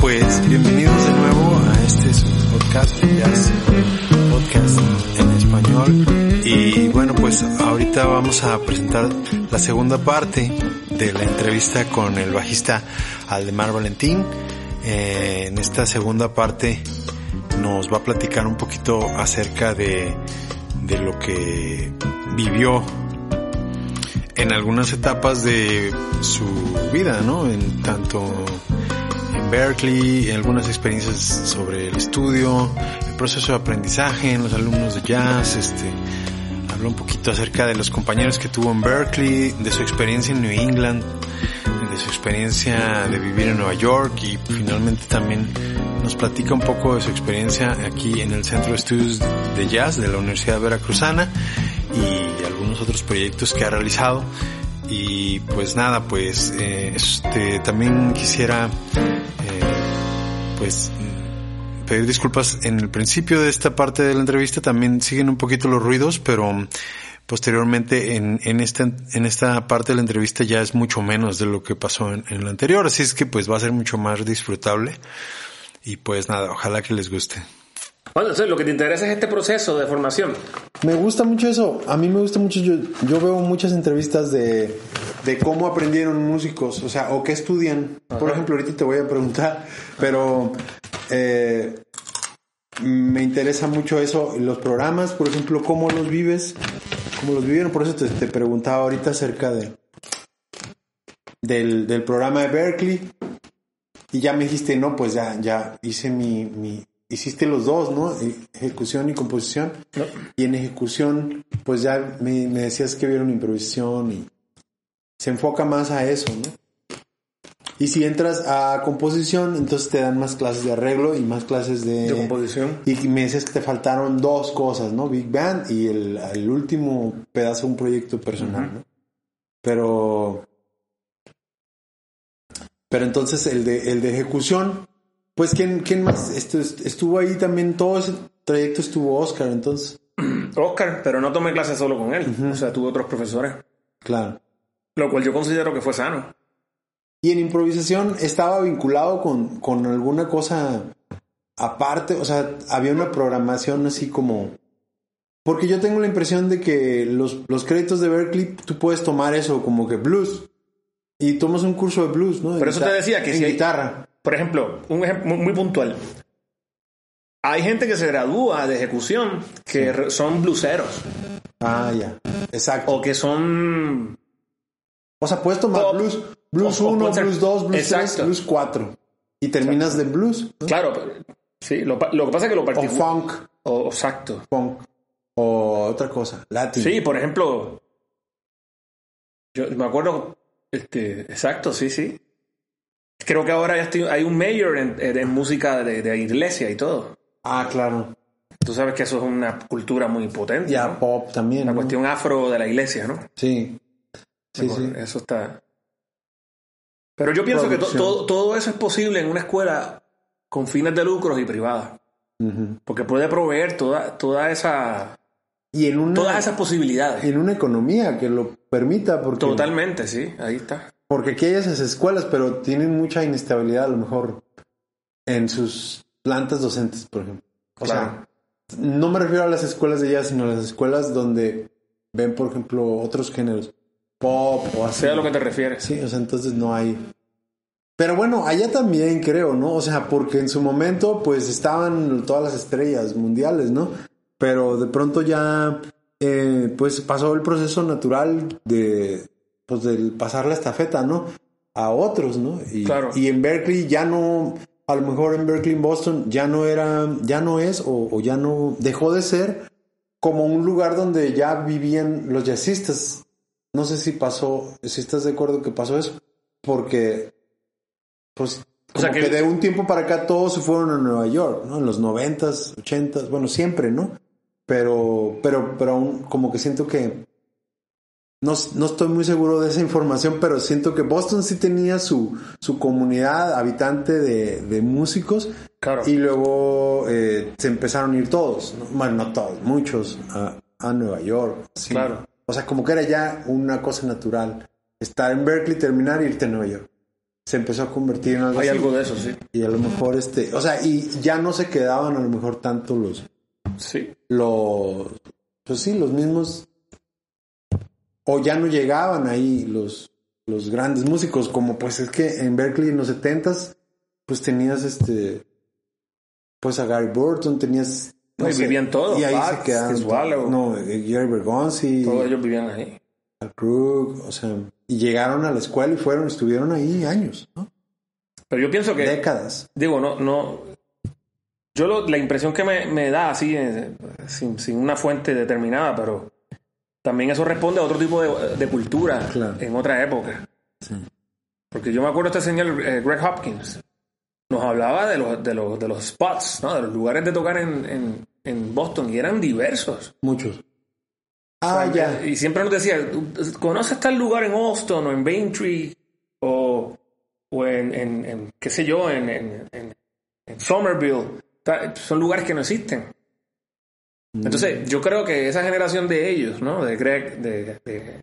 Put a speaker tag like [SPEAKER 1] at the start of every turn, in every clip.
[SPEAKER 1] Pues, este pues, la segunda parte de la entrevista con el bajista Aldemar Valentín. Eh, en esta segunda parte nos va a platicar un poquito acerca de, de lo que vivió en algunas etapas de su vida, ¿no? En tanto en Berkeley, en algunas experiencias sobre el estudio, el proceso de aprendizaje en los alumnos de jazz, este, habló un poquito acerca de los compañeros que tuvo en Berkeley, de su experiencia en New England, de su experiencia de vivir en Nueva York y finalmente también nos platica un poco de su experiencia aquí en el Centro de Estudios de Jazz de la Universidad Veracruzana y algunos otros proyectos que ha realizado. Y pues nada, pues eh, este, también quisiera eh, pues pedir disculpas en el principio de esta parte de la entrevista también siguen un poquito los ruidos pero mm, posteriormente en, en esta en esta parte de la entrevista ya es mucho menos de lo que pasó en, en la anterior así es que pues va a ser mucho más disfrutable y pues nada ojalá que les guste
[SPEAKER 2] bueno, entonces lo que te interesa es este proceso de formación.
[SPEAKER 3] Me gusta mucho eso. A mí me gusta mucho. Yo, yo veo muchas entrevistas de, de, cómo aprendieron músicos, o sea, o qué estudian. Ajá. Por ejemplo, ahorita te voy a preguntar, pero eh, me interesa mucho eso. Los programas, por ejemplo, cómo los vives, cómo los vivieron. Por eso te, te preguntaba ahorita acerca de del, del, programa de Berkeley. Y ya me dijiste, no, pues ya, ya hice mi, mi hiciste los dos, ¿no? E, Ejecución y composición. No. Y en ejecución, pues ya me, me, decías que vieron improvisación y se enfoca más a eso, ¿no? Y si entras a composición, entonces te dan más clases de arreglo y más clases de...
[SPEAKER 2] De composición.
[SPEAKER 3] Y me decías que te faltaron dos cosas, ¿no? Big Band y el, el último pedazo, un proyecto personal, uh -huh. ¿no? Pero... Pero entonces el de, el de ejecución, pues ¿quién, quién más estuvo ahí también todo ese trayecto estuvo Oscar entonces
[SPEAKER 2] Oscar pero no tomé clases solo con él uh -huh. o sea tuve otros profesores
[SPEAKER 3] claro
[SPEAKER 2] lo cual yo considero que fue sano
[SPEAKER 3] y en improvisación estaba vinculado con, con alguna cosa aparte o sea había una programación así como porque yo tengo la impresión de que los, los créditos de Berkeley tú puedes tomar eso como que blues y tomas un curso de blues, ¿no? De
[SPEAKER 2] pero eso te decía que
[SPEAKER 3] en
[SPEAKER 2] si
[SPEAKER 3] guitarra.
[SPEAKER 2] Hay... Por ejemplo, un ejemplo muy puntual. Hay gente que se gradúa de ejecución que re- son bluseros
[SPEAKER 3] Ah, ya. Exacto.
[SPEAKER 2] o que son
[SPEAKER 3] O sea, puedes tomar
[SPEAKER 2] O-
[SPEAKER 3] blues, blues
[SPEAKER 2] o- o
[SPEAKER 3] 1,
[SPEAKER 2] puede ser-
[SPEAKER 3] blues 2, blues 3,
[SPEAKER 2] Exacto.
[SPEAKER 3] blues 4. Y terminas de blues. ¿no?
[SPEAKER 2] Claro, pero- sí, lo, pa- lo que pasa es que lo
[SPEAKER 3] O
[SPEAKER 2] particular.
[SPEAKER 3] funk,
[SPEAKER 2] o- exacto.
[SPEAKER 3] funk. O otra cosa, latin.
[SPEAKER 2] Sí, por ejemplo, yo me acuerdo, este, exacto, sí, sí. Creo que ahora ya estoy- hay un mayor en, en- en música de, de iglesia y todo.
[SPEAKER 3] Ah, claro.
[SPEAKER 2] Tú sabes que eso es una cultura muy potente.
[SPEAKER 3] Ya
[SPEAKER 2] ¿no?
[SPEAKER 3] pop también.
[SPEAKER 2] La
[SPEAKER 3] ¿no?
[SPEAKER 2] cuestión afro de la iglesia, ¿no?
[SPEAKER 3] Sí. Sí, sí.
[SPEAKER 2] Eso está. Pero yo pienso que to-
[SPEAKER 3] Producción.
[SPEAKER 2] todo, todo eso es posible en una escuela con fines de lucros y privada.
[SPEAKER 3] Ujú.
[SPEAKER 2] Porque puede proveer toda, toda esa,
[SPEAKER 3] Y en una,
[SPEAKER 2] todas esas posibilidades.
[SPEAKER 3] en una economía que lo permita, porque,
[SPEAKER 2] Totalmente, sí, ahí está.
[SPEAKER 3] porque aquí hay esas escuelas, pero tienen mucha inestabilidad a lo mejor en sus plantas docentes, por ejemplo. O
[SPEAKER 2] Claro.
[SPEAKER 3] sea, no me refiero a las escuelas de ellas, sino a las escuelas donde ven, por ejemplo, otros géneros, pop o así.
[SPEAKER 2] Sea a lo que te refieres.
[SPEAKER 3] Sí, o sea, entonces no hay. Pero bueno, allá también creo, ¿no? O sea, porque en su momento pues estaban todas las estrellas mundiales, ¿no? Pero de pronto ya eh, pues pasó el proceso natural de pues del pasar la estafeta, ¿no? A otros, ¿no? Y,
[SPEAKER 2] Claro.
[SPEAKER 3] y en Berkeley ya no, a lo mejor en Berkeley, en Boston, ya no era, ya no es o, o ya no dejó de ser como un lugar donde ya vivían los jazzistas. No sé si pasó, si estás de acuerdo que pasó eso, porque pues
[SPEAKER 2] O sea
[SPEAKER 3] como
[SPEAKER 2] que-
[SPEAKER 3] que de un tiempo para acá todos se fueron a Nueva York, ¿no? En los noventas, ochentas, bueno, siempre, ¿no? Pero, pero, pero aún como que siento que no, no estoy muy seguro de esa información, pero siento que Boston sí tenía su, su comunidad habitante de, de músicos
[SPEAKER 2] Claro.
[SPEAKER 3] y luego eh, se empezaron a ir todos, ¿no? bueno, no todos, muchos a, a Nueva York. sí.
[SPEAKER 2] Claro.
[SPEAKER 3] O sea, como que era ya una cosa natural. Estar en Berkeley, terminar e irte a Nueva York. Se empezó a convertir en algo
[SPEAKER 2] Hay
[SPEAKER 3] así.
[SPEAKER 2] algo de eso, sí.
[SPEAKER 3] Y a lo mejor este, o sea, y ya no se quedaban a lo mejor tanto los,
[SPEAKER 2] Sí.
[SPEAKER 3] los, pues sí, los mismos, o ya no llegaban ahí los, los grandes músicos, como pues es que en Berkeley en los setentas, pues tenías este, pues a Gary Burton, tenías...
[SPEAKER 2] No, y vivían todos,
[SPEAKER 3] Y ahí
[SPEAKER 2] Bats,
[SPEAKER 3] se quedaban.
[SPEAKER 2] Steve Swallow.
[SPEAKER 3] todos. No, eh, Jerry Bergonzi,
[SPEAKER 2] Todos ellos vivían ahí.
[SPEAKER 3] Al Krug, o sea, y llegaron a la escuela y fueron, estuvieron ahí años, ¿no?
[SPEAKER 2] Pero yo pienso que,
[SPEAKER 3] Décadas.
[SPEAKER 2] digo, no, no. Yo lo- la impresión que me, me da así, eh, sin, sin una fuente determinada, pero también eso responde a otro tipo de, de cultura
[SPEAKER 3] Claro.
[SPEAKER 2] en otra época. Porque yo me acuerdo este señor eh, Greg Hopkins nos hablaba de los, de los, de los spots, ¿no? de los lugares de tocar en, en, en Boston y eran diversos.
[SPEAKER 3] Muchos. Ah, ya.
[SPEAKER 2] eh, Y siempre nos decía, ¿conoces tal lugar en Austin o en Baintree o, o en, en- en, qué sé yo, en, en- en- en Somerville? Ta- Son lugares que no existen.
[SPEAKER 3] Mm.
[SPEAKER 2] Entonces, yo creo que esa generación de ellos, ¿no? De Greg, de... de-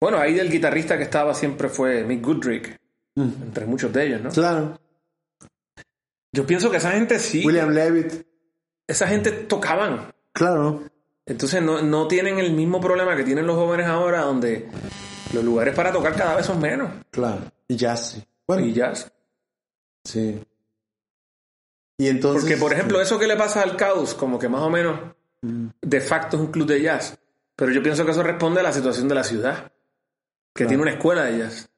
[SPEAKER 2] bueno, ahí del guitarrista que estaba siempre fue Mick Goodrick,
[SPEAKER 3] Mm.
[SPEAKER 2] entre muchos de ellos, ¿no?
[SPEAKER 3] Claro.
[SPEAKER 2] Yo pienso que esa gente sí,
[SPEAKER 3] William Levitt.
[SPEAKER 2] esa gente tocaban.
[SPEAKER 3] Claro.
[SPEAKER 2] Entonces no, no tienen el mismo problema que tienen los jóvenes ahora, donde los lugares para tocar cada vez son menos.
[SPEAKER 3] Claro. Y jazz. sí. Bueno,
[SPEAKER 2] Y jazz.
[SPEAKER 3] sí. Y entonces.
[SPEAKER 2] Porque, por ejemplo, eso que le pasa al caos, como que más o menos de facto es un club de jazz. Pero yo pienso que eso responde a la situación de la ciudad, que tiene una escuela de jazz.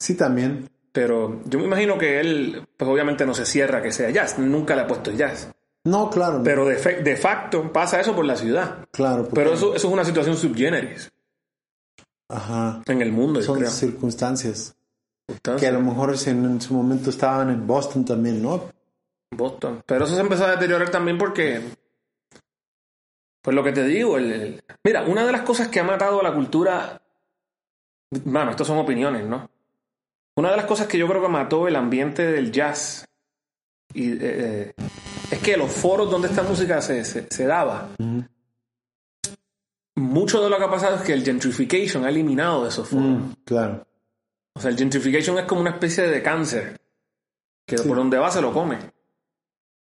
[SPEAKER 3] Sí, también.
[SPEAKER 2] Pero yo me imagino que él, pues obviamente no se cierra que sea jazz, nunca le ha puesto jazz.
[SPEAKER 3] No, claro.
[SPEAKER 2] Pero de, fe- de facto pasa eso por la ciudad.
[SPEAKER 3] claro. porque-
[SPEAKER 2] Pero eso, eso es una situación subgéneris
[SPEAKER 3] Ajá.
[SPEAKER 2] en el mundo, yo
[SPEAKER 3] Son
[SPEAKER 2] pues creo.
[SPEAKER 3] circunstancias que
[SPEAKER 2] Entonces,
[SPEAKER 3] a lo mejor en, en su momento estaban en Boston también, ¿no?
[SPEAKER 2] Boston. Pero eso se empezó a deteriorar también porque. Pues lo que te digo, el, el- mira, una de las cosas que ha matado a la cultura. Bueno, estas son opiniones, ¿no? Una de las cosas que yo creo que mató el ambiente del jazz y, eh, eh, es que los foros donde esta música se, se- se daba, mucho de lo que ha pasado es que el gentrification ha eliminado esos foros.
[SPEAKER 3] Mm, claro.
[SPEAKER 2] O sea, el gentrification es como una especie de cáncer que por donde va se lo come.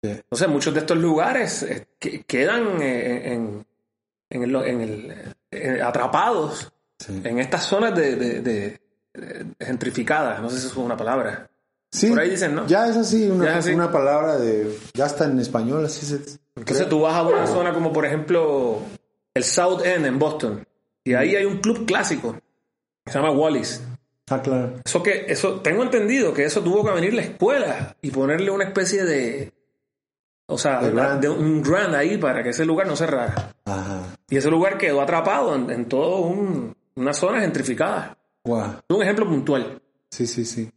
[SPEAKER 3] Sí.
[SPEAKER 2] Entonces, muchos de estos lugares eh, que- quedan eh, en, en el- en el- eh, atrapados
[SPEAKER 3] Sí.
[SPEAKER 2] Eh, en estas zonas de, de- de- de- gentrificadas. No sé si eso es una palabra.
[SPEAKER 3] Sí,
[SPEAKER 2] Por ahí dicen, ¿no?
[SPEAKER 3] Ya es así, una,
[SPEAKER 2] Ya es así.
[SPEAKER 3] una palabra de. Ya está en español, así se.
[SPEAKER 2] Entonces tú vas a una zona como por ejemplo el South End en Boston y ahí hay un club clásico que se llama Wallis.
[SPEAKER 3] Ah, claro.
[SPEAKER 2] Eso que eso tengo entendido que eso tuvo que venir la escuela y ponerle una especie de o sea,
[SPEAKER 3] De
[SPEAKER 2] de,
[SPEAKER 3] grant.
[SPEAKER 2] de un grant ahí para que ese lugar no cerrara.
[SPEAKER 3] Ajá.
[SPEAKER 2] Y ese lugar quedó atrapado en, en toda una zona gentrificada.
[SPEAKER 3] Guau.
[SPEAKER 2] Es un ejemplo puntual.
[SPEAKER 3] Sí, sí, sí.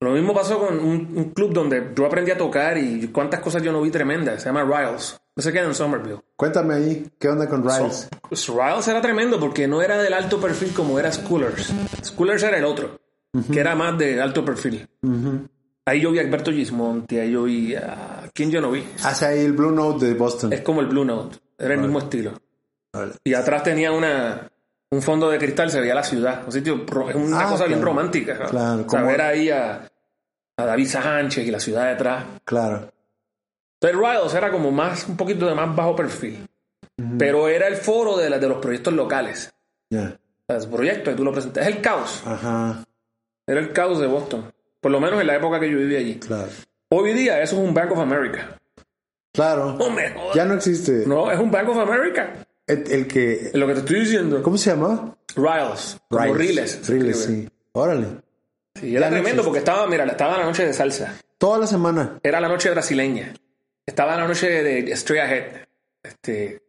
[SPEAKER 2] Lo mismo pasó con un, un club donde yo aprendí a tocar y cuántas cosas yo no vi tremendas. Se llama Riles. No se queda en Somerville.
[SPEAKER 3] Cuéntame ahí, ¿qué onda con Riles?
[SPEAKER 2] Pues Riles era tremendo porque no era del alto perfil como era Schoolers. Schoolers era el otro, que era más de alto perfil.
[SPEAKER 3] Ujú.
[SPEAKER 2] Ahí yo vi a Alberto Gismonti, ahí yo vi a... ¿Quién yo no vi?
[SPEAKER 3] Hace ahí el Blue Note de Boston.
[SPEAKER 2] Es como el Blue Note. Era el mismo estilo.
[SPEAKER 3] Vale.
[SPEAKER 2] Y atrás tenía una... Un fondo de cristal se veía la ciudad. Un sitio... ro- Es una
[SPEAKER 3] Ah,
[SPEAKER 2] cosa bien
[SPEAKER 3] claro.
[SPEAKER 2] romántica. ¿no?
[SPEAKER 3] Claro,
[SPEAKER 2] O sea,
[SPEAKER 3] como-
[SPEAKER 2] ver ahí a, a David Sánchez y la ciudad detrás.
[SPEAKER 3] Claro.
[SPEAKER 2] Entonces Riles era como más, un poquito de más bajo perfil. Pero era el foro de, la- de los proyectos locales.
[SPEAKER 3] Ya.
[SPEAKER 2] O sea, su proyecto y tú lo presentas. Es el caos.
[SPEAKER 3] Ajá.
[SPEAKER 2] Era el caos de Boston. Por lo menos en la época que yo vivía allí.
[SPEAKER 3] Claro.
[SPEAKER 2] Hoy día eso es un Bank of America.
[SPEAKER 3] Claro.
[SPEAKER 2] No me jodas.
[SPEAKER 3] Ya no existe.
[SPEAKER 2] No, es un Bank of America.
[SPEAKER 3] El, el que.
[SPEAKER 2] Es lo que te estoy diciendo.
[SPEAKER 3] ¿Cómo se llama?
[SPEAKER 2] Riles. Como Riles. se
[SPEAKER 3] Riles,
[SPEAKER 2] escribe.
[SPEAKER 3] sí. Órale.
[SPEAKER 2] Sí, era tremendo porque estaba, mira, estaba la noche de salsa.
[SPEAKER 3] Toda la semana.
[SPEAKER 2] Era la noche brasileña. Estaba la noche de Straight Ahead. Este,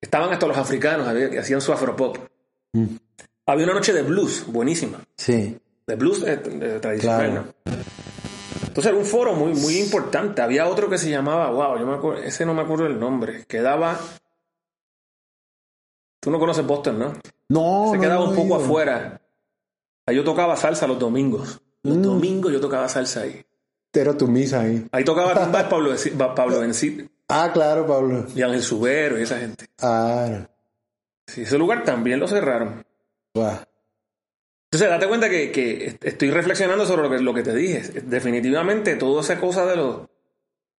[SPEAKER 2] estaban hasta los africanos había- que hacían su afropop.
[SPEAKER 3] Mm.
[SPEAKER 2] Había una noche de blues, buenísima.
[SPEAKER 3] Sí.
[SPEAKER 2] De blues eh, t- eh, tradicional.
[SPEAKER 3] Claro.
[SPEAKER 2] ¿no? Entonces era un foro muy, muy importante. Había otro que se llamaba, wow, yo me acuerdo, ese no me acuerdo el nombre. Quedaba. Tú no conoces Boston, ¿no?
[SPEAKER 3] No.
[SPEAKER 2] se
[SPEAKER 3] no,
[SPEAKER 2] quedaba
[SPEAKER 3] no
[SPEAKER 2] un
[SPEAKER 3] he
[SPEAKER 2] poco
[SPEAKER 3] ido.
[SPEAKER 2] afuera. Ahí Yo tocaba salsa los domingos. Los
[SPEAKER 3] Mm.
[SPEAKER 2] domingos yo tocaba salsa ahí.
[SPEAKER 3] Era tu misa ahí.
[SPEAKER 2] Ahí tocaba tumbar Pablo, Benci- Pablo Bencid.
[SPEAKER 3] Ah, claro, Pablo.
[SPEAKER 2] y Ángel Subero y esa gente.
[SPEAKER 3] Ah,
[SPEAKER 2] Sí, ese lugar también lo cerraron.
[SPEAKER 3] guau.
[SPEAKER 2] Entonces, date cuenta que, que est- estoy reflexionando sobre lo que, lo que te dije. Definitivamente, toda esa cosa de los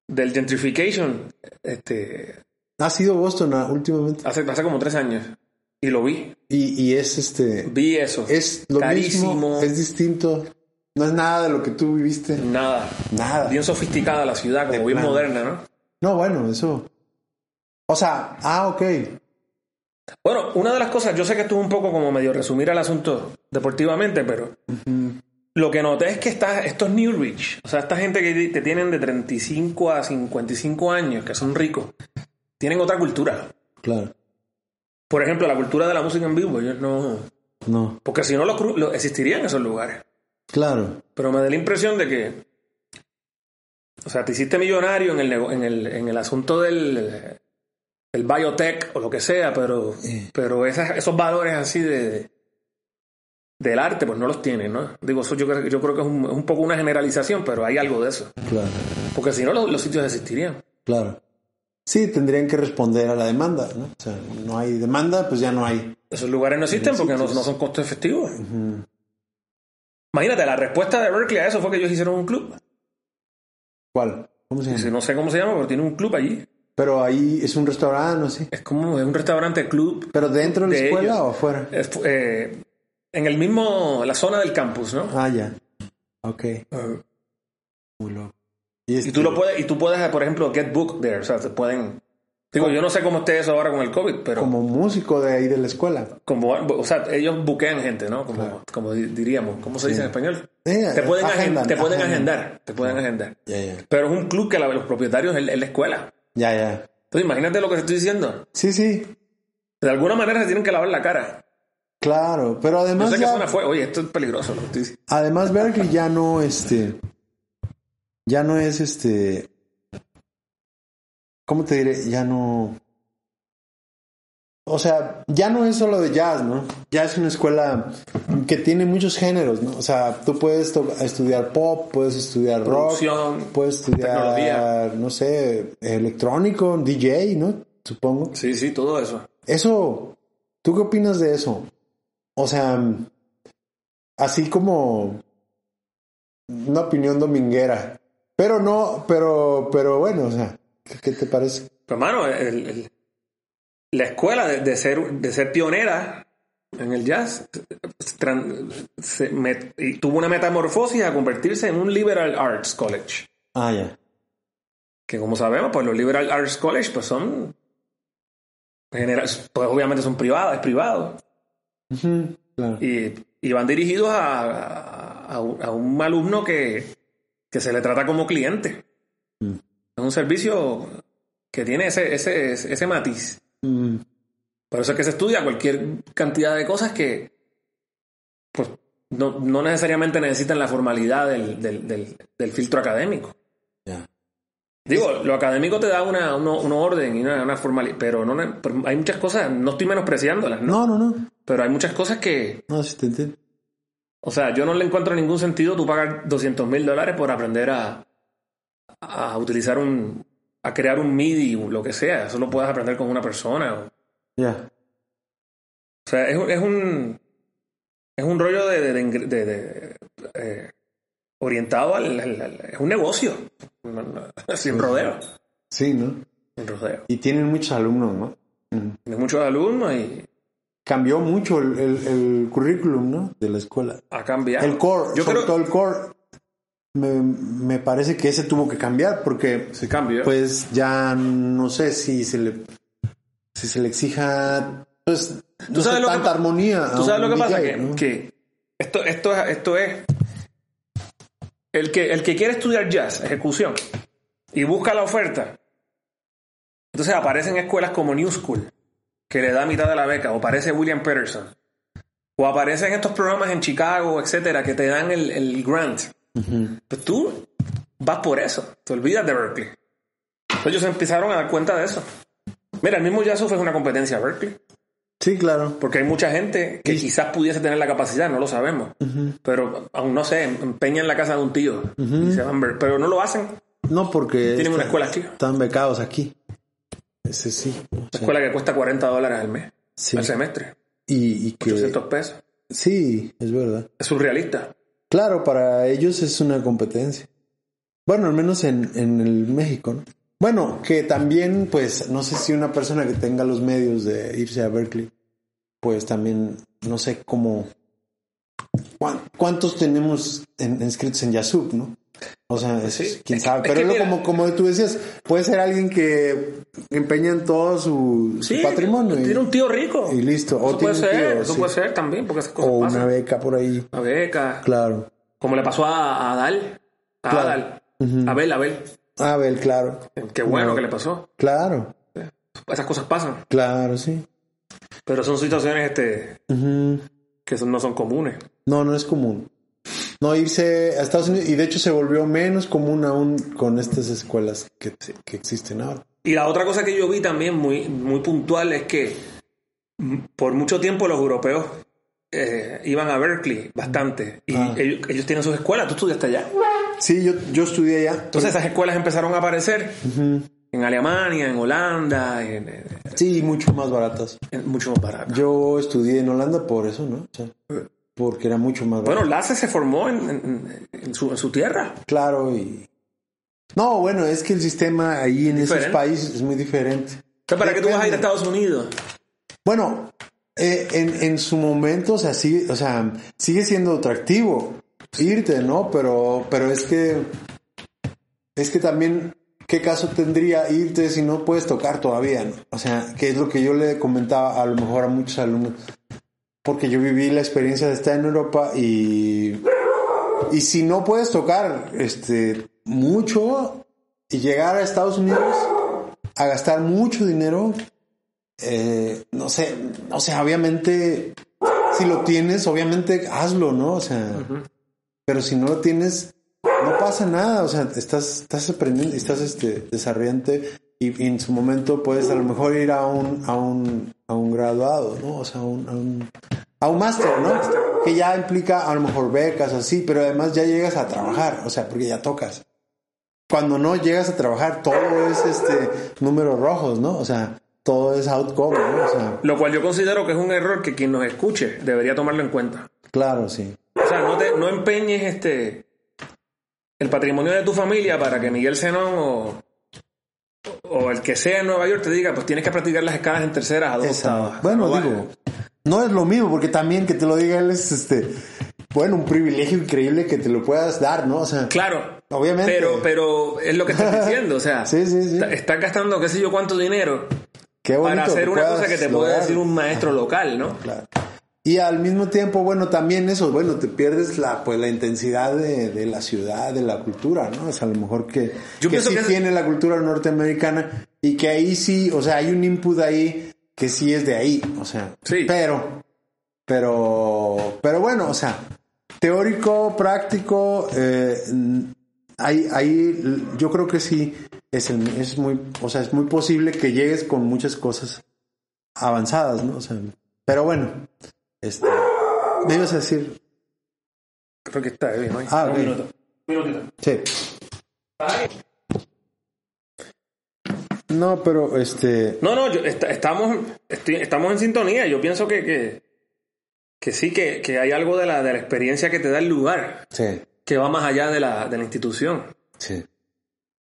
[SPEAKER 2] del gentrification este,
[SPEAKER 3] Ha sido Boston ah, últimamente.
[SPEAKER 2] hace, hace como tres años. Y lo vi.
[SPEAKER 3] Y, y es este.
[SPEAKER 2] Vi eso.
[SPEAKER 3] Es lo
[SPEAKER 2] Carísimo.
[SPEAKER 3] mismo. Es distinto. No es nada de lo que tú viviste.
[SPEAKER 2] Nada.
[SPEAKER 3] Nada.
[SPEAKER 2] Bien sofisticada la ciudad, como
[SPEAKER 3] De
[SPEAKER 2] bien
[SPEAKER 3] plano.
[SPEAKER 2] moderna, ¿no?
[SPEAKER 3] No, bueno, eso. O sea, ah, ok.
[SPEAKER 2] Bueno, una de las cosas, yo sé que esto es un poco como medio resumir el asunto deportivamente, pero lo que noté es que está, estos New Rich, o sea, esta gente que, que tienen de 35 a 55 años, que son ricos, tienen otra cultura.
[SPEAKER 3] Claro.
[SPEAKER 2] Por ejemplo, la cultura de la música en vivo, ellos no...
[SPEAKER 3] No.
[SPEAKER 2] Porque si no, los cru- los- existirían esos lugares.
[SPEAKER 3] Claro.
[SPEAKER 2] Pero me da la impresión de que... O sea, te hiciste millonario en el, nego- en el, en el asunto del el biotech o lo que sea, pero,
[SPEAKER 3] Sí.
[SPEAKER 2] pero esas, esos valores así de, de- del arte, pues no los tienen, ¿no? Digo, eso yo, creo- yo creo que es un, es un poco una generalización, pero hay algo de eso.
[SPEAKER 3] Claro.
[SPEAKER 2] Porque si no, los, los sitios existirían.
[SPEAKER 3] Claro. Sí, tendrían que responder a la demanda, ¿no? O sea, no hay demanda, pues ya no hay.
[SPEAKER 2] Esos lugares no existen porque no, no son costo efectivo. Imagínate, la respuesta de Berkeley a eso fue que ellos hicieron un club.
[SPEAKER 3] ¿Cuál? ¿Cómo se llama?
[SPEAKER 2] No sé cómo se llama, pero tiene un club allí.
[SPEAKER 3] Pero ahí es un restaurante, no sé.
[SPEAKER 2] Es como es un restaurante club.
[SPEAKER 3] ¿Pero dentro de la
[SPEAKER 2] De
[SPEAKER 3] escuela
[SPEAKER 2] ellos.
[SPEAKER 3] o afuera?
[SPEAKER 2] Es, eh, en el mismo, la zona del campus, ¿no?
[SPEAKER 3] Ah, ya. Ok.
[SPEAKER 2] Eh,
[SPEAKER 3] Muy loco. Y,
[SPEAKER 2] Y
[SPEAKER 3] este-
[SPEAKER 2] tú lo puedes, y tú puedes, por ejemplo, get book there. O sea, te pueden. Digo, yo no sé cómo esté eso ahora con el COVID, pero como,
[SPEAKER 3] Como músico de ahí de la escuela.
[SPEAKER 2] o sea, ellos buquean gente, ¿no? Como, como di- diríamos, ¿cómo se dice en español?
[SPEAKER 3] Eh,
[SPEAKER 2] Te pueden, agen-
[SPEAKER 3] agendan,
[SPEAKER 2] te pueden
[SPEAKER 3] agendan.
[SPEAKER 2] agendar, te pueden agendar.
[SPEAKER 3] Ya, ya.
[SPEAKER 2] Pero es un club que la- los propietarios es, es la escuela.
[SPEAKER 3] Ya, ya.
[SPEAKER 2] Entonces, imagínate lo que te estoy diciendo.
[SPEAKER 3] Sí, sí.
[SPEAKER 2] De alguna manera se tienen que lavar la cara.
[SPEAKER 3] Claro. Pero
[SPEAKER 2] Yo
[SPEAKER 3] además
[SPEAKER 2] sé que
[SPEAKER 3] ya-
[SPEAKER 2] suena fue, oye, esto es peligroso lo que estoy diciendo.
[SPEAKER 3] Además, Berkeley ya no, este, ya no es, este, ¿cómo te diré? Ya no, o sea, ya no es solo de jazz, ¿no? Ya es una escuela que tiene muchos géneros, ¿no? O sea, tú puedes to- estudiar pop, puedes estudiar rock, pues.
[SPEAKER 2] Producción,
[SPEAKER 3] puedes estudiar,
[SPEAKER 2] tecnología.
[SPEAKER 3] no sé, electrónico, DJ, ¿no? Supongo.
[SPEAKER 2] Sí, sí, todo eso.
[SPEAKER 3] Eso, ¿tú qué opinas de eso? O sea, así como una opinión dominguera. Pero no, pero, pero bueno, o sea, ¿qué, qué te parece?
[SPEAKER 2] Pero, hermano, el- el- la escuela de, de ser, de ser pionera en el jazz tran- se met- y tuvo una metamorfosis a convertirse en un liberal arts college.
[SPEAKER 3] Ah, ya.
[SPEAKER 2] Que como sabemos, pues los liberal arts college pues son genera- pues obviamente son privadas, es privado.
[SPEAKER 3] Ujú, claro.
[SPEAKER 2] Y, y van dirigidos a, a- a un- a un alumno que, que se le trata como cliente.
[SPEAKER 3] Mm.
[SPEAKER 2] Es un servicio que tiene ese, ese, ese matiz.
[SPEAKER 3] Mm,
[SPEAKER 2] Por eso es que se estudia cualquier cantidad de cosas que pues, no, no necesariamente necesitan la formalidad del, del- del- del filtro académico.
[SPEAKER 3] ya.
[SPEAKER 2] Digo, lo académico te da una, uno- una orden y una, formalidad, pero no ne- pero hay muchas cosas, no estoy menospreciándolas, ¿no?
[SPEAKER 3] No, no, no.
[SPEAKER 2] Pero hay muchas cosas que,
[SPEAKER 3] No, sí te entiendo.
[SPEAKER 2] o sea, yo no le encuentro ningún sentido tú pagar 200 mil dólares por aprender a, a utilizar un, a crear un MIDI, o lo que sea, eso lo puedes aprender con una persona. o-
[SPEAKER 3] Ya.
[SPEAKER 2] O sea, es, un- es un. Es un rollo de. de- de ingre- de- de, eh, orientado al, al- al- Es un negocio. No, no, Sin rodeo.
[SPEAKER 3] Sí, ¿no?
[SPEAKER 2] Sin rodeo.
[SPEAKER 3] Y tienen muchos alumnos, ¿no? Mm.
[SPEAKER 2] Tienes muchos alumnos y
[SPEAKER 3] Cambió mucho el, el- el currículum, ¿no? De la escuela.
[SPEAKER 2] ha cambiado.
[SPEAKER 3] El core,
[SPEAKER 2] Yo
[SPEAKER 3] sobre
[SPEAKER 2] creo
[SPEAKER 3] todo el core. Me, me parece que ese tuvo que cambiar porque
[SPEAKER 2] se cambió.
[SPEAKER 3] pues ya no sé si se le si se le exija pues no
[SPEAKER 2] sabes
[SPEAKER 3] sé,
[SPEAKER 2] lo que
[SPEAKER 3] tanta
[SPEAKER 2] pa-
[SPEAKER 3] armonía
[SPEAKER 2] Tú sabes
[SPEAKER 3] a
[SPEAKER 2] lo que
[SPEAKER 3] un
[SPEAKER 2] pasa,
[SPEAKER 3] DJ,
[SPEAKER 2] que,
[SPEAKER 3] ¿no?
[SPEAKER 2] que esto, esto, es- esto es. El que, el que quiere estudiar jazz, ejecución, y busca la oferta, entonces aparecen escuelas como New School, que le da mitad de la beca, o aparece William Peterson, o aparecen estos programas en Chicago, etcétera, que te dan el, el grant. Pues tú vas por eso, te olvidas de Berkeley. Entonces ellos empezaron a dar cuenta de eso. Mira, el mismo Jazz fue una competencia a Berkeley.
[SPEAKER 3] sí claro
[SPEAKER 2] Porque hay mucha gente que
[SPEAKER 3] Sí.
[SPEAKER 2] quizás pudiese tener la capacidad, no lo sabemos. Pero aún no sé, empeñan la casa de un tío. y se van ver- pero no lo hacen.
[SPEAKER 3] no porque
[SPEAKER 2] Tienen una
[SPEAKER 3] está-
[SPEAKER 2] escuela aquí. Una
[SPEAKER 3] están becados aquí ese sí o sea,
[SPEAKER 2] escuela que cuesta 40 dólares al mes,
[SPEAKER 3] sí.
[SPEAKER 2] al semestre.
[SPEAKER 3] y, y que
[SPEAKER 2] 800 pesos.
[SPEAKER 3] sí es verdad
[SPEAKER 2] Es surrealista.
[SPEAKER 3] claro para ellos es una competencia bueno al menos en, en el México ¿no? bueno que también pues no sé si una persona que tenga los medios de irse a Berkeley pues también no sé cómo cuán- cuántos tenemos en- inscritos en Yasub, ¿no? O sea, es-
[SPEAKER 2] Sí.
[SPEAKER 3] quién
[SPEAKER 2] Es
[SPEAKER 3] sabe,
[SPEAKER 2] que- es
[SPEAKER 3] pero
[SPEAKER 2] que
[SPEAKER 3] lo-
[SPEAKER 2] mira-
[SPEAKER 3] como, como tú decías, puede ser alguien que empeña en todo su, su patrimonio y,
[SPEAKER 2] Tiene un tío rico.
[SPEAKER 3] y listo, o
[SPEAKER 2] Eso puede
[SPEAKER 3] tiene un
[SPEAKER 2] ser,
[SPEAKER 3] tío,
[SPEAKER 2] eso
[SPEAKER 3] sí.
[SPEAKER 2] puede ser también, porque esas
[SPEAKER 3] o
[SPEAKER 2] cosas
[SPEAKER 3] una
[SPEAKER 2] pasan.
[SPEAKER 3] beca por ahí,
[SPEAKER 2] Una beca.
[SPEAKER 3] claro.
[SPEAKER 2] Como le pasó a Adal. A
[SPEAKER 3] Claro.
[SPEAKER 2] Adal.
[SPEAKER 3] Ujú.
[SPEAKER 2] A Abel, Abel.
[SPEAKER 3] Abel, claro,
[SPEAKER 2] Qué bueno
[SPEAKER 3] Una-
[SPEAKER 2] que le pasó.
[SPEAKER 3] claro,
[SPEAKER 2] Esas cosas pasan.
[SPEAKER 3] claro, sí.
[SPEAKER 2] Pero son situaciones este,
[SPEAKER 3] Ujú.
[SPEAKER 2] que son- no son comunes.
[SPEAKER 3] No, no es común. No irse a Estados Unidos, y de hecho se volvió menos común aún con estas escuelas que, que existen ahora.
[SPEAKER 2] Y la otra cosa que yo vi también muy, muy puntual es que mm, por mucho tiempo los europeos eh, iban a Berkeley bastante. Y
[SPEAKER 3] Ah.
[SPEAKER 2] ellos, ellos tienen sus escuelas, tú estudiaste allá.
[SPEAKER 3] Sí, yo, yo estudié allá.
[SPEAKER 2] Entonces esas escuelas empezaron a aparecer en Alemania, en Holanda, en, en-
[SPEAKER 3] Sí, mucho más baratas.
[SPEAKER 2] en mucho más barato.
[SPEAKER 3] Yo estudié en Holanda por eso, ¿no? O sea, porque era mucho más barato.
[SPEAKER 2] Bueno, Lasse se formó en, en- en su, en su tierra.
[SPEAKER 3] Claro, y... No, bueno, es que el sistema ahí en esos
[SPEAKER 2] Diferente.
[SPEAKER 3] países es muy diferente.
[SPEAKER 2] O sea, ¿Para qué tú vas a ir a
[SPEAKER 3] Depende.
[SPEAKER 2] Estados Unidos?
[SPEAKER 3] Bueno, eh, en, en su momento, o sea, sigue, o sea, sigue siendo atractivo irte, ¿no? Pero, pero es que, es que también, ¿qué caso tendría irte si no puedes tocar todavía? ¿no? O sea, que es lo que yo le comentaba a lo mejor a muchos alumnos, porque yo viví la experiencia de estar en Europa y, y si no puedes tocar, este, mucho y llegar a Estados Unidos a gastar mucho dinero, eh, no sé, o sea, obviamente, si lo tienes, obviamente hazlo, ¿no? O sea, pero si no lo tienes, no pasa nada, o sea, estás, estás aprendiendo, estás este, desarrollante y, y en su momento puedes a lo mejor ir a un, a un, a un graduado, ¿no? O sea, a un, a un, a un máster, ¿no? Que ya implica a lo mejor becas, así, pero además ya llegas a trabajar, o sea, porque ya tocas cuando no llegas a trabajar, todo es este números rojos, ¿no? O sea, todo es outcover, ¿no? O sea,
[SPEAKER 2] Lo cual yo considero que es un error que quien nos escuche debería tomarlo en cuenta.
[SPEAKER 3] claro, sí.
[SPEAKER 2] O sea, no, te, no empeñes este el patrimonio de tu familia para que Miguel Zenón o, o el que sea en Nueva York te diga, pues tienes que practicar las escalas en terceras a dos
[SPEAKER 3] Esa-
[SPEAKER 2] octavas.
[SPEAKER 3] bueno,
[SPEAKER 2] No va-
[SPEAKER 3] digo, No es lo mismo, porque también que te lo diga él es este, bueno, un privilegio increíble que te lo puedas dar, ¿no? O sea,
[SPEAKER 2] Claro.
[SPEAKER 3] obviamente.
[SPEAKER 2] Pero, pero es lo que estás diciendo, o sea,
[SPEAKER 3] Sí, sí, sí.
[SPEAKER 2] está- estás gastando qué sé yo cuánto dinero
[SPEAKER 3] qué bonito
[SPEAKER 2] para hacer
[SPEAKER 3] que
[SPEAKER 2] una cosa
[SPEAKER 3] puedas
[SPEAKER 2] que te puede
[SPEAKER 3] lograr. Ah.
[SPEAKER 2] decir un maestro local, ¿no?
[SPEAKER 3] Claro. Y al mismo tiempo, bueno, también eso, bueno, te pierdes la, pues, la intensidad de, de la ciudad, de la cultura, ¿no? O sea, a lo mejor que,
[SPEAKER 2] Yo
[SPEAKER 3] que
[SPEAKER 2] pienso
[SPEAKER 3] sí
[SPEAKER 2] que es-
[SPEAKER 3] tiene la cultura norteamericana y que ahí sí, o sea, hay un input ahí que sí es de ahí, o sea,
[SPEAKER 2] Sí.
[SPEAKER 3] pero, pero, pero bueno, o sea, teórico, práctico, eh, mm, ahí, ahí l- yo creo que sí es, el- es muy, o sea, es muy posible que llegues con muchas cosas avanzadas, ¿no? O sea, pero bueno, este, me ibas a decir,
[SPEAKER 2] Creo que está eh, bien, ¿no?
[SPEAKER 3] Ah,
[SPEAKER 2] Un
[SPEAKER 3] ok.
[SPEAKER 2] minuto. Un minutito.
[SPEAKER 3] sí,
[SPEAKER 2] Ay.
[SPEAKER 3] no, pero este,
[SPEAKER 2] No, no, yo- esta- estamos, estoy- estamos en sintonía. Yo pienso que, que, que sí, que, que hay algo de la, de la experiencia que te da el lugar,
[SPEAKER 3] sí,
[SPEAKER 2] que va más allá de la, de la institución.
[SPEAKER 3] sí,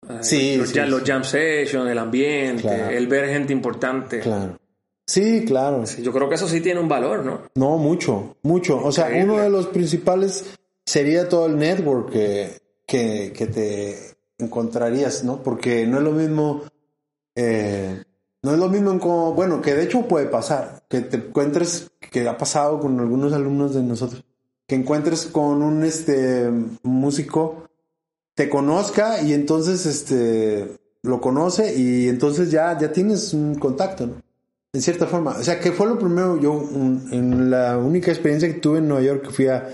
[SPEAKER 2] Eh,
[SPEAKER 3] Sí,
[SPEAKER 2] los,
[SPEAKER 3] sí,
[SPEAKER 2] jam-
[SPEAKER 3] sí.
[SPEAKER 2] los jam sessions, el ambiente,
[SPEAKER 3] Claro.
[SPEAKER 2] el ver gente importante.
[SPEAKER 3] claro, sí, claro,
[SPEAKER 2] Sí, Yo creo que eso sí tiene un valor, ¿no?
[SPEAKER 3] No, mucho, mucho. O sea,
[SPEAKER 2] Increíble.
[SPEAKER 3] uno de los principales sería todo el network que, que, que te encontrarías, ¿no? Porque no es lo mismo, eh, no es lo mismo, en cómo- bueno, que de hecho puede pasar, que te encuentres, que ha pasado con algunos alumnos de nosotros, que encuentres con un este músico, te conozca y entonces este lo conoce y entonces ya, ya tienes un contacto, ¿no? En cierta forma. O sea, que fue lo primero, yo, un- en la única experiencia que tuve en Nueva York, que fui a,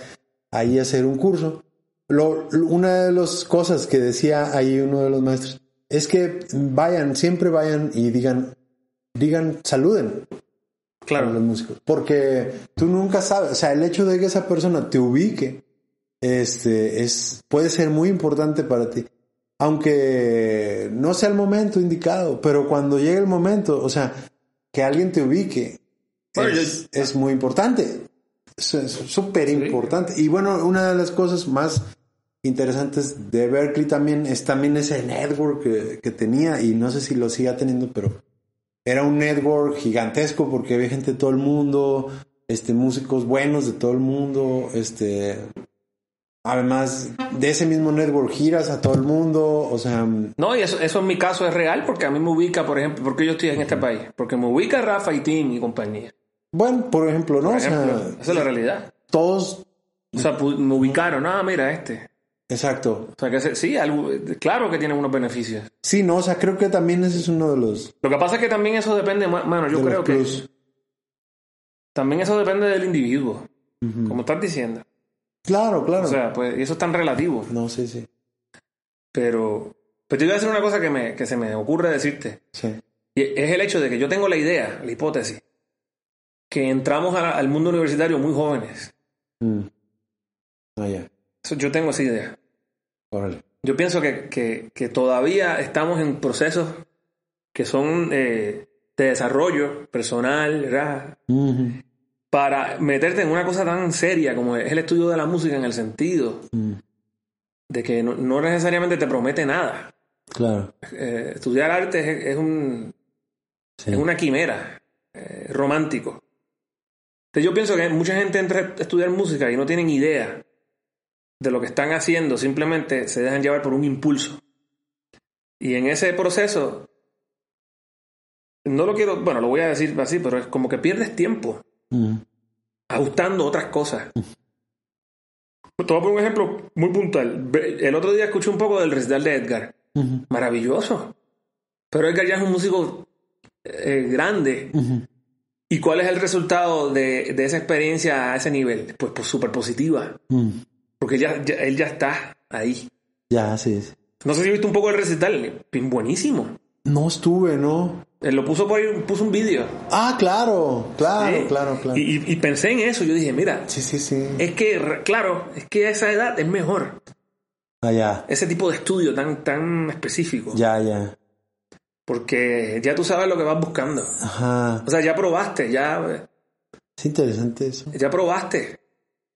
[SPEAKER 3] ahí a hacer un curso. Lo- lo- una de las cosas que decía ahí uno de los maestros es que vayan, siempre vayan y digan, digan, saluden a los
[SPEAKER 2] Claro.
[SPEAKER 3] músicos. Porque tú nunca sabes, o sea, el hecho de que esa persona te ubique, este, es, puede ser muy importante para ti. Aunque no sea el momento indicado, pero cuando llegue el momento, o sea, que alguien te ubique,
[SPEAKER 2] Bueno,
[SPEAKER 3] es, es muy importante. Es es súper importante. Y bueno, una de las cosas más interesantes de Berkeley también es también ese network que, que tenía, y no sé si lo siga teniendo, pero era un network gigantesco porque había gente de todo el mundo, este, músicos buenos de todo el mundo, este, además de ese mismo network giras a todo el mundo, o sea,
[SPEAKER 2] No, y eso, eso en mi caso es real porque a mí me ubica, por ejemplo, porque yo estoy en este país. Porque me ubica Rafa y Tim y compañía.
[SPEAKER 3] bueno, por ejemplo, ¿no?
[SPEAKER 2] Por
[SPEAKER 3] o sea,
[SPEAKER 2] ejemplo, esa es la realidad.
[SPEAKER 3] todos,
[SPEAKER 2] O sea, pu- me ubicaron. Ah, mira, este.
[SPEAKER 3] exacto.
[SPEAKER 2] O sea, que se- sí, algo, claro que tiene unos beneficios.
[SPEAKER 3] Sí, no, o sea, creo que también ese es uno de los,
[SPEAKER 2] Lo que pasa es que también eso depende, ma- mano, yo
[SPEAKER 3] de
[SPEAKER 2] creo
[SPEAKER 3] los
[SPEAKER 2] que
[SPEAKER 3] plus.
[SPEAKER 2] también eso depende del individuo, como estás diciendo.
[SPEAKER 3] Claro, Mm. claro.
[SPEAKER 2] O sea, pues y eso es tan relativo,
[SPEAKER 3] no, sí, sí,
[SPEAKER 2] pero pero te voy a decir una cosa que me que se me ocurre decirte,
[SPEAKER 3] sí.
[SPEAKER 2] y es el hecho de que yo tengo la idea, la hipótesis que entramos a la- al mundo universitario muy jóvenes.
[SPEAKER 3] Mm. Ah, ya,
[SPEAKER 2] Eso, yo tengo esa idea.
[SPEAKER 3] órale.
[SPEAKER 2] Yo pienso que, que- que todavía estamos en procesos que son eh, de desarrollo personal, ¿verdad?
[SPEAKER 3] Ujú,
[SPEAKER 2] para meterte en una cosa tan seria como es el estudio de la música en el sentido
[SPEAKER 3] mm,
[SPEAKER 2] de que no, no necesariamente te promete nada.
[SPEAKER 3] Claro,
[SPEAKER 2] Eh, estudiar arte es, es un,
[SPEAKER 3] sí.
[SPEAKER 2] es una quimera, eh, romántico. Entonces yo pienso que mucha gente entra a estudiar música y no tienen idea de lo que están haciendo, simplemente se dejan llevar por un impulso. Y en ese proceso, no lo quiero, bueno, lo voy a decir así, pero es como que pierdes tiempo
[SPEAKER 3] Mm,
[SPEAKER 2] ajustando otras cosas. Te voy a poner un ejemplo muy puntual. Ve- El otro día escuché un poco del recital de Edgar.
[SPEAKER 3] ujú,
[SPEAKER 2] Maravilloso. Pero Edgar ya es un músico eh, grande.
[SPEAKER 3] ujú.
[SPEAKER 2] ¿Y cuál es el resultado de, de esa experiencia a ese nivel? Pues pues, súper positiva.
[SPEAKER 3] Mm.
[SPEAKER 2] Porque ya, ya- él ya está ahí.
[SPEAKER 3] Ya, sí, sí.
[SPEAKER 2] No sé si viste un poco el recital. Bien Buenísimo.
[SPEAKER 3] No estuve, ¿no?
[SPEAKER 2] Él lo puso por ahí, puso un vídeo.
[SPEAKER 3] Ah, claro, claro,
[SPEAKER 2] Sí.
[SPEAKER 3] claro, claro.
[SPEAKER 2] Y, y- y pensé en eso. Yo dije, mira,
[SPEAKER 3] Sí, sí, sí.
[SPEAKER 2] es que, re- claro, es que a esa edad es mejor. Ah,
[SPEAKER 3] Allá,
[SPEAKER 2] ese tipo de estudio tan, tan específico.
[SPEAKER 3] ya, ya.
[SPEAKER 2] Porque ya tú sabes lo que vas buscando.
[SPEAKER 3] Ajá.
[SPEAKER 2] O sea, ya probaste, ya, eh,
[SPEAKER 3] Es interesante eso.
[SPEAKER 2] ya probaste.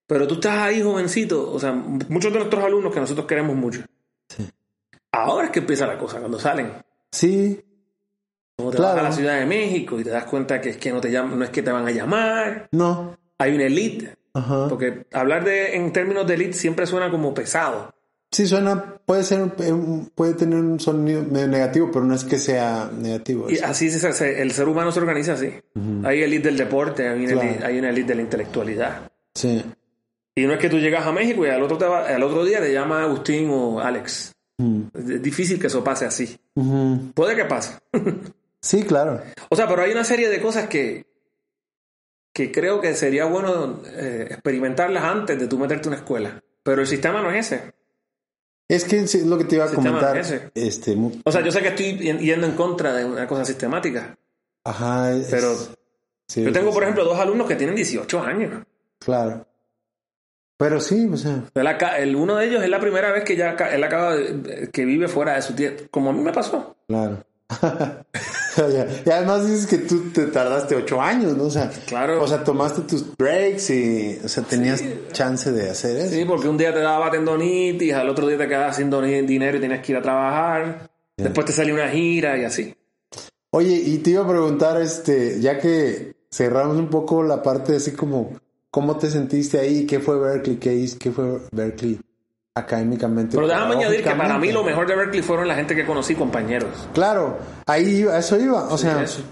[SPEAKER 2] Pero tú estás ahí jovencito. O sea, m- muchos de nuestros alumnos que nosotros queremos mucho.
[SPEAKER 3] Sí.
[SPEAKER 2] Ahora es que empieza la cosa, cuando salen.
[SPEAKER 3] Sí,
[SPEAKER 2] Como te
[SPEAKER 3] Claro.
[SPEAKER 2] vas a la Ciudad de México y te das cuenta que es que no te llaman, no es que te van a llamar,
[SPEAKER 3] No.
[SPEAKER 2] hay una elite.
[SPEAKER 3] Ajá.
[SPEAKER 2] Porque hablar de en términos de elite siempre suena como pesado.
[SPEAKER 3] Sí, suena, puede ser, un- puede tener un sonido medio negativo, pero no es que sea negativo.
[SPEAKER 2] Y ah, así se- se- el ser humano se organiza así. Hay elite del deporte, hay una,
[SPEAKER 3] Claro.
[SPEAKER 2] elite, hay una elite de la intelectualidad.
[SPEAKER 3] Sí.
[SPEAKER 2] Y no es que tú llegas a México y al otro, te va- al otro día te llama Agustín o Alex.
[SPEAKER 3] Ujú.
[SPEAKER 2] Es difícil que eso pase así.
[SPEAKER 3] Mm. Ujú.
[SPEAKER 2] Puede que pase.
[SPEAKER 3] Sí, claro.
[SPEAKER 2] O sea, pero hay una serie de cosas que, que creo que sería bueno eh, experimentarlas antes de tú meterte a una escuela. Pero el sistema no es ese.
[SPEAKER 3] Es que es lo que te iba a
[SPEAKER 2] Sistema
[SPEAKER 3] comentar.
[SPEAKER 2] ese.
[SPEAKER 3] Este, mu-
[SPEAKER 2] O sea, yo sé que estoy y- yendo en contra de una cosa sistemática.
[SPEAKER 3] ajá. es-
[SPEAKER 2] Pero
[SPEAKER 3] sí,
[SPEAKER 2] yo tengo, por ejemplo, dos alumnos que tienen 18 años.
[SPEAKER 3] Claro. Pero sí, o sea.
[SPEAKER 2] Él aca- el, uno de ellos es la primera vez que ya aca- él acaba de- que vive fuera de su tierra. Como a mí me pasó.
[SPEAKER 3] Claro. y además dices que tú te tardaste ocho años, ¿no? O sea,
[SPEAKER 2] Claro.
[SPEAKER 3] o sea, tomaste tus breaks y, o sea, tenías chance de hacer eso.
[SPEAKER 2] Sí, porque un día te daba tendonitis, al otro día te quedabas sin doni- dinero y tenías que ir a trabajar. Después te salió una gira y así.
[SPEAKER 3] Oye, y te iba a preguntar, este, ya que cerramos un poco la parte así como, ¿cómo te sentiste ahí? ¿Qué fue Berkeley? ¿Qué, hizo? ¿Qué fue Berkeley académicamente?
[SPEAKER 2] Pero déjame añadir que para mí lo
[SPEAKER 3] pedagógicamente?
[SPEAKER 2] mejor de Berkeley fueron la gente que conocí, compañeros.
[SPEAKER 3] Claro, ahí iba, a eso iba. O sea,
[SPEAKER 2] eso.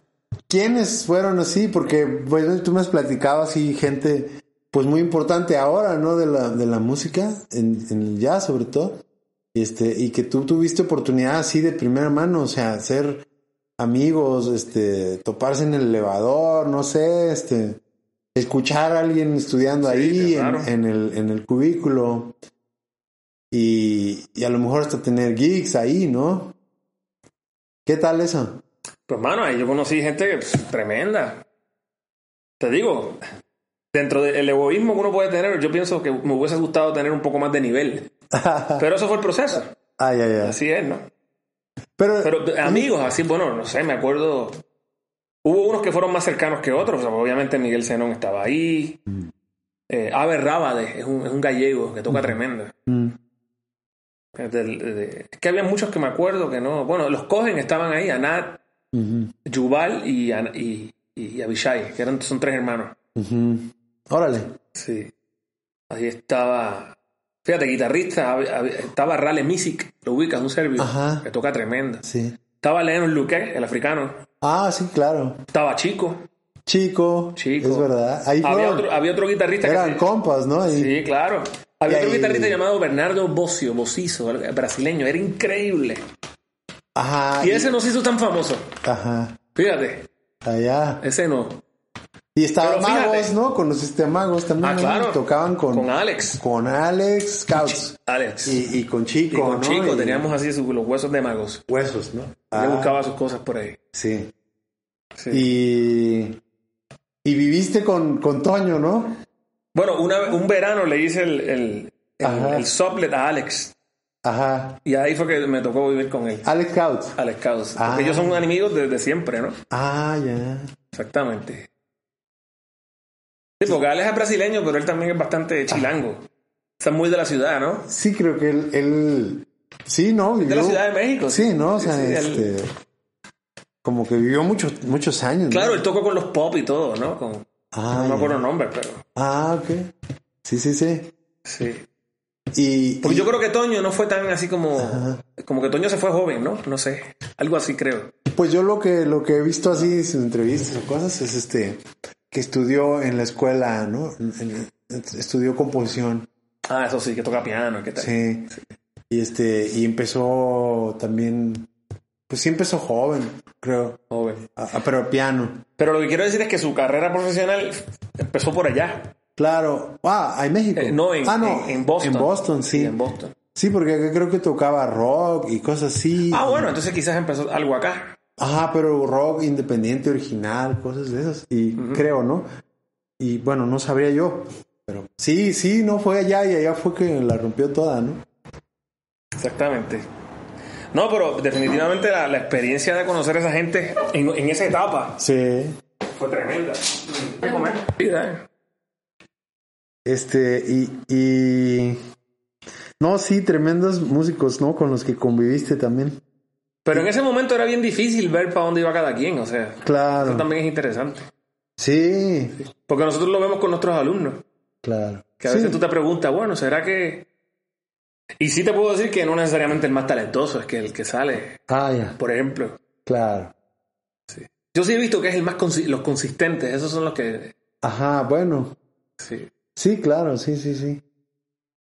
[SPEAKER 3] ¿quiénes fueron así? Porque pues, tú me has platicado así gente, pues muy importante ahora, ¿no? De la, de la música, en, en el jazz sobre todo. Este, y que tú tuviste oportunidad así de primera mano, o sea, ser amigos, este, toparse en el elevador, no sé, este, escuchar a alguien estudiando ahí en-
[SPEAKER 2] claro.
[SPEAKER 3] en, el, en el cubículo. Y, y a lo mejor hasta tener gigs ahí, ¿no? ¿Qué tal eso?
[SPEAKER 2] Pues, mano, ahí yo conocí gente que, pff, tremenda. Te digo, dentro del egoísmo que uno puede tener, yo pienso que me hubiese gustado tener un poco más de nivel. Pero eso fue el proceso.
[SPEAKER 3] Ay, ay, ay.
[SPEAKER 2] Así es, ¿no?
[SPEAKER 3] Pero,
[SPEAKER 2] Pues, Pero de- amigos, así, bueno, no sé, me acuerdo. Hubo unos que fueron más cercanos que otros. O sea, obviamente Miguel Zenón estaba ahí. Eh, Abe Rábade es un, es un gallego que toca tremendo.
[SPEAKER 3] Mm,
[SPEAKER 2] Es del- de- es que había muchos que me acuerdo que no. Bueno, los Cohen estaban ahí, Anat,
[SPEAKER 3] ujú,
[SPEAKER 2] Yuval y, Ana- y, y Abishai, que eran, son tres hermanos.
[SPEAKER 3] ujú. Órale.
[SPEAKER 2] Sí. Ahí estaba. Fíjate, guitarrista, hab- hab- estaba Rale Misic, lo ubicas, un serbio,
[SPEAKER 3] Ajá.
[SPEAKER 2] que toca tremenda.
[SPEAKER 3] Sí.
[SPEAKER 2] Estaba Lennon Luque, el africano.
[SPEAKER 3] Ah, sí, claro.
[SPEAKER 2] Estaba Chico.
[SPEAKER 3] Chico.
[SPEAKER 2] Chico.
[SPEAKER 3] Es verdad. Ahí
[SPEAKER 2] Había
[SPEAKER 3] fueron.
[SPEAKER 2] otro, había otro guitarrista
[SPEAKER 3] Eran
[SPEAKER 2] que. se-
[SPEAKER 3] compas, ¿no? Ahí.
[SPEAKER 2] Sí, claro. Había
[SPEAKER 3] Y
[SPEAKER 2] otro
[SPEAKER 3] ahí-
[SPEAKER 2] guitarrista llamado Bernardo Bocio, Bocizo, el- el brasileño. Era increíble.
[SPEAKER 3] Ajá.
[SPEAKER 2] Y
[SPEAKER 3] y-
[SPEAKER 2] ese nos hizo tan famoso.
[SPEAKER 3] Ajá.
[SPEAKER 2] Fíjate,
[SPEAKER 3] allá.
[SPEAKER 2] ese no.
[SPEAKER 3] Y estaban
[SPEAKER 2] Pero fíjate.
[SPEAKER 3] magos, ¿no? Conociste a magos también.
[SPEAKER 2] Ah,
[SPEAKER 3] ¿no?
[SPEAKER 2] claro.
[SPEAKER 3] Y Tocaban con,
[SPEAKER 2] Con Alex.
[SPEAKER 3] con Alex Scouts.
[SPEAKER 2] Alex.
[SPEAKER 3] Y, y con Chico,
[SPEAKER 2] Y con
[SPEAKER 3] ¿no?
[SPEAKER 2] Chico
[SPEAKER 3] Y
[SPEAKER 2] teníamos así su- los huesos de magos.
[SPEAKER 3] huesos, ¿no?
[SPEAKER 2] Yo
[SPEAKER 3] Ah,
[SPEAKER 2] buscaba sus cosas por ahí.
[SPEAKER 3] Sí.
[SPEAKER 2] Sí.
[SPEAKER 3] Y, y viviste con, con Toño, ¿no?
[SPEAKER 2] Bueno, una, un verano le hice el, el, el-
[SPEAKER 3] Ajá.
[SPEAKER 2] el soplet a Alex.
[SPEAKER 3] Ajá.
[SPEAKER 2] Y ahí fue que me tocó vivir con él.
[SPEAKER 3] Alex Couch.
[SPEAKER 2] Alex Caos.
[SPEAKER 3] Ah.
[SPEAKER 2] Porque ellos son enemigos desde siempre, ¿no?
[SPEAKER 3] Ah, ya.
[SPEAKER 2] Exactamente. Sí, porque Alex es brasileño, pero él también es bastante
[SPEAKER 3] Ah.
[SPEAKER 2] chilango. Está muy de la ciudad, ¿no?
[SPEAKER 3] Sí, creo que él. él- sí, ¿no? Vivió,
[SPEAKER 2] De la Ciudad de México.
[SPEAKER 3] Sí, ¿no? O sea,
[SPEAKER 2] Sí, sí, él-
[SPEAKER 3] este. Como que vivió muchos, muchos años. ¿no?
[SPEAKER 2] Claro, él tocó con los pop y todo, ¿no? Con,
[SPEAKER 3] Ah,
[SPEAKER 2] no me
[SPEAKER 3] ya.
[SPEAKER 2] acuerdo el nombre, pero
[SPEAKER 3] Ah, ok. Sí, sí, sí.
[SPEAKER 2] sí.
[SPEAKER 3] Y.
[SPEAKER 2] Porque
[SPEAKER 3] y-
[SPEAKER 2] yo creo que Toño no fue tan así como. Como que Toño se fue joven, ¿no? No sé. Algo así creo.
[SPEAKER 3] Pues yo lo que lo que he visto así en sus entrevistas o cosas es este que estudió en la escuela, ¿no? En- en- estudió composición,
[SPEAKER 2] Ah, eso sí, que toca piano, que tal.
[SPEAKER 3] sí. Y este y empezó también pues sí empezó joven, creo,
[SPEAKER 2] Joven.
[SPEAKER 3] a- a- pero piano.
[SPEAKER 2] Pero lo que quiero decir es que su carrera profesional empezó por allá.
[SPEAKER 3] Claro. Ah, en México.
[SPEAKER 2] Eh, no, en,
[SPEAKER 3] ah,
[SPEAKER 2] en- en Boston.
[SPEAKER 3] En Boston, sí.
[SPEAKER 2] En Boston.
[SPEAKER 3] Sí, porque acá creo que tocaba rock y cosas así.
[SPEAKER 2] Ah, bueno, entonces quizás empezó algo acá.
[SPEAKER 3] Ajá, pero rock independiente, original, cosas de esas. Y creo, ¿no? Y bueno, no sabría yo. Pero sí, sí, no fue allá y allá fue que la rompió toda, ¿no?
[SPEAKER 2] Exactamente. No, pero definitivamente la, la experiencia de conocer a esa gente en, en esa etapa
[SPEAKER 3] Sí.
[SPEAKER 2] fue tremenda. ¿Qué comer?
[SPEAKER 3] Este, y, y... No, sí, tremendos músicos, ¿no? Con los que conviviste también.
[SPEAKER 2] Pero en ese momento era bien difícil ver para dónde iba cada quien, o sea, eso
[SPEAKER 4] Claro.
[SPEAKER 2] también es interesante.
[SPEAKER 4] Sí,
[SPEAKER 2] Porque nosotros lo vemos con nuestros alumnos,
[SPEAKER 4] claro.
[SPEAKER 2] que a
[SPEAKER 4] Sí.
[SPEAKER 2] veces tú te preguntas, bueno, ¿será que...? Y sí te puedo decir que no necesariamente el más talentoso es que el que sale,
[SPEAKER 4] Ah, ya,
[SPEAKER 2] por ejemplo.
[SPEAKER 4] claro.
[SPEAKER 2] Yo sí he visto que es el más consi- los consistentes, esos son los que...
[SPEAKER 4] Ajá, bueno.
[SPEAKER 2] Sí.
[SPEAKER 4] Sí, claro, sí, sí, sí.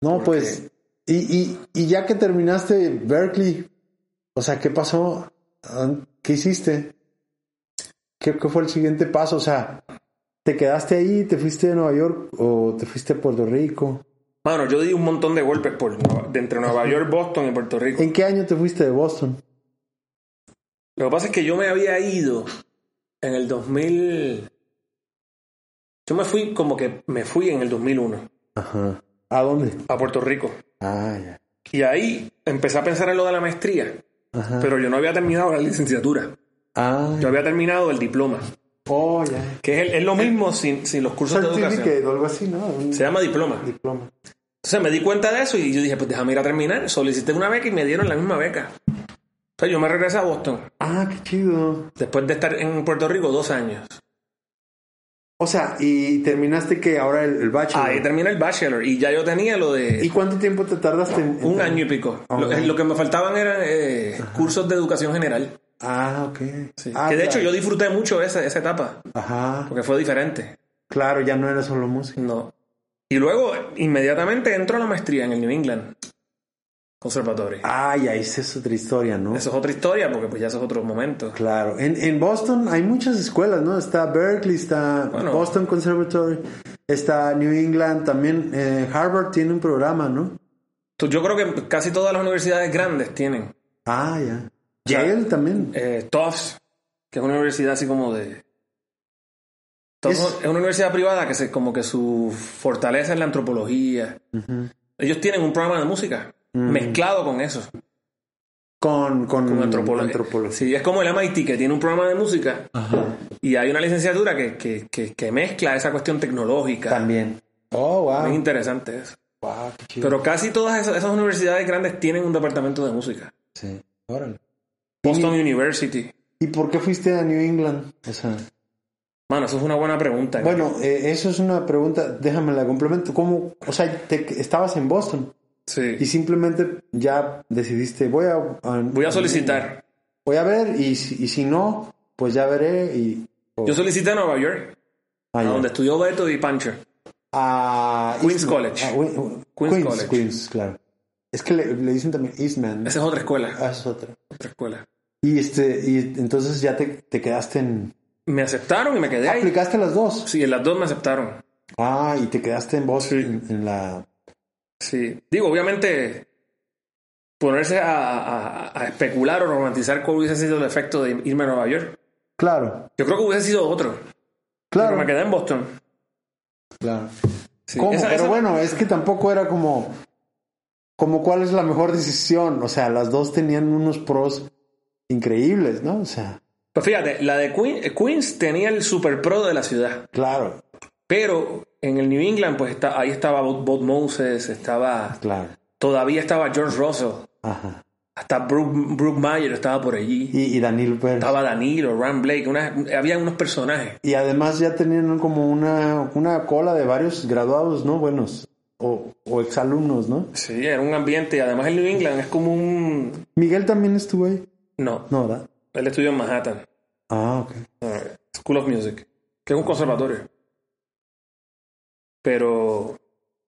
[SPEAKER 4] No,
[SPEAKER 2] Porque-
[SPEAKER 4] pues, y, y, y ya que terminaste Berkeley, o sea, ¿qué pasó? Ah, ¿Qué hiciste? ¿Qué, qué fue el siguiente paso? O sea, ¿te quedaste ahí, te fuiste a Nueva York o te fuiste a Puerto Rico?
[SPEAKER 2] Mano, yo di un montón de golpes por, Nueva- de entre Nueva York, Boston y Puerto Rico.
[SPEAKER 4] ¿En qué año te fuiste de Boston?
[SPEAKER 2] Lo que pasa es que yo me había ido en el 2000. Yo me fui como que me fui en el 2001
[SPEAKER 4] Ajá. ¿A dónde?
[SPEAKER 2] a Puerto Rico.
[SPEAKER 4] Ah, ya.
[SPEAKER 2] Y ahí empecé a pensar en lo de la maestría.
[SPEAKER 3] Ah.
[SPEAKER 4] Ajá.
[SPEAKER 2] Pero yo no había terminado la licenciatura.
[SPEAKER 4] Ah,
[SPEAKER 2] Yo había terminado el diploma.
[SPEAKER 3] Oh, ya.
[SPEAKER 2] Que es, el- es lo mismo sin, sin los cursos de educación.
[SPEAKER 3] Certificate o algo así, ¿no? Un
[SPEAKER 2] Se llama diploma.
[SPEAKER 3] diploma.
[SPEAKER 2] Entonces me di cuenta de eso y yo dije, pues déjame ir a terminar. Solicité una beca y me dieron la misma beca. Entonces yo me regresé a Boston.
[SPEAKER 3] Ah, qué chido.
[SPEAKER 2] Después de estar en Puerto Rico dos años.
[SPEAKER 3] O sea, y terminaste que ahora el, el bachelor.
[SPEAKER 2] Ahí terminé el bachelor y ya yo tenía lo de
[SPEAKER 3] ¿Y cuánto tiempo te tardaste? En, en-
[SPEAKER 2] Un año y pico.
[SPEAKER 3] Ah,
[SPEAKER 2] Lo,
[SPEAKER 3] ok.
[SPEAKER 2] lo que me faltaban eran eh, cursos de educación general.
[SPEAKER 3] Ah, ok. Ah,
[SPEAKER 2] que de
[SPEAKER 3] claro.
[SPEAKER 2] hecho yo disfruté mucho esa, esa etapa,
[SPEAKER 3] Ajá.
[SPEAKER 2] porque fue diferente.
[SPEAKER 3] Claro, ya no era solo música.
[SPEAKER 2] No. Y luego, inmediatamente entro a la maestría en el New England Conservatory.
[SPEAKER 3] Ay, ahí se es otra historia, ¿no?
[SPEAKER 2] Eso es otra historia, porque pues ya eso es otro momento.
[SPEAKER 3] Claro. En, en Boston hay muchas escuelas, ¿no? Está Berkeley, está
[SPEAKER 2] Bueno.
[SPEAKER 3] Boston Conservatory, está New England, también eh, Harvard tiene un programa, ¿no?
[SPEAKER 2] Tú- Yo creo que casi todas las universidades grandes tienen.
[SPEAKER 3] Ah, ya.
[SPEAKER 2] Ya.
[SPEAKER 3] Yale también.
[SPEAKER 2] Eh, Tufts, que es una universidad así como de... Tufts
[SPEAKER 3] Es-
[SPEAKER 2] es una universidad privada que se, como que su fortaleza es la antropología. Ellos tienen un programa de música mezclado con eso,
[SPEAKER 3] Con, con,
[SPEAKER 2] con antropología.
[SPEAKER 3] Mm, antropología.
[SPEAKER 2] Sí, es como el MIT que tiene un programa de música y hay una licenciatura que, que, que, que mezcla esa cuestión tecnológica.
[SPEAKER 3] También.
[SPEAKER 4] oh,
[SPEAKER 2] Muy
[SPEAKER 4] wow.
[SPEAKER 2] interesante eso.
[SPEAKER 4] Wow, qué chido.
[SPEAKER 2] Pero casi todas esas, esas universidades grandes tienen un departamento de música.
[SPEAKER 4] Sí, órale.
[SPEAKER 2] Boston University.
[SPEAKER 3] ¿Y por qué fuiste a New England?
[SPEAKER 4] O sea,
[SPEAKER 2] Mano, eso es una buena pregunta.
[SPEAKER 3] Bueno, eh, eso es una pregunta, déjame la complemento. ¿Cómo? O sea, te- estabas en Boston
[SPEAKER 2] Sí.
[SPEAKER 3] y simplemente ya decidiste, voy a, a-
[SPEAKER 2] Voy a solicitar.
[SPEAKER 3] voy a ver y, si- y si no, pues ya veré y... o-
[SPEAKER 2] Yo solicité a Nueva York,
[SPEAKER 3] ah,
[SPEAKER 2] a
[SPEAKER 3] ya.
[SPEAKER 2] donde estudió Beto y Pancher.
[SPEAKER 3] a
[SPEAKER 2] Queens
[SPEAKER 3] Eastman.
[SPEAKER 2] College.
[SPEAKER 3] Ah, Wi- Queens,
[SPEAKER 2] Queens
[SPEAKER 3] Queens
[SPEAKER 2] College.
[SPEAKER 3] claro. Es que le, le dicen también Eastman. ¿no?
[SPEAKER 2] Esa es otra escuela.
[SPEAKER 3] Ah, es otra.
[SPEAKER 2] Otra escuela.
[SPEAKER 3] Y este, y entonces ya te, te quedaste en.
[SPEAKER 2] Me aceptaron y me quedé ahí.
[SPEAKER 3] Aplicaste las dos.
[SPEAKER 2] Sí, en las dos me aceptaron.
[SPEAKER 3] Ah, y te quedaste en Boston en, en la.
[SPEAKER 2] Sí. Digo, obviamente, ponerse a, a- a especular o romantizar cuál hubiese sido el efecto de irme a Nueva York.
[SPEAKER 4] claro,
[SPEAKER 2] Yo creo que hubiese sido otro. Pero me
[SPEAKER 4] claro,
[SPEAKER 2] quedé en Boston.
[SPEAKER 4] claro.
[SPEAKER 2] Sí,
[SPEAKER 3] ¿Cómo?
[SPEAKER 2] esa-
[SPEAKER 3] Pero
[SPEAKER 2] esa-
[SPEAKER 3] bueno, es que tampoco era como. Como cuál es la mejor decisión. O sea, las dos tenían unos pros increíbles, ¿no? O sea,
[SPEAKER 2] Pues fíjate, la de Queen- Queens tenía el super pro de la ciudad.
[SPEAKER 3] claro,
[SPEAKER 2] Pero en el New England, pues está, ahí estaba Bob, Bob Moses, estaba.
[SPEAKER 3] claro.
[SPEAKER 2] Todavía estaba George Russell.
[SPEAKER 3] Ajá.
[SPEAKER 2] Hasta Brooke, Brooke Mayer estaba por allí.
[SPEAKER 3] Y, y Daniel Pérez.
[SPEAKER 2] Estaba Danilo, Ram Blake, una- había unos personajes.
[SPEAKER 3] Y además ya tenían como una, una cola de varios graduados, ¿no? Buenos. O, o exalumnos, ¿no?
[SPEAKER 2] Sí, era un ambiente. y Además, el New England es como un.
[SPEAKER 3] Miguel también estuvo ahí.
[SPEAKER 2] No,
[SPEAKER 3] No, ¿verdad?
[SPEAKER 2] él estudió en Manhattan,
[SPEAKER 3] Ah, ok.
[SPEAKER 2] eh, School of Music, que es un conservatorio. Pero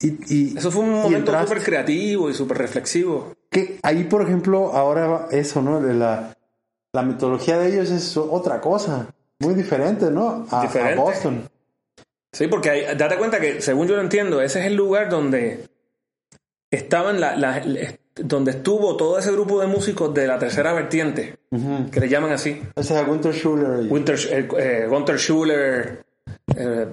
[SPEAKER 3] Y, y,
[SPEAKER 2] eso fue un
[SPEAKER 3] y
[SPEAKER 2] momento
[SPEAKER 3] entraste-
[SPEAKER 2] súper creativo y súper reflexivo.
[SPEAKER 3] que ahí, por ejemplo, ahora eso, ¿no? De la, la metodología de ellos es otra cosa. Muy diferente, ¿no? A, a
[SPEAKER 2] Diferente.
[SPEAKER 3] Boston.
[SPEAKER 2] Sí, porque hay- date cuenta que, según yo lo entiendo, ese es el lugar donde estaban la- la- donde estuvo todo ese grupo de músicos de la tercera vertiente,
[SPEAKER 3] Ujú.
[SPEAKER 2] que le llaman así.
[SPEAKER 3] O sea, Winter Schuller. y-
[SPEAKER 2] Winter, eh, eh, Gunter Schuller, eh,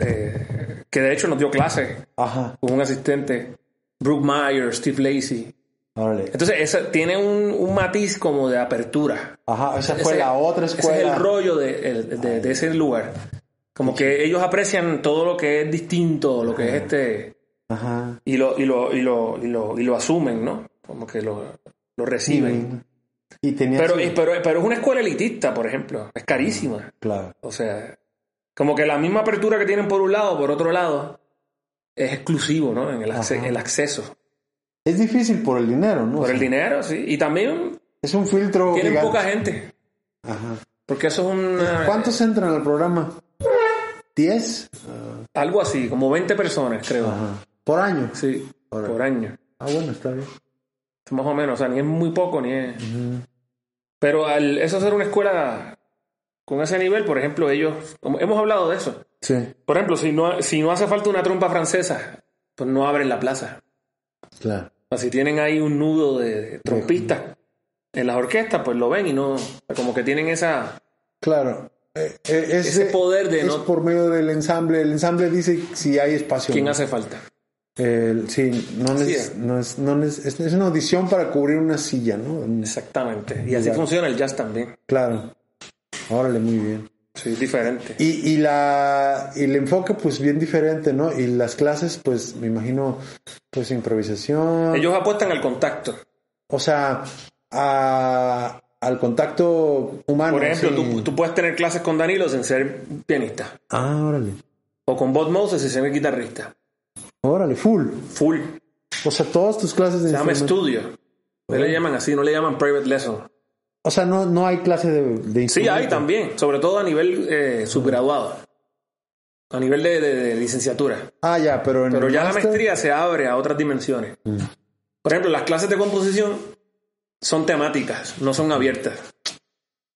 [SPEAKER 2] eh, que de hecho nos dio clase
[SPEAKER 3] Ajá.
[SPEAKER 2] con un asistente, Brooke Meyer, Steve Lacey.
[SPEAKER 3] Órale.
[SPEAKER 2] Entonces, esa tiene un, un matiz como de apertura.
[SPEAKER 3] Ajá. Esa fue
[SPEAKER 2] Ese-
[SPEAKER 3] la otra
[SPEAKER 2] ese
[SPEAKER 3] escuela.
[SPEAKER 2] es el rollo de, el- de- de ese lugar. Como que ellos aprecian todo lo que es distinto, lo que es este,
[SPEAKER 3] Ajá.
[SPEAKER 2] y lo, y lo, y lo, y lo, y lo asumen, ¿no? Como que lo, lo reciben.
[SPEAKER 3] Y tenía
[SPEAKER 2] Pero, y- pero, pero es una escuela elitista, por ejemplo. Es carísima.
[SPEAKER 3] claro.
[SPEAKER 2] O sea, como que la misma apertura que tienen por un lado, por otro lado, es exclusivo, ¿no? En el, acce-
[SPEAKER 3] Ajá.
[SPEAKER 2] el acceso.
[SPEAKER 3] Es difícil por el dinero, ¿no?
[SPEAKER 2] Por el
[SPEAKER 3] O sea,
[SPEAKER 2] dinero, sí. Y también
[SPEAKER 3] Es un filtro
[SPEAKER 2] tienen
[SPEAKER 3] gigante.
[SPEAKER 2] poca gente.
[SPEAKER 3] Ajá.
[SPEAKER 2] Porque eso es una,
[SPEAKER 3] ¿Cuántos entran al programa? ¿10?
[SPEAKER 2] algo así, como 20 personas, creo.
[SPEAKER 3] Ajá. Por año.
[SPEAKER 2] Sí,
[SPEAKER 3] Ahora.
[SPEAKER 2] por año.
[SPEAKER 3] Ah, bueno, está bien.
[SPEAKER 2] Más o menos, o sea, ni es muy poco, ni es... Pero al eso ser una escuela con ese nivel, por ejemplo, ellos... como- Hemos hablado de eso.
[SPEAKER 3] Sí,
[SPEAKER 2] Por ejemplo, si no, si no hace falta una trompa francesa, pues no abren la plaza.
[SPEAKER 3] claro.
[SPEAKER 2] O sea, si tienen ahí un nudo de, de trompistas en las orquestas, pues lo ven y no... Como que tienen esa...
[SPEAKER 3] Claro. Eh, eh, es
[SPEAKER 2] Ese
[SPEAKER 3] de-
[SPEAKER 2] poder de
[SPEAKER 3] es
[SPEAKER 2] no-
[SPEAKER 3] por medio del ensamble. El ensamble dice si hay espacio.
[SPEAKER 2] ¿Quién
[SPEAKER 3] ¿no?
[SPEAKER 2] hace falta?
[SPEAKER 3] El- sí, no
[SPEAKER 2] Sí,
[SPEAKER 3] es,
[SPEAKER 2] eh.
[SPEAKER 3] no es, no es, es- es una audición para cubrir una silla, ¿no?
[SPEAKER 2] Exactamente. Y así
[SPEAKER 3] Exacto.
[SPEAKER 2] funciona el jazz también.
[SPEAKER 3] Claro. Órale, muy bien.
[SPEAKER 2] Sí, es diferente.
[SPEAKER 3] Y, y la y el enfoque pues bien diferente, ¿no? Y las clases pues me imagino pues improvisación,
[SPEAKER 2] Ellos apuestan al contacto.
[SPEAKER 3] o sea, a- al contacto humano.
[SPEAKER 2] Por ejemplo,
[SPEAKER 3] Ah, sí.
[SPEAKER 2] tú, tú puedes tener clases con Danilo sin ser pianista.
[SPEAKER 3] Ah, órale.
[SPEAKER 2] O con Bob Moses sin ser guitarrista.
[SPEAKER 3] Órale, full.
[SPEAKER 2] Full.
[SPEAKER 3] O sea, todas tus clases de
[SPEAKER 2] Se llama
[SPEAKER 3] instrumento-
[SPEAKER 2] estudio. No le llaman así, no le llaman private lesson.
[SPEAKER 3] O sea, no no hay clase de, de
[SPEAKER 2] Sí,
[SPEAKER 3] instrumento.
[SPEAKER 2] hay también, sobre todo a nivel eh, subgraduado. A nivel de, de- de licenciatura.
[SPEAKER 3] Ah, ya, pero en
[SPEAKER 2] Pero
[SPEAKER 3] el
[SPEAKER 2] ya la
[SPEAKER 3] máster-
[SPEAKER 2] maestría se abre a otras dimensiones. Por ejemplo, las clases de composición son temáticas, no son abiertas.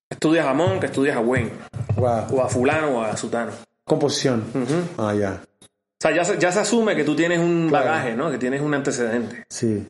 [SPEAKER 2] Estudias a Monk, estudias a Wayne,
[SPEAKER 3] Wow.
[SPEAKER 2] o a fulano o a sutano.
[SPEAKER 3] Composición.
[SPEAKER 2] Ujú.
[SPEAKER 3] Ah, ya.
[SPEAKER 2] O sea, ya se, ya se asume que tú tienes un
[SPEAKER 3] Claro.
[SPEAKER 2] bagaje, ¿no? Que tienes un antecedente.
[SPEAKER 3] Sí.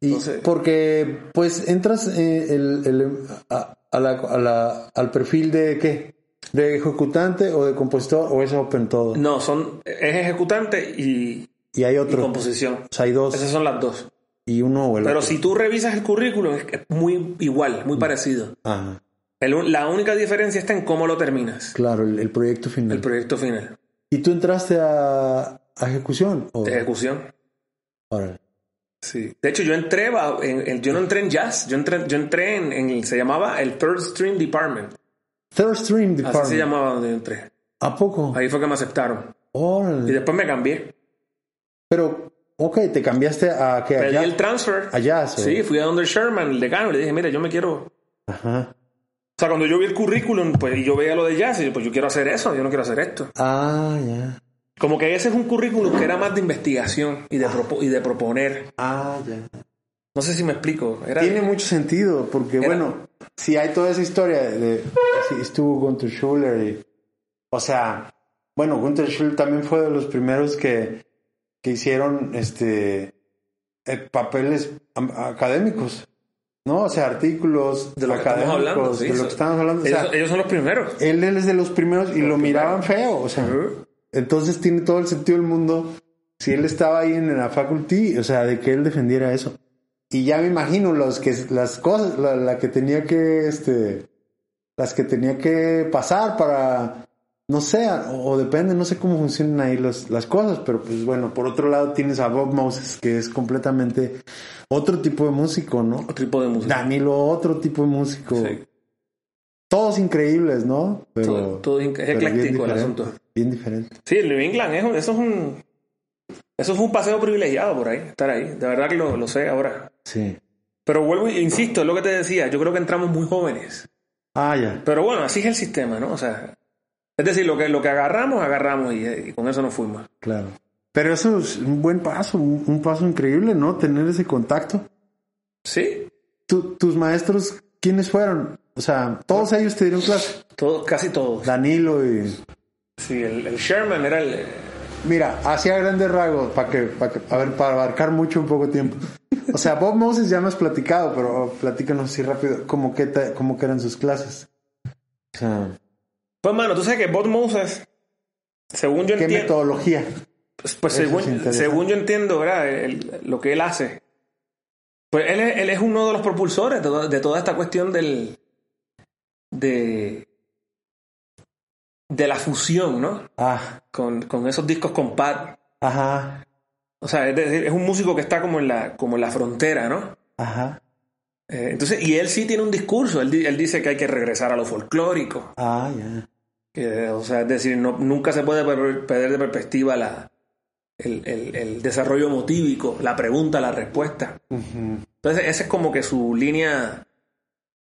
[SPEAKER 3] Y
[SPEAKER 2] Entonces-
[SPEAKER 3] porque pues entras eh, el- el- a- a la- a la- al perfil de qué? ¿De ejecutante o de compositor o es open todo?
[SPEAKER 2] No, son es ejecutante y,
[SPEAKER 3] Y hay
[SPEAKER 2] y
[SPEAKER 3] otro.
[SPEAKER 2] composición.
[SPEAKER 3] O sea, hay dos
[SPEAKER 2] Esas son las dos.
[SPEAKER 3] y uno o el
[SPEAKER 2] Pero
[SPEAKER 3] otro.
[SPEAKER 2] si tú revisas el currículum, es es muy igual, muy parecido.
[SPEAKER 3] Ajá.
[SPEAKER 2] El un- la única diferencia está en cómo lo terminas,
[SPEAKER 3] Claro, el, el proyecto final.
[SPEAKER 2] el proyecto final.
[SPEAKER 3] ¿Y tú entraste a, a ejecución? o-
[SPEAKER 2] Ejecución.
[SPEAKER 3] Órale.
[SPEAKER 2] Sí. De hecho, yo entré, ba- en- en- yo no entré en jazz, yo entré, yo entré en, en- se llamaba el Third Stream Department.
[SPEAKER 3] Third Stream Department.
[SPEAKER 2] Así se llamaba donde yo entré.
[SPEAKER 3] ¿A poco?
[SPEAKER 2] Ahí fue que me aceptaron. Y
[SPEAKER 3] Órale.
[SPEAKER 2] después me cambié.
[SPEAKER 3] Pero, ok, te cambiaste a que
[SPEAKER 2] Pedí
[SPEAKER 3] allá.
[SPEAKER 2] el transfer.
[SPEAKER 3] allá sí.
[SPEAKER 2] Sí, fui a donde el Sherman, el decano, y le dije, mira, yo me quiero... O
[SPEAKER 3] Ajá.
[SPEAKER 2] sea, cuando yo vi el currículum, pues, y yo veía lo de jazz, y yo, pues yo quiero hacer eso, yo no quiero hacer esto.
[SPEAKER 3] Ah, ya.
[SPEAKER 2] Como que ese es un currículum que era más de investigación y de, propo- y de proponer.
[SPEAKER 3] Ah, ya.
[SPEAKER 2] No sé si me explico. Era,
[SPEAKER 3] Tiene mucho sentido, porque
[SPEAKER 2] Era-
[SPEAKER 3] bueno, si hay toda esa historia de, de- si estuvo Gunter Schuller y- o sea, bueno, Gunter Schuller también fue de los primeros que, que hicieron este eh, papeles am- académicos, ¿no? O sea, artículos
[SPEAKER 2] de lo que estamos
[SPEAKER 3] académicos,
[SPEAKER 2] hablando. sí,
[SPEAKER 3] de lo
[SPEAKER 2] son-
[SPEAKER 3] que estamos hablando. O sea,
[SPEAKER 2] ellos, ellos son los primeros.
[SPEAKER 3] él, él es de los primeros y lo miraban feo, o sea, entonces tiene todo el sentido del mundo si él estaba ahí en la faculty, o sea, de que él defendiera eso. Y ya me imagino los que las cosas, la, la que tenía que, este, las que tenía que pasar para, no sé, o, o depende, no sé cómo funcionan ahí los- las cosas, pero pues bueno, por otro lado tienes a Bob Moses, que es completamente otro tipo de músico, ¿no?
[SPEAKER 2] Otro tipo de música.
[SPEAKER 3] Danilo, otro tipo de músico.
[SPEAKER 2] Sí.
[SPEAKER 3] Todos increíbles, ¿no? Pero,
[SPEAKER 2] Todo- todo inc- es
[SPEAKER 3] pero bien
[SPEAKER 2] ecléctico el
[SPEAKER 3] diferente,
[SPEAKER 2] asunto.
[SPEAKER 3] Bien diferente.
[SPEAKER 2] Sí, el New England, es un- eso es un... Eso fue un paseo privilegiado por ahí, estar ahí. De verdad que lo, lo sé ahora.
[SPEAKER 3] Sí.
[SPEAKER 2] Pero vuelvo, e insisto, es lo que te decía. Yo creo que entramos muy jóvenes.
[SPEAKER 3] Ah, ya.
[SPEAKER 2] Pero bueno, así es el sistema, ¿no? O sea, es decir, lo que, lo que agarramos, agarramos y, eh, y con eso nos fuimos.
[SPEAKER 3] Claro. Pero eso es un buen paso, un, un paso increíble, ¿no? Tener ese contacto.
[SPEAKER 2] Sí,
[SPEAKER 3] Tú- tus maestros, ¿quiénes fueron? O sea, todos ellos te dieron clase.
[SPEAKER 2] todo, casi todos.
[SPEAKER 3] Danilo y...
[SPEAKER 2] Sí, el, el Sherman era el...
[SPEAKER 3] Mira, hacía grandes rasgos, para que, pa' que- a ver, para abarcar mucho en poco tiempo. O sea, Bob Moses ya me has platicado, pero platícanos así rápido, ¿cómo que, te- cómo que eran sus clases? O sea,
[SPEAKER 2] Pues, mano, tú sabes que Bob Moses, según yo
[SPEAKER 3] ¿qué
[SPEAKER 2] entiendo,
[SPEAKER 3] metodología?
[SPEAKER 2] pues, pues,
[SPEAKER 3] Eso es
[SPEAKER 2] según,
[SPEAKER 3] interesante.
[SPEAKER 2] según yo entiendo, ¿verdad? El- lo que él hace, pues él es, él es uno de los propulsores de, to- de toda esta cuestión del. de. de la fusión, ¿no?
[SPEAKER 3] Ah,
[SPEAKER 2] Con, con esos discos compact.
[SPEAKER 3] ajá,
[SPEAKER 2] O sea, es, decir, es un músico que está como en la, como en la frontera, ¿no?
[SPEAKER 3] ajá.
[SPEAKER 2] Eh, entonces, y él sí tiene un discurso, él, di- él dice que hay que regresar a lo folclórico.
[SPEAKER 3] Ah, ya.
[SPEAKER 2] Que, o sea, es decir, no- nunca se puede per- perder de perspectiva la, el, el- el desarrollo motívico, la pregunta, la respuesta.
[SPEAKER 3] Ujú.
[SPEAKER 2] Entonces, esa es como que su línea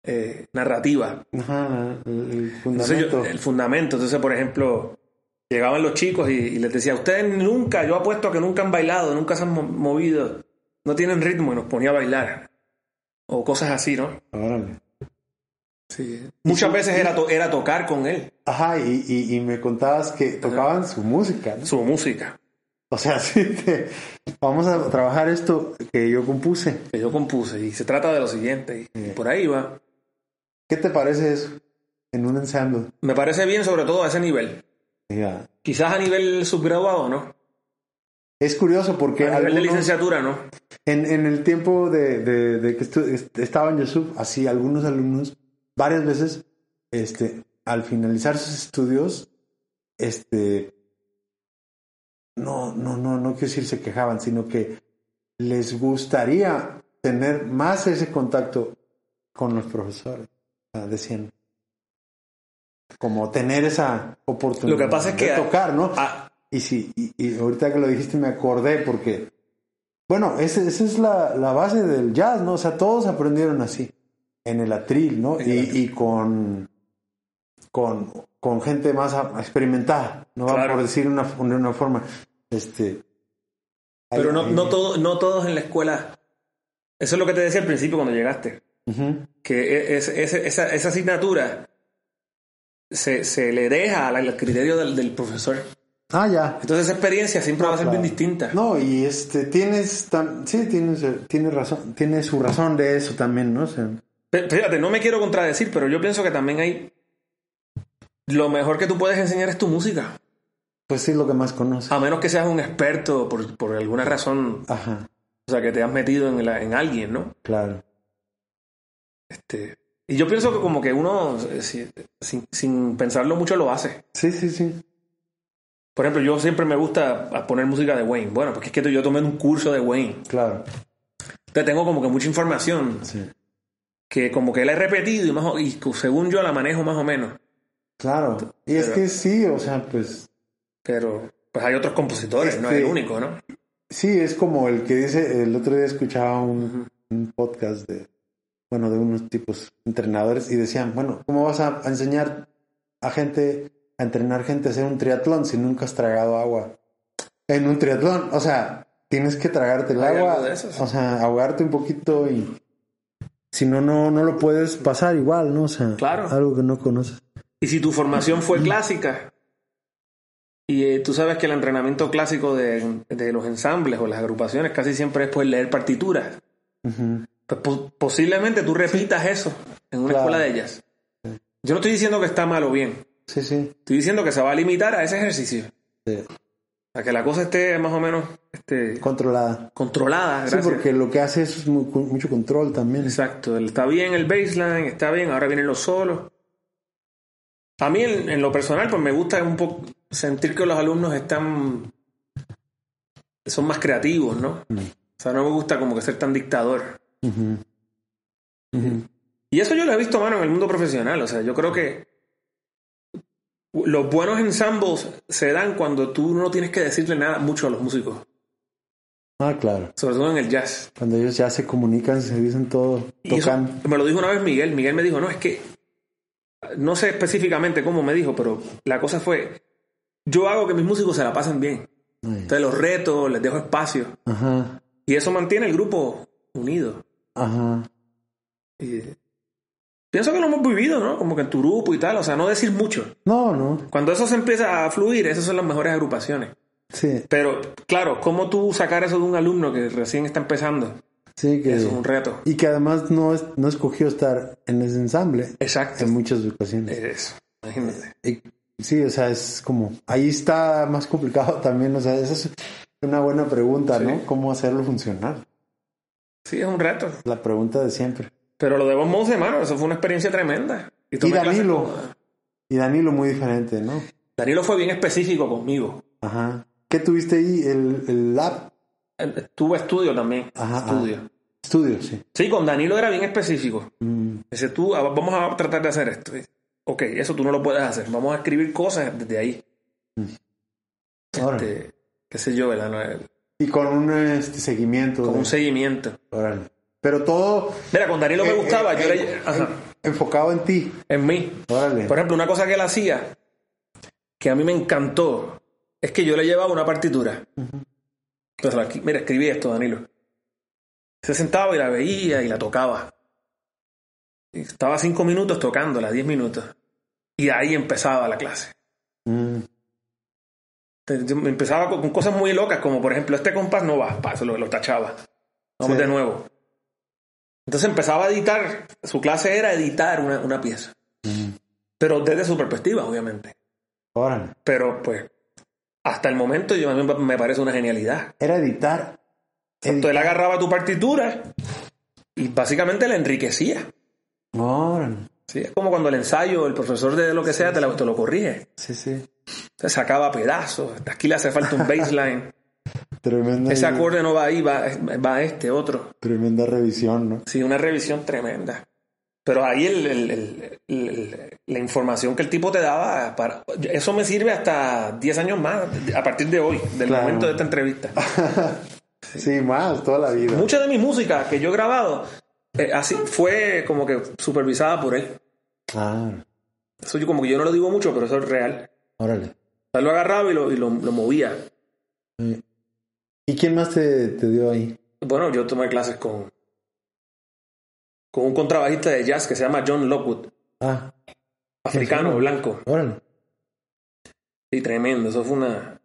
[SPEAKER 2] eh, narrativa.
[SPEAKER 3] Ajá, el, el
[SPEAKER 2] Entonces, yo-
[SPEAKER 3] fundamento.
[SPEAKER 2] el fundamento. Entonces, por ejemplo, llegaban los chicos y, y les decía, ustedes nunca, yo apuesto a que nunca han bailado, nunca se han mo- movido, no tienen ritmo y nos ponía a bailar. O cosas así, ¿no?
[SPEAKER 3] Órale.
[SPEAKER 2] Muchas veces era, to- era tocar con él,
[SPEAKER 3] Ajá, y, y, y me contabas que tocaban su música, ¿no?
[SPEAKER 2] su música,
[SPEAKER 3] O sea, sí, te- vamos a trabajar esto que yo compuse.
[SPEAKER 2] que yo compuse. Y se trata de lo siguiente, y, y por ahí va.
[SPEAKER 3] ¿Qué te parece eso en un ensamble?
[SPEAKER 2] Me parece bien, sobre todo a ese nivel.
[SPEAKER 3] Mira,
[SPEAKER 2] Quizás a nivel subgraduado, ¿no?
[SPEAKER 3] es curioso porque
[SPEAKER 2] A nivel de
[SPEAKER 3] algunos-
[SPEAKER 2] licenciatura, ¿no?
[SPEAKER 3] En, en el tiempo de, de- de que estu- est- estaba en Yusuf, así algunos alumnos, varias veces, este, al finalizar sus estudios, este, no, no, no, no quiero decir se quejaban, sino que les gustaría tener más ese contacto con los profesores, o sea, decían. Como tener esa oportunidad
[SPEAKER 2] Lo que pasa es
[SPEAKER 3] de
[SPEAKER 2] que-
[SPEAKER 3] tocar, ¿no?
[SPEAKER 2] Ah,
[SPEAKER 3] Y sí, y, y ahorita que lo dijiste me acordé porque, bueno, ese- esa es la, la base del jazz, ¿no? O sea, todos aprendieron así, en el atril, ¿no?
[SPEAKER 2] En
[SPEAKER 3] Y,
[SPEAKER 2] el
[SPEAKER 3] y con, con, con gente más a- experimentada, ¿no?
[SPEAKER 2] Claro.
[SPEAKER 3] Por decir una, de una forma. Este,
[SPEAKER 2] pero
[SPEAKER 3] ahí-
[SPEAKER 2] no,
[SPEAKER 3] ahí-
[SPEAKER 2] no, todo, no todos en la escuela. Eso es lo que te decía al principio cuando llegaste.
[SPEAKER 3] Ujú.
[SPEAKER 2] que e, es- es- esa, esa asignatura se, se le deja al, al criterio del, del profesor.
[SPEAKER 3] Ah, ya.
[SPEAKER 2] Entonces esa experiencia siempre va a ser
[SPEAKER 3] Claro.
[SPEAKER 2] bien distinta.
[SPEAKER 3] No, y este, tienes, tan, sí, tienes, tienes razón, tiene su razón de eso también, ¿no? O sea,
[SPEAKER 2] F- Fíjate, no me quiero contradecir, pero yo pienso que también hay... Lo mejor que tú puedes enseñar es tu música,
[SPEAKER 3] pues sí, es lo que más conoces.
[SPEAKER 2] a menos que seas un experto por, por alguna razón,
[SPEAKER 3] Ajá,
[SPEAKER 2] o sea, que te has metido en, la- en alguien, ¿no?
[SPEAKER 3] claro.
[SPEAKER 2] Este, y yo pienso que como que uno, eh, si- sin, sin pensarlo mucho, lo hace.
[SPEAKER 3] Sí, sí, sí.
[SPEAKER 2] Por ejemplo, yo siempre me gusta a poner música de Wayne. Bueno, porque es que yo tomé un curso de Wayne.
[SPEAKER 3] Claro,
[SPEAKER 2] Entonces tengo como que mucha información
[SPEAKER 3] sí.
[SPEAKER 2] que como que la he repetido y, más o- y que según yo la manejo más o menos.
[SPEAKER 3] Claro. Y es
[SPEAKER 2] Pero-
[SPEAKER 3] que sí, o sea, pues
[SPEAKER 2] Pero pues hay otros compositores, no es
[SPEAKER 3] Este-
[SPEAKER 2] el único, ¿no?
[SPEAKER 3] sí, es como el que dice, el otro día escuchaba un, un podcast de, bueno, de unos tipos entrenadores y decían, bueno, ¿cómo vas a a enseñar a gente, a entrenar gente a hacer un triatlón si nunca has tragado agua? En un triatlón, o sea, tienes que tragarte el
[SPEAKER 2] Hay
[SPEAKER 3] agua,
[SPEAKER 2] algo de eso, sí.
[SPEAKER 3] o sea, ahogarte un poquito y si no, no, no lo puedes pasar igual, ¿no? O sea,
[SPEAKER 2] Claro.
[SPEAKER 3] algo que no conoces.
[SPEAKER 2] Y si tu formación fue clásica y eh, tú sabes que el entrenamiento clásico de, de los ensambles o las agrupaciones casi siempre es pues leer partituras.
[SPEAKER 3] Ujú.
[SPEAKER 2] Pues, po- posiblemente tú repitas eso en una
[SPEAKER 3] Claro.
[SPEAKER 2] escuela de ellas. Yo no estoy diciendo que está mal o bien.
[SPEAKER 3] Sí, sí.
[SPEAKER 2] Estoy diciendo que se va a limitar a ese ejercicio.
[SPEAKER 3] sí.
[SPEAKER 2] A que la cosa esté más o menos este,
[SPEAKER 3] Controlada.
[SPEAKER 2] controlada.
[SPEAKER 3] Sí,
[SPEAKER 2] Gracias.
[SPEAKER 3] porque lo que hace es mu- con- mucho control también.
[SPEAKER 2] Exacto, el- está bien el baseline, está bien, ahora vienen los solos. A mí en, en lo personal pues me gusta un poco sentir que los alumnos están son más creativos, ¿no?
[SPEAKER 3] Mm.
[SPEAKER 2] O sea, no me gusta como que ser tan dictador.
[SPEAKER 3] Ujú. Ujú.
[SPEAKER 2] Y eso yo lo he visto, mano, en el mundo profesional, o sea, yo creo que los buenos ensambles se dan cuando tú no tienes que decirle nada mucho a los músicos,
[SPEAKER 3] Ah, claro.
[SPEAKER 2] sobre todo en el jazz.
[SPEAKER 3] Cuando ellos ya se comunican, se dicen todo,
[SPEAKER 2] Y eso
[SPEAKER 3] tocan.
[SPEAKER 2] me lo dijo una vez Miguel. Miguel me dijo, no, es que no sé específicamente cómo me dijo, pero la cosa fue, yo hago que mis músicos se la pasen bien.
[SPEAKER 3] Ay.
[SPEAKER 2] Entonces los reto, les dejo espacio.
[SPEAKER 3] Ajá,
[SPEAKER 2] Y eso mantiene el grupo unido.
[SPEAKER 3] ajá.
[SPEAKER 2] Y pienso que lo hemos vivido, ¿no? Como que en tu grupo y tal, o sea, no decir mucho.
[SPEAKER 3] No, no.
[SPEAKER 2] Cuando eso se empieza a fluir, esas son las mejores agrupaciones.
[SPEAKER 3] Sí,
[SPEAKER 2] Pero claro, ¿cómo tú sacar eso de un alumno que recién está empezando?
[SPEAKER 3] sí que.
[SPEAKER 2] Eso es un reto.
[SPEAKER 3] Y que además no, es, no escogió estar en ese ensamble
[SPEAKER 2] Exacto.
[SPEAKER 3] en muchas ocasiones.
[SPEAKER 2] Eso. Imagínate.
[SPEAKER 3] Y- sí, o sea, es como. Ahí está más complicado también. O sea, esa es una buena pregunta,
[SPEAKER 2] Sí.
[SPEAKER 3] ¿no? ¿Cómo hacerlo funcionar?
[SPEAKER 2] Sí, es un reto.
[SPEAKER 3] La pregunta de siempre.
[SPEAKER 2] Pero lo de Bob Mose, mano, eso fue una experiencia tremenda.
[SPEAKER 3] Y
[SPEAKER 2] tomé
[SPEAKER 3] Danilo.
[SPEAKER 2] clases con-
[SPEAKER 3] Y Danilo, muy diferente, ¿no?
[SPEAKER 2] Danilo fue bien específico conmigo.
[SPEAKER 3] Ajá. ¿Qué tuviste ahí? El, el lab.
[SPEAKER 2] Eh, Tuve estudio también.
[SPEAKER 3] Ajá,
[SPEAKER 2] estudio.
[SPEAKER 3] Estudios, sí.
[SPEAKER 2] Sí, con Danilo era bien específico.
[SPEAKER 3] Mm,
[SPEAKER 2] Dice, tú, ah, vamos a tratar de hacer esto. Ok, eso tú no lo puedes hacer. Vamos a escribir cosas desde ahí.
[SPEAKER 3] Órale.
[SPEAKER 2] Este, qué sé yo, ¿verdad? No, eh,
[SPEAKER 3] Y con un este, seguimiento.
[SPEAKER 2] Con
[SPEAKER 3] de-
[SPEAKER 2] un seguimiento.
[SPEAKER 3] Órale. Pero todo
[SPEAKER 2] Mira, con Danilo me
[SPEAKER 3] Eh,
[SPEAKER 2] gustaba.
[SPEAKER 3] eh,
[SPEAKER 2] yo
[SPEAKER 3] eh,
[SPEAKER 2] era- ajá,
[SPEAKER 3] enfocado en ti.
[SPEAKER 2] en mí.
[SPEAKER 3] Órale.
[SPEAKER 2] Por ejemplo, una cosa que él hacía que a mí me encantó es que yo le llevaba una partitura. Entonces, aquí- mira, escribí esto, Danilo. Se sentaba y la veía y la tocaba. Y estaba cinco minutos tocándola, diez minutos. Y ahí empezaba la clase.
[SPEAKER 3] Mm,
[SPEAKER 2] Te- yo me Empezaba con, con cosas muy locas, como por ejemplo, este compás no va, pa, se lo, lo tachaba. Vamos
[SPEAKER 3] Sí.
[SPEAKER 2] de nuevo. Entonces empezaba a editar, su clase era editar una, una pieza. Pero desde su perspectiva, obviamente.
[SPEAKER 3] órale.
[SPEAKER 2] Pero pues, hasta el momento yo, a mí me parece una genialidad.
[SPEAKER 3] Era editar.
[SPEAKER 2] Entonces él agarraba tu partitura y básicamente la enriquecía.
[SPEAKER 3] Órale.
[SPEAKER 2] ¿sí? Es como cuando el ensayo, el profesor de lo que sea, te, la- te lo corrige.
[SPEAKER 3] Sí, sí.
[SPEAKER 2] Se sacaba pedazos. Aquí le hace falta un baseline.
[SPEAKER 3] Tremenda,
[SPEAKER 2] Ese acorde no va ahí, va, va este otro.
[SPEAKER 3] tremenda revisión, ¿no?
[SPEAKER 2] Sí, una revisión tremenda. Pero ahí el- el- el- el- la información que el tipo te daba, para, eso me sirve hasta 10 años más, a partir de hoy, del
[SPEAKER 3] Claro.
[SPEAKER 2] momento de esta entrevista.
[SPEAKER 3] Sí, más, toda la vida.
[SPEAKER 2] Mucha de mi música que yo he grabado eh, así, fue como que supervisada por él.
[SPEAKER 3] Claro.
[SPEAKER 2] Eso yo como que yo no lo digo mucho, pero eso es real.
[SPEAKER 3] Órale. Mm.
[SPEAKER 2] O sea, lo agarraba y lo, y lo- lo movía.
[SPEAKER 3] ¿Y quién más te, te dio ahí?
[SPEAKER 2] Bueno, yo tomé clases con, con un contrabajista de jazz que se llama John Lockwood,
[SPEAKER 3] Ah,
[SPEAKER 2] africano, blanco.
[SPEAKER 3] órale.
[SPEAKER 2] Sí, tremendo. Eso fue una.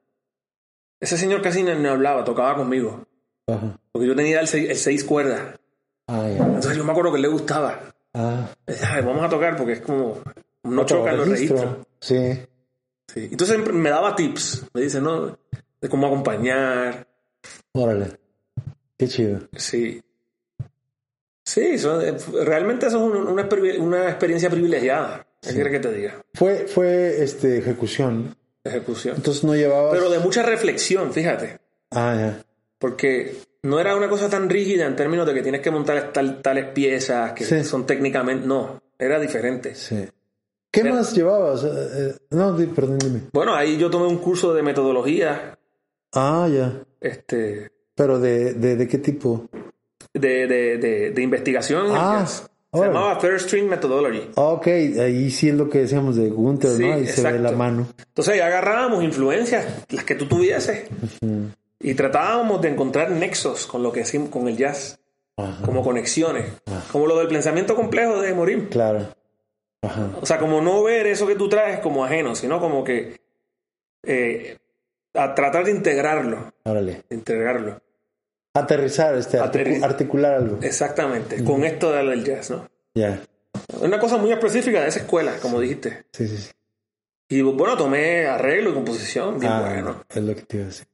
[SPEAKER 2] Ese señor casi no, no hablaba, tocaba conmigo.
[SPEAKER 3] Ajá.
[SPEAKER 2] Porque yo tenía el seis, el seis cuerdas.
[SPEAKER 3] Ah, ya.
[SPEAKER 2] Entonces yo me acuerdo que le gustaba.
[SPEAKER 3] Ah.
[SPEAKER 2] Me decía, "Ay, vamos a tocar porque es como. No
[SPEAKER 3] otro
[SPEAKER 2] chocan los
[SPEAKER 3] registro.
[SPEAKER 2] registros.
[SPEAKER 3] Sí.
[SPEAKER 2] Sí. Entonces siempre me daba tips. Me dice, ¿no? De cómo acompañar.
[SPEAKER 3] Órale. Qué chido.
[SPEAKER 2] Sí. Sí, eso- eh, realmente eso es un- una, exper- una experiencia privilegiada. ¿Qué quieres que te diga?
[SPEAKER 3] Fue, fue este, ejecución. ¿no?
[SPEAKER 2] Ejecución.
[SPEAKER 3] Entonces no llevabas.
[SPEAKER 2] Pero de mucha reflexión, fíjate.
[SPEAKER 3] Ah, ya.
[SPEAKER 2] Porque no era una cosa tan rígida en términos de que tienes que montar tal- tales piezas que
[SPEAKER 3] Sí.
[SPEAKER 2] son técnicamente. No, era diferente.
[SPEAKER 3] Sí. ¿Qué
[SPEAKER 2] Pero-
[SPEAKER 3] más llevabas? Eh, eh, no, di- perdón, dime.
[SPEAKER 2] Bueno, ahí yo tomé un curso de metodología
[SPEAKER 3] Ah, ya.
[SPEAKER 2] este,
[SPEAKER 3] Pero de, de, de qué tipo?
[SPEAKER 2] de, de- de- de investigación. en
[SPEAKER 3] Ah,
[SPEAKER 2] jazz. Se
[SPEAKER 3] órale.
[SPEAKER 2] llamaba Third String Methodology.
[SPEAKER 3] Ah, Ok, ahí sí es lo que decíamos de Gunther,
[SPEAKER 2] Sí,
[SPEAKER 3] ¿no? Ahí se ve
[SPEAKER 2] exacto.
[SPEAKER 3] la mano.
[SPEAKER 2] Entonces ahí agarrábamos influencias, las que tú tuvieses, y tratábamos de encontrar nexos con lo que hicimos con el jazz,
[SPEAKER 3] Ajá.
[SPEAKER 2] como conexiones,
[SPEAKER 3] Ah.
[SPEAKER 2] como lo del pensamiento complejo de Morim.
[SPEAKER 3] Claro. Ajá.
[SPEAKER 2] O sea, como no ver eso que tú traes como ajeno, sino como que eh, a tratar de integrarlo,
[SPEAKER 3] Órale.
[SPEAKER 2] de integrarlo.
[SPEAKER 3] Aterrizar, este,
[SPEAKER 2] Aterri-
[SPEAKER 3] articu- articular algo.
[SPEAKER 2] Eh. Exactamente, con esto del jazz, ¿no?
[SPEAKER 3] Ya.
[SPEAKER 2] Una cosa muy específica de esa escuela, como dijiste.
[SPEAKER 3] Sí, sí, sí.
[SPEAKER 2] Y bueno, tomé arreglo y composición, bien
[SPEAKER 3] Ah,
[SPEAKER 2] bueno.
[SPEAKER 3] es lo que te iba a decir.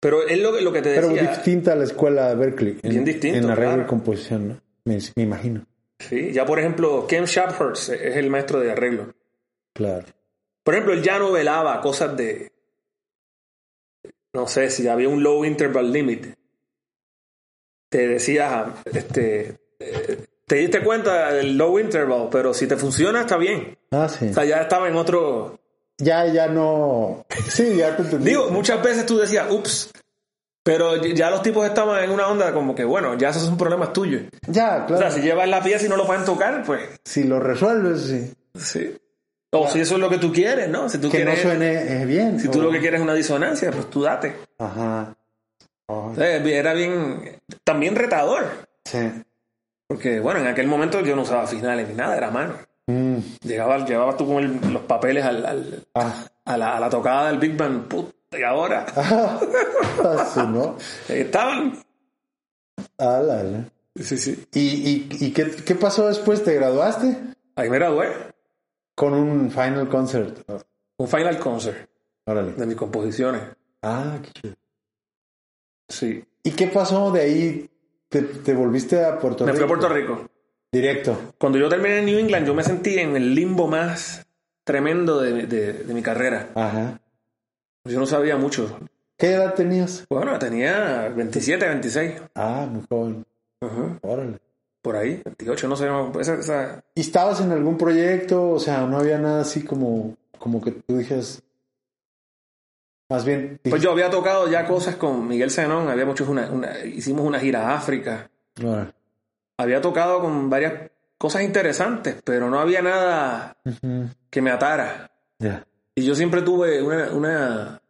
[SPEAKER 2] Pero es lo, que- lo que te
[SPEAKER 3] Pero
[SPEAKER 2] decía.
[SPEAKER 3] distinta a la escuela de Berkeley. En,
[SPEAKER 2] Bien distinto,
[SPEAKER 3] En arreglo
[SPEAKER 2] claro.
[SPEAKER 3] y composición, ¿no? Me, me imagino.
[SPEAKER 2] Sí, ya por ejemplo, Ken Shaphurst es el maestro de arreglo.
[SPEAKER 3] Claro.
[SPEAKER 2] Por ejemplo, él ya novelaba cosas de. No sé si había un low interval limit. Te decía, este. eh, Te diste cuenta del low interval, pero si te funciona está bien.
[SPEAKER 3] Ah, sí.
[SPEAKER 2] O sea, ya estaba en otro.
[SPEAKER 3] Ya, ya no. Sí, ya te entendí.
[SPEAKER 2] Digo, muchas veces tú decías, ups. Pero ya los tipos estaban en una onda como que, bueno, ya esos son problemas tuyos.
[SPEAKER 3] Ya,
[SPEAKER 2] O sea,
[SPEAKER 3] claro.
[SPEAKER 2] si llevas la pieza y no lo pueden tocar, pues.
[SPEAKER 3] Si lo resuelves, sí.
[SPEAKER 2] Sí. O si eso es lo que tú quieres, ¿no? Si tú
[SPEAKER 3] que
[SPEAKER 2] quieres.
[SPEAKER 3] no suene eh, bien.
[SPEAKER 2] Si tú lo que quieres es una disonancia, pues tú date.
[SPEAKER 3] Ajá. Oh,
[SPEAKER 2] Eh, Era bien, también retador,
[SPEAKER 3] sí.
[SPEAKER 2] porque bueno, en aquel momento yo no usaba finales ni nada, era a mano.
[SPEAKER 3] Mm.
[SPEAKER 2] Llegaba, llevabas tú con el- los papeles al, al-
[SPEAKER 3] Ah,
[SPEAKER 2] a, la, a la tocada del Big Bang, puta, y ahora
[SPEAKER 3] ah, sí, ¿no?
[SPEAKER 2] Eh, estaban.
[SPEAKER 3] Ah, la, la.
[SPEAKER 2] Sí, sí.
[SPEAKER 3] ¿Y, y, y qué, qué pasó después? ¿Te graduaste?
[SPEAKER 2] Ahí me gradué,
[SPEAKER 3] Con un final concert. Oh,
[SPEAKER 2] un final concert
[SPEAKER 3] Órale.
[SPEAKER 2] de mis composiciones.
[SPEAKER 3] Ah, qué chido.
[SPEAKER 2] Sí.
[SPEAKER 3] ¿Y qué pasó de ahí? ¿Te, te volviste a Puerto
[SPEAKER 2] Me
[SPEAKER 3] Rico?
[SPEAKER 2] fui a Puerto Rico.
[SPEAKER 3] Directo.
[SPEAKER 2] Cuando yo terminé en New England, yo me sentí en el limbo más tremendo de, de- de mi carrera.
[SPEAKER 3] Ajá.
[SPEAKER 2] Yo no sabía mucho.
[SPEAKER 3] ¿Qué edad tenías?
[SPEAKER 2] Bueno, tenía 27, 26.
[SPEAKER 3] Ah, muy joven.
[SPEAKER 2] Ujú. Ajá.
[SPEAKER 3] Órale.
[SPEAKER 2] Por ahí, 28, no sé. no, esa- esa-
[SPEAKER 3] ¿Y estabas en algún proyecto? O sea, no había nada así como, como que tú dijeras. Más bien,
[SPEAKER 2] Pues yo había tocado ya cosas con Miguel Zenón, habíamos hecho una, una- hicimos una gira a África.
[SPEAKER 3] dijiste, "Órale".
[SPEAKER 2] Había tocado con varias cosas interesantes, pero no había nada
[SPEAKER 3] Ujú.
[SPEAKER 2] que me atara.
[SPEAKER 3] Ya.
[SPEAKER 2] Y yo siempre tuve una, una,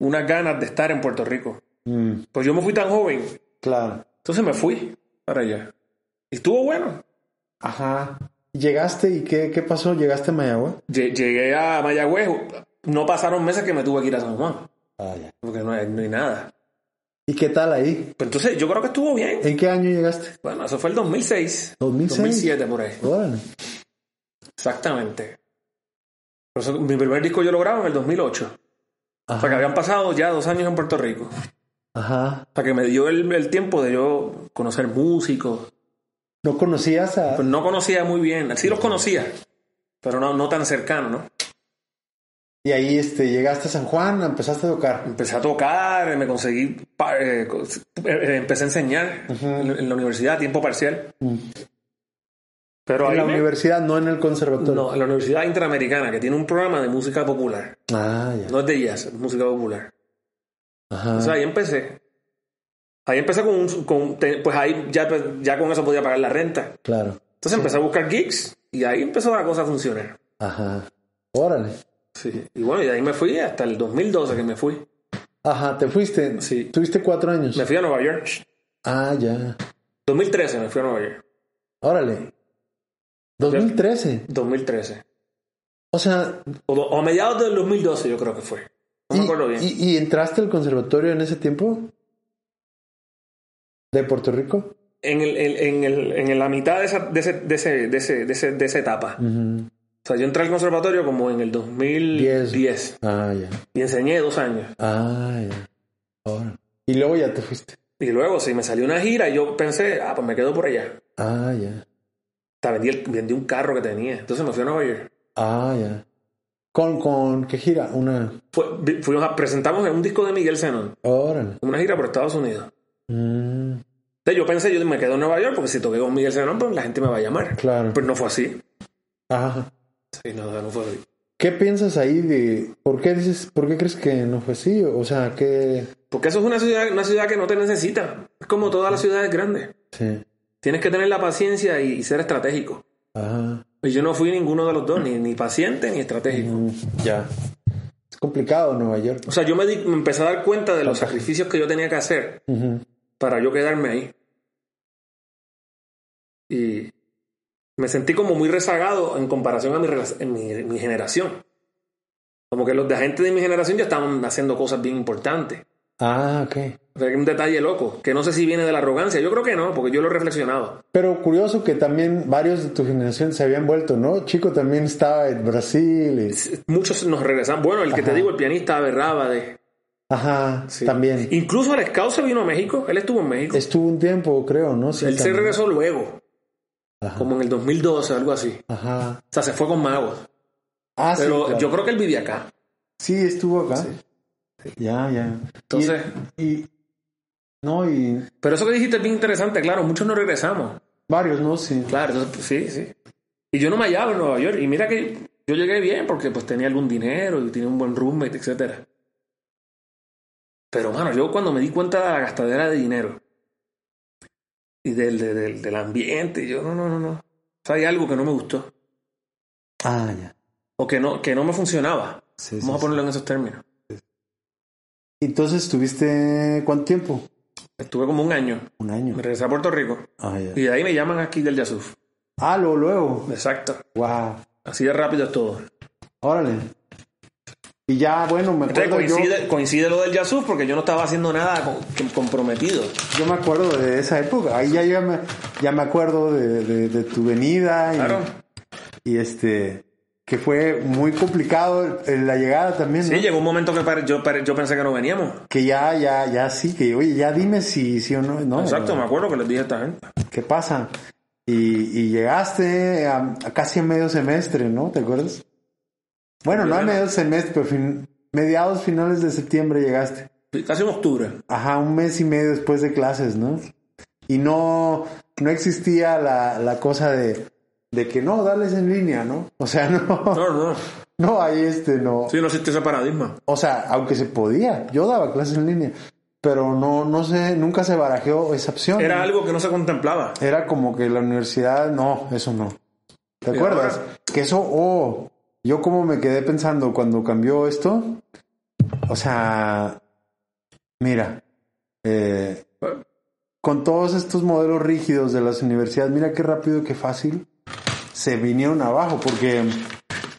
[SPEAKER 2] unas ganas de estar en Puerto Rico.
[SPEAKER 3] Mm,
[SPEAKER 2] Pues yo me fui tan joven,
[SPEAKER 3] claro.
[SPEAKER 2] entonces me fui para allá. Y estuvo bueno.
[SPEAKER 3] Ajá. ¿Llegaste y qué, qué pasó? ¿Llegaste a Mayagüez?
[SPEAKER 2] Lle- Llegué a Mayagüez, no pasaron meses que me tuve que ir a San Juan,
[SPEAKER 3] Ah, ya.
[SPEAKER 2] porque no hay, no hay nada.
[SPEAKER 3] ¿Y qué tal ahí?
[SPEAKER 2] Pero entonces yo creo que estuvo bien.
[SPEAKER 3] ¿En qué año llegaste?
[SPEAKER 2] Bueno, eso fue el 2006.
[SPEAKER 3] 2006.
[SPEAKER 2] 2007 por ahí.
[SPEAKER 3] Órale.
[SPEAKER 2] Exactamente. Por eso mi primer disco yo lo grabo en el 2008. O sea que habían pasado ya dos años en Puerto Rico. O
[SPEAKER 3] Ajá.
[SPEAKER 2] sea que me dio el, el tiempo de yo conocer músicos.
[SPEAKER 3] ¿No conocías a.?
[SPEAKER 2] Pues no conocía muy bien. Sí los conocía, pero no, no tan cercano, ¿no?
[SPEAKER 3] Y ahí este, llegaste a San Juan, empezaste a tocar.
[SPEAKER 2] Empecé a tocar, me conseguí... pa- eh, co- eh, empecé a enseñar en, en la universidad a tiempo parcial. Pero
[SPEAKER 3] Mm. En
[SPEAKER 2] ahí
[SPEAKER 3] la
[SPEAKER 2] me-
[SPEAKER 3] universidad, no en el conservatorio.
[SPEAKER 2] No, en la Universidad Interamericana, que tiene un programa de música popular.
[SPEAKER 3] Ah, ya.
[SPEAKER 2] No es de jazz, es música popular.
[SPEAKER 3] Ajá.
[SPEAKER 2] O sea, ahí empecé. Ahí empecé con un... con- te- pues ahí ya, ya con eso podía pagar la renta.
[SPEAKER 3] Claro.
[SPEAKER 2] Entonces empecé a buscar gigs y ahí empezó la cosa a funcionar.
[SPEAKER 3] Ajá. Órale.
[SPEAKER 2] Sí. Y bueno, y de ahí me fui hasta el 2012 que me fui.
[SPEAKER 3] Ajá, te fuiste.
[SPEAKER 2] Sí.
[SPEAKER 3] Tuviste cuatro años.
[SPEAKER 2] Me fui a Nueva York.
[SPEAKER 3] Ah, ya.
[SPEAKER 2] 2013 me fui a Nueva York.
[SPEAKER 3] Órale. 2013.
[SPEAKER 2] 2013.
[SPEAKER 3] O sea,
[SPEAKER 2] O, do- o a mediados del 2012 yo creo que fue. No
[SPEAKER 3] y,
[SPEAKER 2] me acuerdo bien.
[SPEAKER 3] y- y entraste al conservatorio en ese tiempo? ¿De Puerto Rico?
[SPEAKER 2] En, el, en, en el- en la mitad de esa, de ese- de ese- de ese- de ese- de esa etapa.
[SPEAKER 3] Ujú.
[SPEAKER 2] O sea, yo entré al conservatorio como en el 2010
[SPEAKER 3] Ah, ya.
[SPEAKER 2] y enseñé dos años.
[SPEAKER 3] Ah, ya. Órale. Y luego ya te fuiste.
[SPEAKER 2] Y luego, si me salió una gira, yo pensé, ah, pues me quedo por allá.
[SPEAKER 3] Ah, ya.
[SPEAKER 2] O sea, vendí, el- vendí un carro que tenía. Entonces me fui a Nueva York.
[SPEAKER 3] Ah, ya. ¿Con, con qué gira? Una.
[SPEAKER 2] Fue- vi- fuimos a, presentamos un disco de Miguel Zenón,
[SPEAKER 3] Órale.
[SPEAKER 2] una gira por Estados Unidos.
[SPEAKER 3] Mm,
[SPEAKER 2] Entonces yo pensé, yo me quedo en Nueva York porque si toqué con Miguel Zenón, pues la gente me va a llamar.
[SPEAKER 3] claro.
[SPEAKER 2] Pero no fue así.
[SPEAKER 3] Ajá.
[SPEAKER 2] Sí, no, no fue así.
[SPEAKER 3] ¿Qué piensas ahí de por qué dices, por qué crees que no fue así? O sea, que
[SPEAKER 2] Porque eso es una ciudad, una ciudad que no te necesita. Es como todas las ciudades grandes.
[SPEAKER 3] sí.
[SPEAKER 2] Tienes que tener la paciencia y, y ser estratégico.
[SPEAKER 3] Ajá.
[SPEAKER 2] Y yo no fui ninguno de los dos, ni, ni paciente ni estratégico.
[SPEAKER 3] Mm, ya. Es complicado Nueva York.
[SPEAKER 2] O sea, yo me, di- me empecé a dar cuenta de los sacrificios que yo tenía que hacer
[SPEAKER 3] Ujú.
[SPEAKER 2] para yo quedarme ahí. Y me sentí como muy rezagado en comparación a mi, rela- en mi, mi generación. Como que los de gente de mi generación ya estaban haciendo cosas bien importantes.
[SPEAKER 3] Ah, ok.
[SPEAKER 2] O sea, que un detalle loco, que no sé si viene de la arrogancia. Yo creo que no, porque yo lo he reflexionado.
[SPEAKER 3] Pero curioso que también varios de tu generación se habían vuelto, ¿no? Chico también estaba en Brasil. y-
[SPEAKER 2] Muchos nos regresan. Bueno, el que te
[SPEAKER 3] Ajá.
[SPEAKER 2] digo, el pianista Berrábade.
[SPEAKER 3] Ajá,
[SPEAKER 2] Sí.
[SPEAKER 3] también.
[SPEAKER 2] Incluso el scout se vino a México. Él estuvo en México.
[SPEAKER 3] Estuvo un tiempo, creo, ¿no? Sí,
[SPEAKER 2] Él se
[SPEAKER 3] también.
[SPEAKER 2] regresó luego,
[SPEAKER 3] Ajá.
[SPEAKER 2] como en el 2012, algo así.
[SPEAKER 3] Ajá.
[SPEAKER 2] O sea, se fue con Mago.
[SPEAKER 3] Ah, sí,
[SPEAKER 2] Pero
[SPEAKER 3] claro.
[SPEAKER 2] yo creo que él vivía acá.
[SPEAKER 3] Sí, estuvo acá. Ya, ya.
[SPEAKER 2] Entonces,
[SPEAKER 3] Y, y- no, y
[SPEAKER 2] pero eso que dijiste es bien interesante, claro, muchos no regresamos.
[SPEAKER 3] varios, ¿no? Sí.
[SPEAKER 2] Claro, entonces, sí, sí. Y yo no me hallaba en Nueva York. Y mira que yo llegué bien porque pues tenía algún dinero y tenía un buen roommate, etcétera. Pero, mano, yo cuando me di cuenta de la gastadera de dinero y del, del- del- del ambiente, yo no, no, no, no. O sea, hay algo que no me gustó
[SPEAKER 3] Ah, ya.
[SPEAKER 2] o que no, que no me funcionaba.
[SPEAKER 3] Sí, sí,
[SPEAKER 2] Vamos a ponerlo en esos términos.
[SPEAKER 3] Entonces, ¿tuviste cuánto tiempo?
[SPEAKER 2] Estuve como un año.
[SPEAKER 3] Un año.
[SPEAKER 2] Me regresé a Puerto Rico
[SPEAKER 3] Ah, ya.
[SPEAKER 2] y de ahí me llaman aquí del Yasuf.
[SPEAKER 3] Ah, luego, luego.
[SPEAKER 2] Exacto.
[SPEAKER 3] Wow.
[SPEAKER 2] Así de rápido es todo.
[SPEAKER 3] Órale. Y ya, bueno, me
[SPEAKER 2] Entonces
[SPEAKER 3] acuerdo yo,
[SPEAKER 2] coincide, coincide lo del Yasuf porque yo no estaba haciendo nada con- comprometido.
[SPEAKER 3] yo me acuerdo de esa época. Ahí ya, ya, me, ya me acuerdo de, de- de tu venida y,
[SPEAKER 2] Claro.
[SPEAKER 3] y este que fue muy complicado eh, la llegada también, ¿no?
[SPEAKER 2] Sí, llegó un momento que pare- yo, pare- yo pensé que no veníamos.
[SPEAKER 3] Que ya, ya, ya sí, que oye, ya dime si sí o no. no
[SPEAKER 2] Exacto, me acuerdo que les dije a esta gente.
[SPEAKER 3] ¿Qué pasa? Y, y llegaste a, a casi a medio semestre, ¿no? ¿Te acuerdas? Bueno, no a medio semestre, pero fin- mediados, finales de septiembre llegaste.
[SPEAKER 2] Casi en octubre.
[SPEAKER 3] Ajá, un mes y medio después de clases, ¿no? Y no, no existía la, la cosa de, de que no, dales en línea, ¿no? O sea, no,
[SPEAKER 2] No, no.
[SPEAKER 3] no hay este, no.
[SPEAKER 2] Sí, no existe ese paradigma.
[SPEAKER 3] O sea, aunque se podía, yo daba clases en línea, pero no, no sé, nunca se barajeó esa opción.
[SPEAKER 2] Era
[SPEAKER 3] ¿no?
[SPEAKER 2] algo que no se contemplaba.
[SPEAKER 3] Era como que la universidad, no, eso no. ¿Te
[SPEAKER 2] Y
[SPEAKER 3] acuerdas?
[SPEAKER 2] ahora-
[SPEAKER 3] Que eso, oh, yo como me quedé pensando cuando cambió esto, o sea, mira, eh, con todos estos modelos rígidos de las universidades, mira qué rápido, qué fácil se vinieron abajo, porque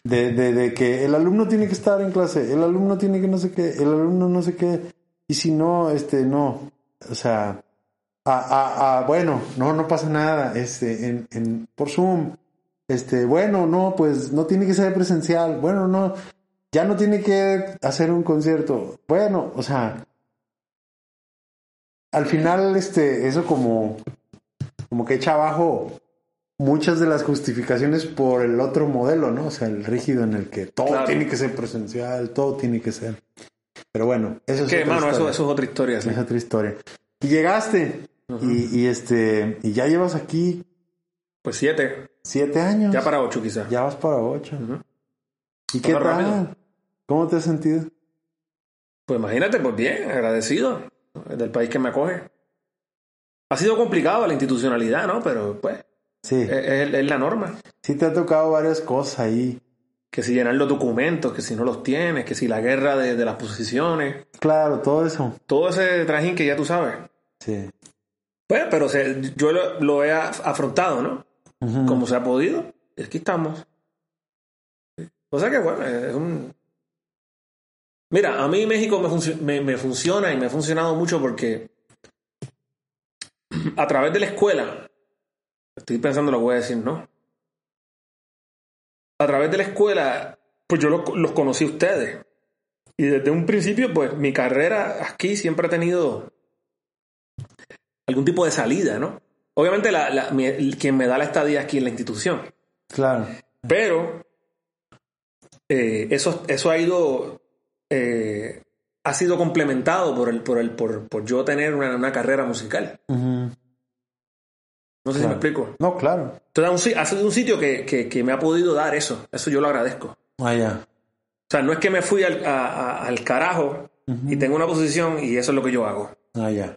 [SPEAKER 3] de, de- de que el alumno tiene que estar en clase, el alumno tiene que no sé qué, el alumno no sé qué, y si no, este, no, o sea, a, a- a, bueno, no, no pasa nada, este, en, en, por Zoom, este, bueno, no, pues no tiene que ser presencial, bueno, no, ya no tiene que hacer un concierto, bueno, o sea, al final, este, eso como, como que echa abajo muchas de las justificaciones por el otro modelo, ¿no? O sea, el rígido en el que todo
[SPEAKER 2] Claro.
[SPEAKER 3] tiene que ser presencial, todo tiene que ser. Pero bueno, eso es
[SPEAKER 2] Que,
[SPEAKER 3] otra
[SPEAKER 2] mano, eso,
[SPEAKER 3] historia.
[SPEAKER 2] eso es otra historia. sí.
[SPEAKER 3] Es otra historia. Y llegaste. y, y este. Y ya llevas aquí
[SPEAKER 2] Pues siete,
[SPEAKER 3] siete años.
[SPEAKER 2] ya para ocho quizás.
[SPEAKER 3] Ya vas para ocho.
[SPEAKER 2] Ujú.
[SPEAKER 3] ¿Y qué tal?
[SPEAKER 2] Pasa rápido.
[SPEAKER 3] ¿Cómo te has sentido?
[SPEAKER 2] Pues imagínate, pues bien, agradecido del país que me acoge. Ha sido complicado la institucionalidad, ¿no? Pero pues
[SPEAKER 3] Sí.
[SPEAKER 2] es, es- es la norma.
[SPEAKER 3] Sí te ha tocado varias cosas ahí.
[SPEAKER 2] Que si llenar los documentos, que si no los tienes, que si la guerra de, de las posiciones,
[SPEAKER 3] Claro, todo eso.
[SPEAKER 2] todo ese trajín que ya tú sabes.
[SPEAKER 3] Sí.
[SPEAKER 2] Pues, pero se- yo lo, lo he af- afrontado, ¿no?
[SPEAKER 3] Ujú.
[SPEAKER 2] Como se ha podido, y aquí estamos. O sea que, bueno, es un... Mira, a mí México me, func- me- me funciona y me ha funcionado mucho porque a través de la escuela, estoy pensando lo que voy a decir, ¿no? A través de la escuela, pues yo los, los conocí a ustedes. Y desde un principio, pues mi carrera aquí siempre ha tenido algún tipo de salida, ¿no? Obviamente la, la- mi- el- quien me da la estadía aquí en la institución.
[SPEAKER 3] Claro.
[SPEAKER 2] Pero eh, eso, eso ha ido. eh, ha sido complementado por el, por el, por, por yo tener una, una carrera musical.
[SPEAKER 3] Ujú.
[SPEAKER 2] No sé si me
[SPEAKER 3] Claro.
[SPEAKER 2] explico.
[SPEAKER 3] No, claro.
[SPEAKER 2] Entonces, un si- ha sido un sitio que, que- que me ha podido dar eso. Eso yo lo agradezco. O
[SPEAKER 3] Ah, ya.
[SPEAKER 2] sea, no es que me fui al, a- a- al carajo y tengo una posición y eso es lo que yo hago.
[SPEAKER 3] Ah, ya.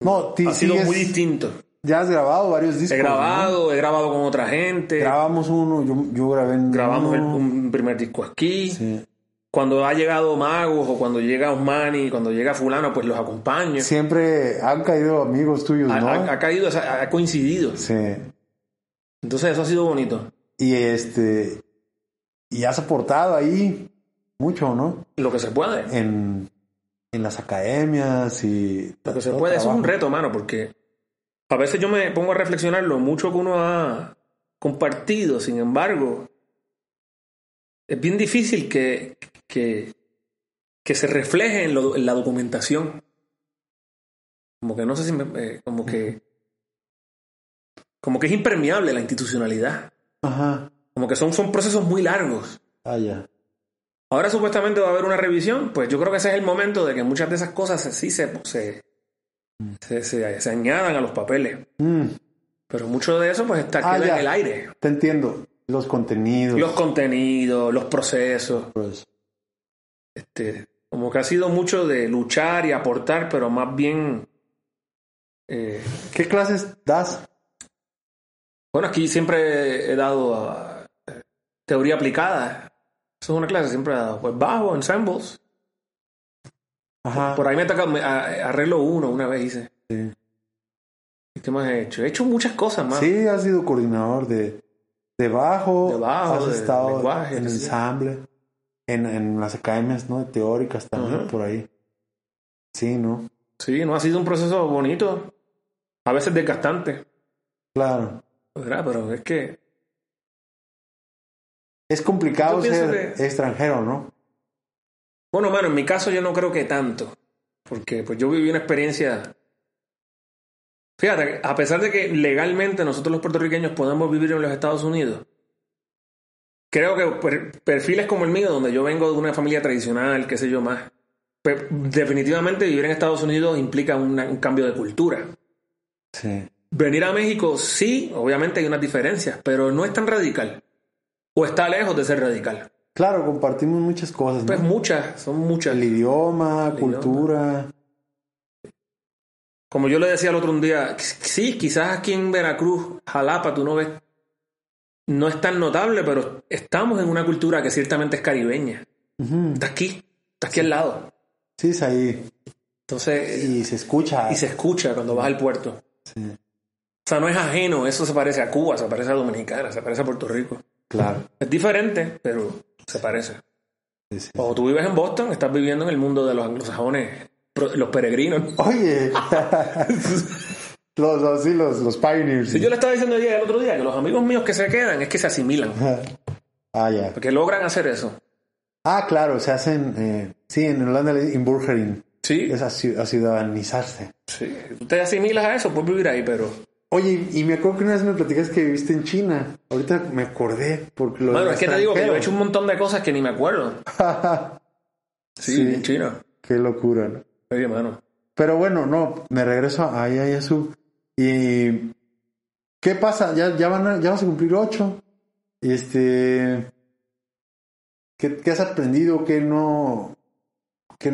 [SPEAKER 3] No, ti-
[SPEAKER 2] Ha sido
[SPEAKER 3] sigues-
[SPEAKER 2] muy distinto.
[SPEAKER 3] ya has grabado varios discos.
[SPEAKER 2] He
[SPEAKER 3] ¿no?
[SPEAKER 2] grabado, he grabado con otra gente.
[SPEAKER 3] Grabamos uno, yo, yo grabé en
[SPEAKER 2] Grabamos el-
[SPEAKER 3] uno.
[SPEAKER 2] un primer disco aquí.
[SPEAKER 3] Sí.
[SPEAKER 2] Cuando ha llegado Magos o cuando llega Osmani, cuando llega Fulano, pues los acompaño.
[SPEAKER 3] Siempre han caído amigos tuyos,
[SPEAKER 2] ha,
[SPEAKER 3] ¿no?
[SPEAKER 2] ha- ha caído, o sea, ha coincidido.
[SPEAKER 3] Sí.
[SPEAKER 2] Entonces eso ha sido bonito.
[SPEAKER 3] Y este. Y has aportado ahí mucho, ¿no?
[SPEAKER 2] Lo que se puede.
[SPEAKER 3] En, en las academias y.
[SPEAKER 2] Lo que se
[SPEAKER 3] todo
[SPEAKER 2] puede. Eso es un
[SPEAKER 3] trabajo.
[SPEAKER 2] reto, mano, porque a veces yo me pongo a reflexionar lo mucho que uno ha compartido. Sin embargo, es bien difícil que, que, que se refleje en, lo- en la documentación. Como que no sé si me. eh, como que. Como que es impermeable la institucionalidad.
[SPEAKER 3] Ajá.
[SPEAKER 2] Como que son, son procesos muy largos.
[SPEAKER 3] Ah, ya.
[SPEAKER 2] Ahora supuestamente va a haber una revisión, pues yo creo que ese es el momento de que muchas de esas cosas se- sí se, se, se, se- se añadan a los papeles.
[SPEAKER 3] Mm,
[SPEAKER 2] Pero mucho de eso pues está
[SPEAKER 3] Ah,
[SPEAKER 2] queda
[SPEAKER 3] ya.
[SPEAKER 2] en el aire.
[SPEAKER 3] te entiendo. Los contenidos.
[SPEAKER 2] Los contenidos, los procesos,
[SPEAKER 3] pues,
[SPEAKER 2] este, como que ha sido mucho de luchar y aportar, pero más bien... eh,
[SPEAKER 3] ¿Qué clases das?
[SPEAKER 2] bueno, aquí siempre he dado a- eh, teoría aplicada. Eso es una clase que siempre he dado. Pues bajo, ensembles.
[SPEAKER 3] Ajá.
[SPEAKER 2] Por ahí me toca, me- a- arreglo uno una vez hice.
[SPEAKER 3] Sí.
[SPEAKER 2] ¿Y ¿Qué más he hecho? He hecho muchas cosas más.
[SPEAKER 3] Sí, has sido coordinador de, de bajo.
[SPEAKER 2] De bajo,
[SPEAKER 3] Has
[SPEAKER 2] de
[SPEAKER 3] estado
[SPEAKER 2] lenguaje,
[SPEAKER 3] en
[SPEAKER 2] qué sé yo.
[SPEAKER 3] ensamble. En, en las academias, ¿no? Teóricas también,
[SPEAKER 2] Ajá.
[SPEAKER 3] por ahí. Sí, ¿no?
[SPEAKER 2] Sí, no ha sido un proceso bonito, a veces desgastante,
[SPEAKER 3] Claro.
[SPEAKER 2] ¿verdad? Pero es que
[SPEAKER 3] Es complicado
[SPEAKER 2] Yo pienso
[SPEAKER 3] ser
[SPEAKER 2] que-
[SPEAKER 3] extranjero, ¿no?
[SPEAKER 2] Bueno, mano, en mi caso yo no creo que tanto, porque pues yo viví una experiencia... Fíjate, a pesar de que legalmente nosotros los puertorriqueños podemos vivir en los Estados Unidos, creo que per- perfiles como el mío, donde yo vengo de una familia tradicional, qué sé yo más, pues, definitivamente vivir en Estados Unidos implica una- un cambio de cultura.
[SPEAKER 3] Sí.
[SPEAKER 2] Venir a México, sí, obviamente hay unas diferencias, pero no es tan radical. O está lejos de ser radical.
[SPEAKER 3] Claro, compartimos muchas cosas. ¿no?
[SPEAKER 2] Pues muchas, son muchas.
[SPEAKER 3] el idioma,
[SPEAKER 2] idioma.
[SPEAKER 3] cultura.
[SPEAKER 2] Como yo le decía el otro día, sí, quizás aquí en Veracruz, Jalapa, tú no ves, no es tan notable, pero estamos en una cultura que ciertamente es caribeña.
[SPEAKER 3] Ujú.
[SPEAKER 2] Está aquí, está aquí al lado.
[SPEAKER 3] Sí, es ahí.
[SPEAKER 2] Entonces,
[SPEAKER 3] Y se escucha.
[SPEAKER 2] y se escucha cuando vas al puerto.
[SPEAKER 3] Sí,
[SPEAKER 2] O sea, no es ajeno, eso se parece a Cuba, se parece a Dominicana, se parece a Puerto Rico.
[SPEAKER 3] claro.
[SPEAKER 2] Es diferente, pero se parece.
[SPEAKER 3] Sí, sí.
[SPEAKER 2] Cuando tú vives en Boston, estás viviendo en el mundo de los anglosajones, pro- los peregrinos.
[SPEAKER 3] Oye. los, los, sí, los, los pioneers.
[SPEAKER 2] Si yo le estaba diciendo ayer, el otro día que los amigos míos que se quedan es que se asimilan,
[SPEAKER 3] ah, ya.
[SPEAKER 2] porque logran hacer eso.
[SPEAKER 3] Ah, claro, se hacen. eh, sí, en Holanda le dicen burgering.
[SPEAKER 2] Sí,
[SPEAKER 3] Es a, ciu- a ciudadanizarse.
[SPEAKER 2] sí. Tú te asimilas a eso, puedes vivir ahí, pero.
[SPEAKER 3] Oye, y me acuerdo que una vez me platicaste que viviste en China. Ahorita me acordé. Porque lo
[SPEAKER 2] Bueno,
[SPEAKER 3] del
[SPEAKER 2] es que te digo que yo he hecho
[SPEAKER 3] extranjero.
[SPEAKER 2] un montón de cosas que ni me acuerdo. Sí,
[SPEAKER 3] Sí.
[SPEAKER 2] en China.
[SPEAKER 3] Qué locura, ¿no?
[SPEAKER 2] Oye, mano.
[SPEAKER 3] Pero bueno, no, me regreso a a Yasu. ¿Y qué pasa? Ya, ya, van a- ya vas a cumplir ocho. Y este. ¿Qué, qué has aprendido? ¿Qué no.? ¿Qué.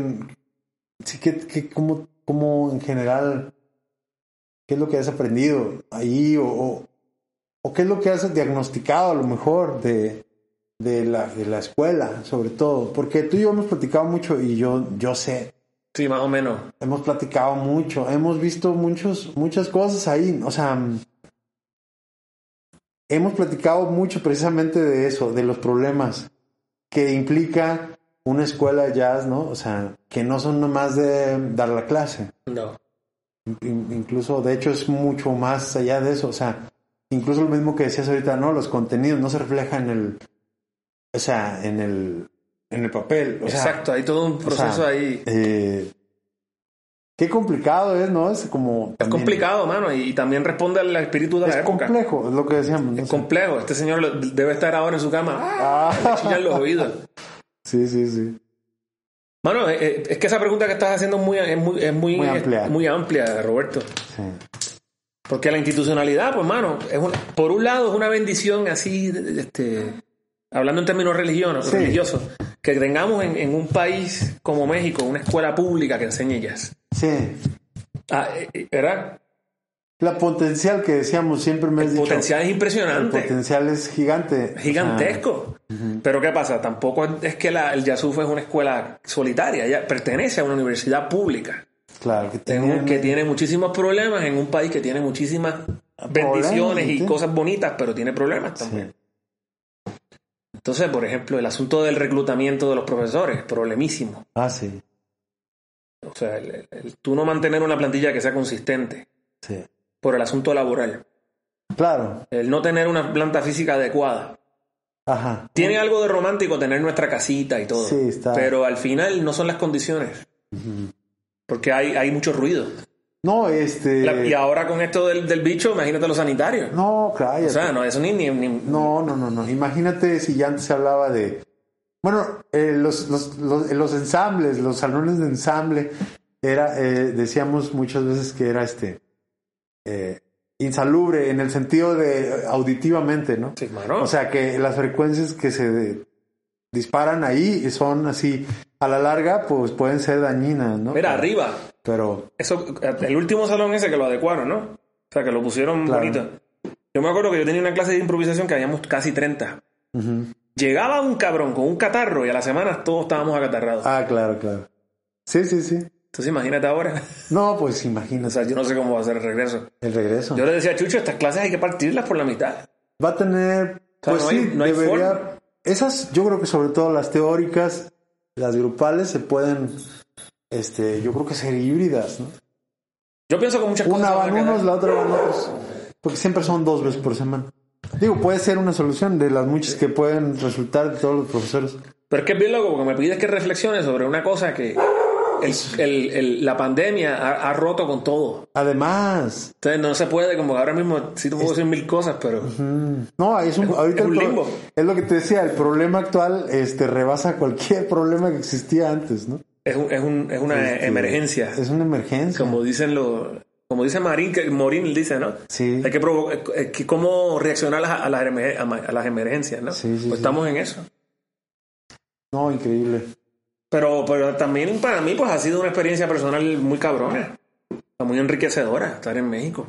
[SPEAKER 3] Sí, qué, qué- cómo, cómo en general. ¿Qué es lo que has aprendido ahí? O, o, o qué es lo que has diagnosticado a lo mejor de, de, la, de la escuela, sobre todo? Porque tú y yo hemos platicado mucho y yo, yo sé
[SPEAKER 2] Sí, más o menos.
[SPEAKER 3] hemos platicado mucho, hemos visto muchos, muchas cosas ahí, o sea, mm, hemos platicado mucho precisamente de eso, de los problemas que implica una escuela de jazz, ¿no? O sea, que no son nomás de dar la clase,
[SPEAKER 2] No.
[SPEAKER 3] In- incluso, de hecho, es mucho más allá de eso, o sea, incluso lo mismo que decías ahorita, ¿no? Los contenidos no se reflejan en el, o sea, en el, en el papel, o sea,
[SPEAKER 2] Exacto, hay todo un proceso
[SPEAKER 3] o sea,
[SPEAKER 2] ahí.
[SPEAKER 3] eh, qué complicado es, ¿no? Es como.
[SPEAKER 2] Es
[SPEAKER 3] también-
[SPEAKER 2] complicado, mano, y, y también responde al espíritu de la
[SPEAKER 3] Es
[SPEAKER 2] época.
[SPEAKER 3] complejo, es lo que decíamos. ¿no?
[SPEAKER 2] Es complejo. Este señor lo- debe estar ahora en su cama. ¡Ah!
[SPEAKER 3] Ah.
[SPEAKER 2] Le chillan los oídos.
[SPEAKER 3] Sí, sí, sí.
[SPEAKER 2] Mano, eh, eh, es que esa pregunta que estás haciendo es muy, es muy, es muy,
[SPEAKER 3] Muy amplia.
[SPEAKER 2] es muy amplia, Roberto.
[SPEAKER 3] sí.
[SPEAKER 2] Porque la institucionalidad, pues, mano, es una- por un lado es una bendición así, de- de- este, hablando en términos religiosos,
[SPEAKER 3] Sí.
[SPEAKER 2] religiosos que tengamos en, en un país como México una escuela pública que enseñe jazz.
[SPEAKER 3] Sí.
[SPEAKER 2] Ah, eh, eh, ¿Verdad?
[SPEAKER 3] La potencial que decíamos siempre me has
[SPEAKER 2] El
[SPEAKER 3] dicho.
[SPEAKER 2] potencial es
[SPEAKER 3] El
[SPEAKER 2] impresionante.
[SPEAKER 3] potencial es gigante.
[SPEAKER 2] gigantesco. Pero ¿qué pasa? Tampoco es que la- el Yasuf es una escuela solitaria, ella pertenece a una universidad pública,
[SPEAKER 3] O sea, claro, que
[SPEAKER 2] en un-
[SPEAKER 3] tiene,
[SPEAKER 2] que tiene muchísimos problemas, en un país que tiene muchísimas bendiciones y
[SPEAKER 3] ¿sí?
[SPEAKER 2] cosas bonitas, pero tiene problemas también. Entonces, por ejemplo, el asunto del reclutamiento de los profesores, problemísimo.
[SPEAKER 3] Ah, sí.
[SPEAKER 2] O sea, el- el- el- tú no mantener una plantilla que sea consistente
[SPEAKER 3] Sí.
[SPEAKER 2] por el asunto laboral,
[SPEAKER 3] Claro.
[SPEAKER 2] el no tener una planta física adecuada.
[SPEAKER 3] Ajá.
[SPEAKER 2] Tiene algo de romántico tener nuestra casita y todo.
[SPEAKER 3] Sí, está.
[SPEAKER 2] Pero al final no son las condiciones. Porque hay, hay mucho ruido.
[SPEAKER 3] No, este.
[SPEAKER 2] La- y ahora con esto del, del bicho, imagínate los sanitarios.
[SPEAKER 3] No, cállate.
[SPEAKER 2] o sea, no, eso ni. ni, ni-
[SPEAKER 3] No, no, no, no. Imagínate si ya antes se hablaba de. Bueno, eh, los, los, los, eh, los ensambles, los salones de ensamble, era, eh, decíamos muchas veces que era este eh, insalubre en el sentido de eh, auditivamente, ¿no?
[SPEAKER 2] Sí, mano.
[SPEAKER 3] O sea que las frecuencias que se de- disparan ahí son así, a la larga, pues pueden ser dañinas, ¿no?
[SPEAKER 2] Mira, arriba.
[SPEAKER 3] Pero,
[SPEAKER 2] Eso, eh, el último salón ese que lo adecuaron, ¿no? O sea, que lo pusieron
[SPEAKER 3] Claro.
[SPEAKER 2] bonito. Yo me acuerdo que yo tenía una clase de improvisación que habíamos casi 30.
[SPEAKER 3] ujú.
[SPEAKER 2] Llegaba un cabrón con un catarro y a la semana todos estábamos acatarrados.
[SPEAKER 3] ah, claro, claro. Sí, sí, sí.
[SPEAKER 2] Entonces imagínate ahora.
[SPEAKER 3] No, pues
[SPEAKER 2] O
[SPEAKER 3] imagínate
[SPEAKER 2] sea, yo no sé cómo va a ser el regreso.
[SPEAKER 3] el regreso.
[SPEAKER 2] Yo le decía a Chucho, estas clases hay que partirlas por la mitad.
[SPEAKER 3] Va a tener,
[SPEAKER 2] sea,
[SPEAKER 3] pues
[SPEAKER 2] no
[SPEAKER 3] sí,
[SPEAKER 2] hay- no hay
[SPEAKER 3] debería.
[SPEAKER 2] forma.
[SPEAKER 3] Esas, yo creo que sobre todo las teóricas, las grupales se pueden, este, yo creo que ser híbridas, ¿no?
[SPEAKER 2] Yo pienso que muchas
[SPEAKER 3] Una
[SPEAKER 2] cosas van a
[SPEAKER 3] van
[SPEAKER 2] quedar-
[SPEAKER 3] unos, la otra van otros, porque siempre son dos veces por semana. Digo, puede ser una solución de las muchas que pueden resultar de todos los profesores.
[SPEAKER 2] Pero es que es bien loco porque me pides que reflexione sobre una cosa que el- el- el- la pandemia ha, ha roto con todo.
[SPEAKER 3] Además,
[SPEAKER 2] Entonces no se puede, como que ahora mismo sí te puedo decir mil cosas, pero
[SPEAKER 3] mm, no, es un, ahorita
[SPEAKER 2] es un
[SPEAKER 3] el pro-
[SPEAKER 2] limbo.
[SPEAKER 3] es lo que te decía, el problema actual, este, rebasa cualquier problema que existía antes, ¿no?
[SPEAKER 2] es, un- es, un- es una
[SPEAKER 3] Este,
[SPEAKER 2] emergencia.
[SPEAKER 3] Es una emergencia.
[SPEAKER 2] Como dicen los, Como dice Marín, que Morín dice, ¿no?
[SPEAKER 3] Sí.
[SPEAKER 2] Hay que provocar, eh, que cómo reaccionar a las, a las emer- a ma- a las emergencias, ¿no?
[SPEAKER 3] Sí, sí,
[SPEAKER 2] pues
[SPEAKER 3] sí.
[SPEAKER 2] estamos en eso.
[SPEAKER 3] No, increíble.
[SPEAKER 2] Pero, pero también para mí, pues ha sido una experiencia personal muy cabrona, muy enriquecedora estar en México.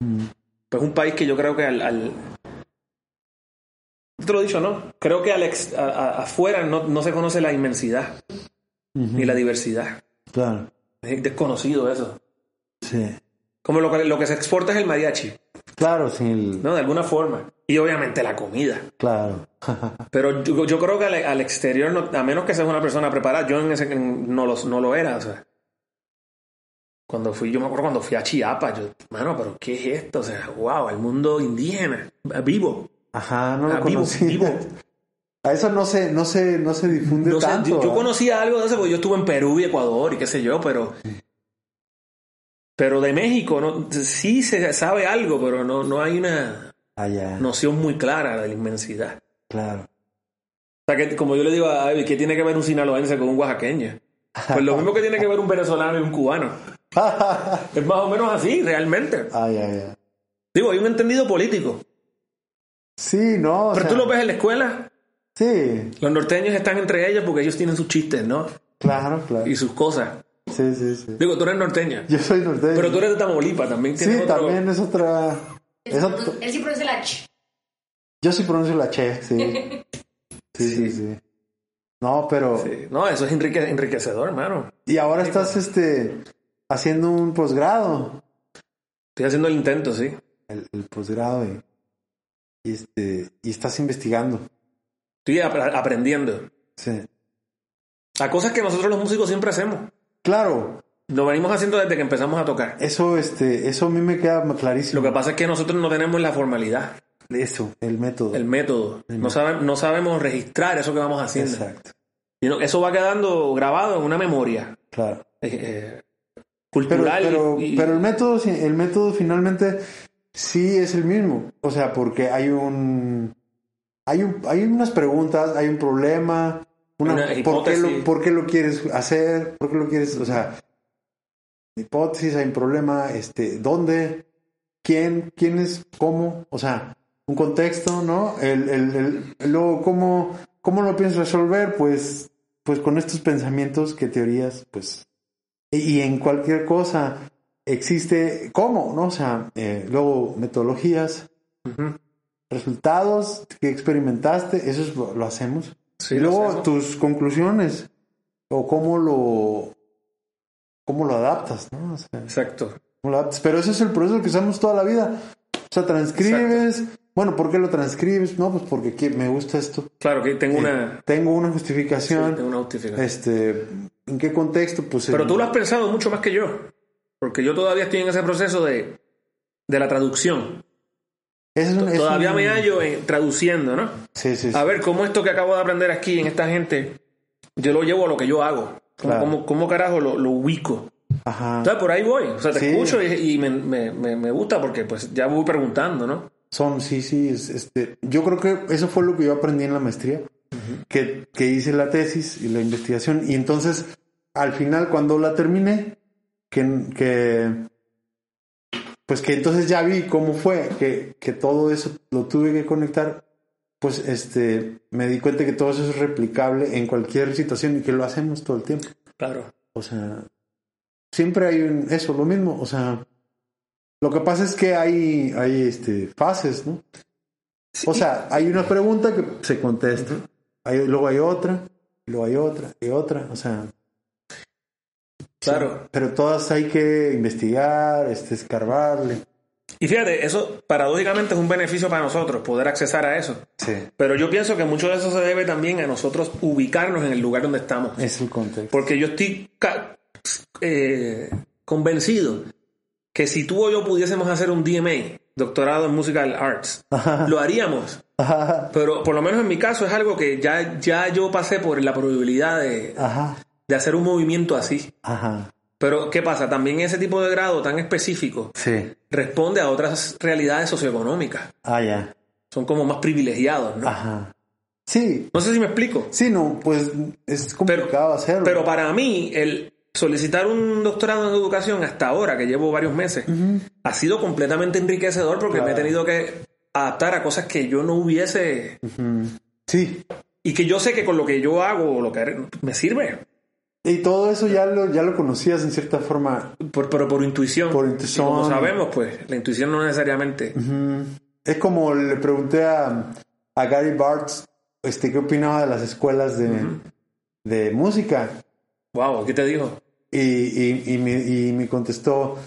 [SPEAKER 3] Mm.
[SPEAKER 2] Pues un país que yo creo que al. al- Yo te lo he dicho, ¿no? Creo que al ex- a- a- afuera no, no se conoce la inmensidad ni la diversidad.
[SPEAKER 3] Claro.
[SPEAKER 2] Es desconocido eso.
[SPEAKER 3] Sí.
[SPEAKER 2] Como lo que, lo que se exporta es el mariachi,
[SPEAKER 3] Claro, sí. el-
[SPEAKER 2] ¿no? De alguna forma. Y obviamente la comida.
[SPEAKER 3] Claro.
[SPEAKER 2] Pero yo, yo creo que al, al exterior, no- a menos que seas una persona preparada, yo en ese en- no, los, no lo era. o sea. cuando fui, yo me acuerdo cuando fui a Chiapas, yo, mano, pero ¿qué es esto? O sea, wow, el mundo indígena, vivo,
[SPEAKER 3] Ajá, no
[SPEAKER 2] ah,
[SPEAKER 3] lo
[SPEAKER 2] vivo,
[SPEAKER 3] conocí.
[SPEAKER 2] vivo.
[SPEAKER 3] A eso no se, no se, no se difunde
[SPEAKER 2] No sé,
[SPEAKER 3] tanto.
[SPEAKER 2] yo, yo
[SPEAKER 3] ¿verdad?
[SPEAKER 2] conocía algo de eso porque yo estuve en Perú y Ecuador y qué sé yo, pero. Pero de México, no, sí se sabe algo, pero no, no hay una
[SPEAKER 3] Allá.
[SPEAKER 2] noción muy clara de la inmensidad.
[SPEAKER 3] Ah, Claro.
[SPEAKER 2] O sea, que como yo le digo a Ivy, ¿qué tiene que ver un sinaloense con un oaxaqueño? Pues lo mismo que tiene que ver un venezolano y un cubano. Es más o menos así, realmente.
[SPEAKER 3] Ay, ay, ay.
[SPEAKER 2] Digo, hay un entendido político.
[SPEAKER 3] Sí, no. o
[SPEAKER 2] Pero
[SPEAKER 3] sea,
[SPEAKER 2] tú lo ves en la escuela,
[SPEAKER 3] Sí,
[SPEAKER 2] los norteños están entre ellos porque ellos tienen sus chistes, ¿no?
[SPEAKER 3] claro, claro.
[SPEAKER 2] Y sus cosas.
[SPEAKER 3] Sí, sí, sí.
[SPEAKER 2] Digo, tú eres norteña.
[SPEAKER 3] Yo soy norteño.
[SPEAKER 2] Pero tú eres de Tamaulipas, también
[SPEAKER 3] Sí,
[SPEAKER 2] tienes otro-
[SPEAKER 3] también es otra.
[SPEAKER 5] Él, sí
[SPEAKER 3] es
[SPEAKER 5] pronuncia-
[SPEAKER 3] otro-
[SPEAKER 5] él sí pronuncia la ch.
[SPEAKER 3] Yo sí pronuncio la che, sí. Sí, sí, sí. No, pero.
[SPEAKER 2] Sí. No, eso es enrique- enriquecedor, hermano.
[SPEAKER 3] Y ahora estás este haciendo un posgrado.
[SPEAKER 2] Estoy haciendo el intento, sí.
[SPEAKER 3] El, el posgrado y, y, este. Y estás investigando.
[SPEAKER 2] Estoy ap- aprendiendo.
[SPEAKER 3] Sí.
[SPEAKER 2] A cosas que nosotros los músicos siempre hacemos.
[SPEAKER 3] Claro,
[SPEAKER 2] Lo venimos haciendo desde que empezamos a tocar.
[SPEAKER 3] eso, este, eso a mí me queda clarísimo.
[SPEAKER 2] Lo que pasa es que nosotros no tenemos la formalidad,
[SPEAKER 3] Eso, el método.
[SPEAKER 2] el método. No, sabe- no sabemos registrar eso que vamos haciendo.
[SPEAKER 3] Exacto.
[SPEAKER 2] Sino que eso va quedando grabado en una memoria
[SPEAKER 3] Claro.
[SPEAKER 2] eh, eh,
[SPEAKER 3] Pero,
[SPEAKER 2] cultural.
[SPEAKER 3] pero,
[SPEAKER 2] y- y-
[SPEAKER 3] pero el método, sí- el método finalmente sí es el mismo. O sea, porque hay un, hay un, hay unas preguntas, hay un problema, una,
[SPEAKER 2] Una
[SPEAKER 3] ¿por, qué
[SPEAKER 2] hipótesis.
[SPEAKER 3] lo, por qué lo quieres hacer? ¿Por qué lo quieres? O sea, hipótesis, hay un problema, este, ¿dónde? ¿Quién? ¿Quién es? ¿Cómo? O sea, un contexto, ¿no? El, el, el- luego, ¿cómo, ¿cómo lo piensas resolver? Pues, pues con estos pensamientos, que teorías, pues y en cualquier cosa existe cómo, ¿no? O sea, eh, luego metodologías,
[SPEAKER 2] Ujú.
[SPEAKER 3] resultados que experimentaste, eso es lo, lo hacemos.
[SPEAKER 2] Sí,
[SPEAKER 3] y
[SPEAKER 2] lo
[SPEAKER 3] luego
[SPEAKER 2] hacemos.
[SPEAKER 3] tus conclusiones o cómo lo cómo lo adaptas, ¿no? O sea,
[SPEAKER 2] Exacto.
[SPEAKER 3] cómo lo adaptas. Pero ese es el proceso que usamos toda la vida. O sea, transcribes. Bueno, ¿por qué lo transcribes? No, pues porque qui- me gusta esto.
[SPEAKER 2] Claro que tengo
[SPEAKER 3] Eh,
[SPEAKER 2] una,
[SPEAKER 3] tengo una
[SPEAKER 2] sí,
[SPEAKER 3] justificación.
[SPEAKER 2] tengo una justificación.
[SPEAKER 3] Este, ¿en qué contexto? Pues
[SPEAKER 2] Pero
[SPEAKER 3] en-
[SPEAKER 2] tú lo has pensado mucho más que yo. Porque yo todavía estoy en ese proceso de, de la traducción.
[SPEAKER 3] ese es un- es
[SPEAKER 2] Todavía
[SPEAKER 3] un-
[SPEAKER 2] me hallo en- traduciendo, ¿no?
[SPEAKER 3] Sí, sí, sí.
[SPEAKER 2] A ver, ¿cómo esto que acabo de aprender aquí en esta gente, yo lo llevo a lo que yo hago? ¿Cómo,
[SPEAKER 3] Claro.
[SPEAKER 2] cómo- cómo carajo lo, lo ubico?
[SPEAKER 3] Ajá.
[SPEAKER 2] O sea, por ahí voy. O sea, te
[SPEAKER 3] Sí.
[SPEAKER 2] escucho y, y me, me- me- me gusta porque pues ya voy preguntando, ¿no?
[SPEAKER 3] Son, sí, sí. es- este, yo creo que eso fue lo que yo aprendí en la maestría, que, que hice la tesis y la investigación. Y entonces, al final, cuando la terminé, que, que pues que entonces ya vi cómo fue, que, que todo eso lo tuve que conectar, pues este, me di cuenta que todo eso es replicable en cualquier situación y que lo hacemos todo el tiempo.
[SPEAKER 2] Claro.
[SPEAKER 3] O sea, siempre hay un- eso, lo mismo. O sea, lo que pasa es que hay, hay este, fases, ¿no? O sea, hay una pregunta que se contesta, hay, luego hay otra, luego hay otra y otra. O sea,
[SPEAKER 2] Claro.
[SPEAKER 3] pero todas hay que investigar, este, escarbarle.
[SPEAKER 2] Y fíjate, eso paradójicamente es un beneficio para nosotros, poder accesar a eso.
[SPEAKER 3] Sí.
[SPEAKER 2] Pero yo pienso que mucho de eso se debe también a nosotros ubicarnos en el lugar donde estamos.
[SPEAKER 3] Es el contexto.
[SPEAKER 2] Porque yo estoy ca- eh, convencido que si tú o yo pudiésemos hacer un DMA, doctorado en Musical Arts, lo haríamos.
[SPEAKER 3] Ajá,
[SPEAKER 2] Pero por lo menos en mi caso es algo que ya, ya yo pasé por la probabilidad de,
[SPEAKER 3] ajá,
[SPEAKER 2] de hacer un movimiento así.
[SPEAKER 3] ajá.
[SPEAKER 2] Pero ¿qué pasa? También ese tipo de grado tan específico
[SPEAKER 3] Sí.
[SPEAKER 2] responde a otras realidades socioeconómicas.
[SPEAKER 3] Ah, ya.
[SPEAKER 2] Son como más privilegiados, ¿no?
[SPEAKER 3] Ajá. Sí,
[SPEAKER 2] No sé si me explico.
[SPEAKER 3] sí, no, pues es complicado hacerlo.
[SPEAKER 2] Pero para mí, el, solicitar un doctorado en educación hasta ahora, que llevo varios meses, ha sido completamente enriquecedor porque me he tenido que adaptar a cosas que yo no hubiese
[SPEAKER 3] Sí.
[SPEAKER 2] y que yo sé que con lo que yo hago, lo que me sirve,
[SPEAKER 3] Y todo eso ya lo, ya lo conocías en cierta forma.
[SPEAKER 2] por, pero por intuición.
[SPEAKER 3] Por
[SPEAKER 2] Y
[SPEAKER 3] intuición.
[SPEAKER 2] como sabemos, pues, la intuición no necesariamente.
[SPEAKER 3] Es como le pregunté a, a Gary Bartz este, qué opinaba de las escuelas de, de música.
[SPEAKER 2] Wow, ¿qué te digo?
[SPEAKER 3] Y, y, y me, y me contestó,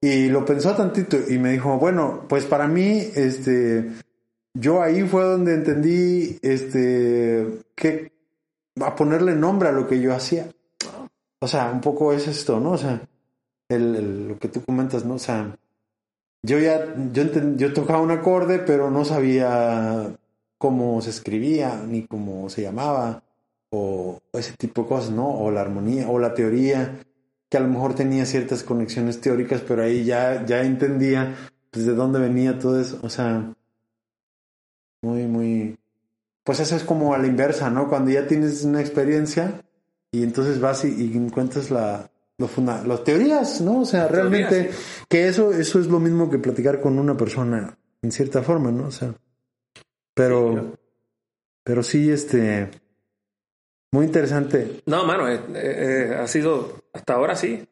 [SPEAKER 3] y lo pensó tantito, y me dijo, bueno, pues para mí, este, yo ahí fue donde entendí, este, que a ponerle nombre a lo que yo hacía. O sea, un poco es esto, ¿no? O sea, el, el- lo que tú comentas, ¿no? O sea, yo ya, yo, enten- yo tocaba un acorde, pero no sabía cómo se escribía, ni cómo se llamaba, o ese tipo de cosas, ¿no? O la armonía, o la teoría, que a lo mejor tenía ciertas conexiones teóricas, pero ahí ya, ya entendía pues, de dónde venía todo eso. O sea, muy, muy... Pues eso es como a la inversa, ¿no? Cuando ya tienes una experiencia y entonces vas y, y encuentras la... Lo funda- las teorías, ¿no? O sea,
[SPEAKER 2] teorías,
[SPEAKER 3] realmente que eso, eso es lo mismo que platicar con una persona, en cierta forma, ¿no? O sea, pero, pero sí, este, muy interesante.
[SPEAKER 2] No, mano, eh, eh, eh, ha sido hasta ahora sí.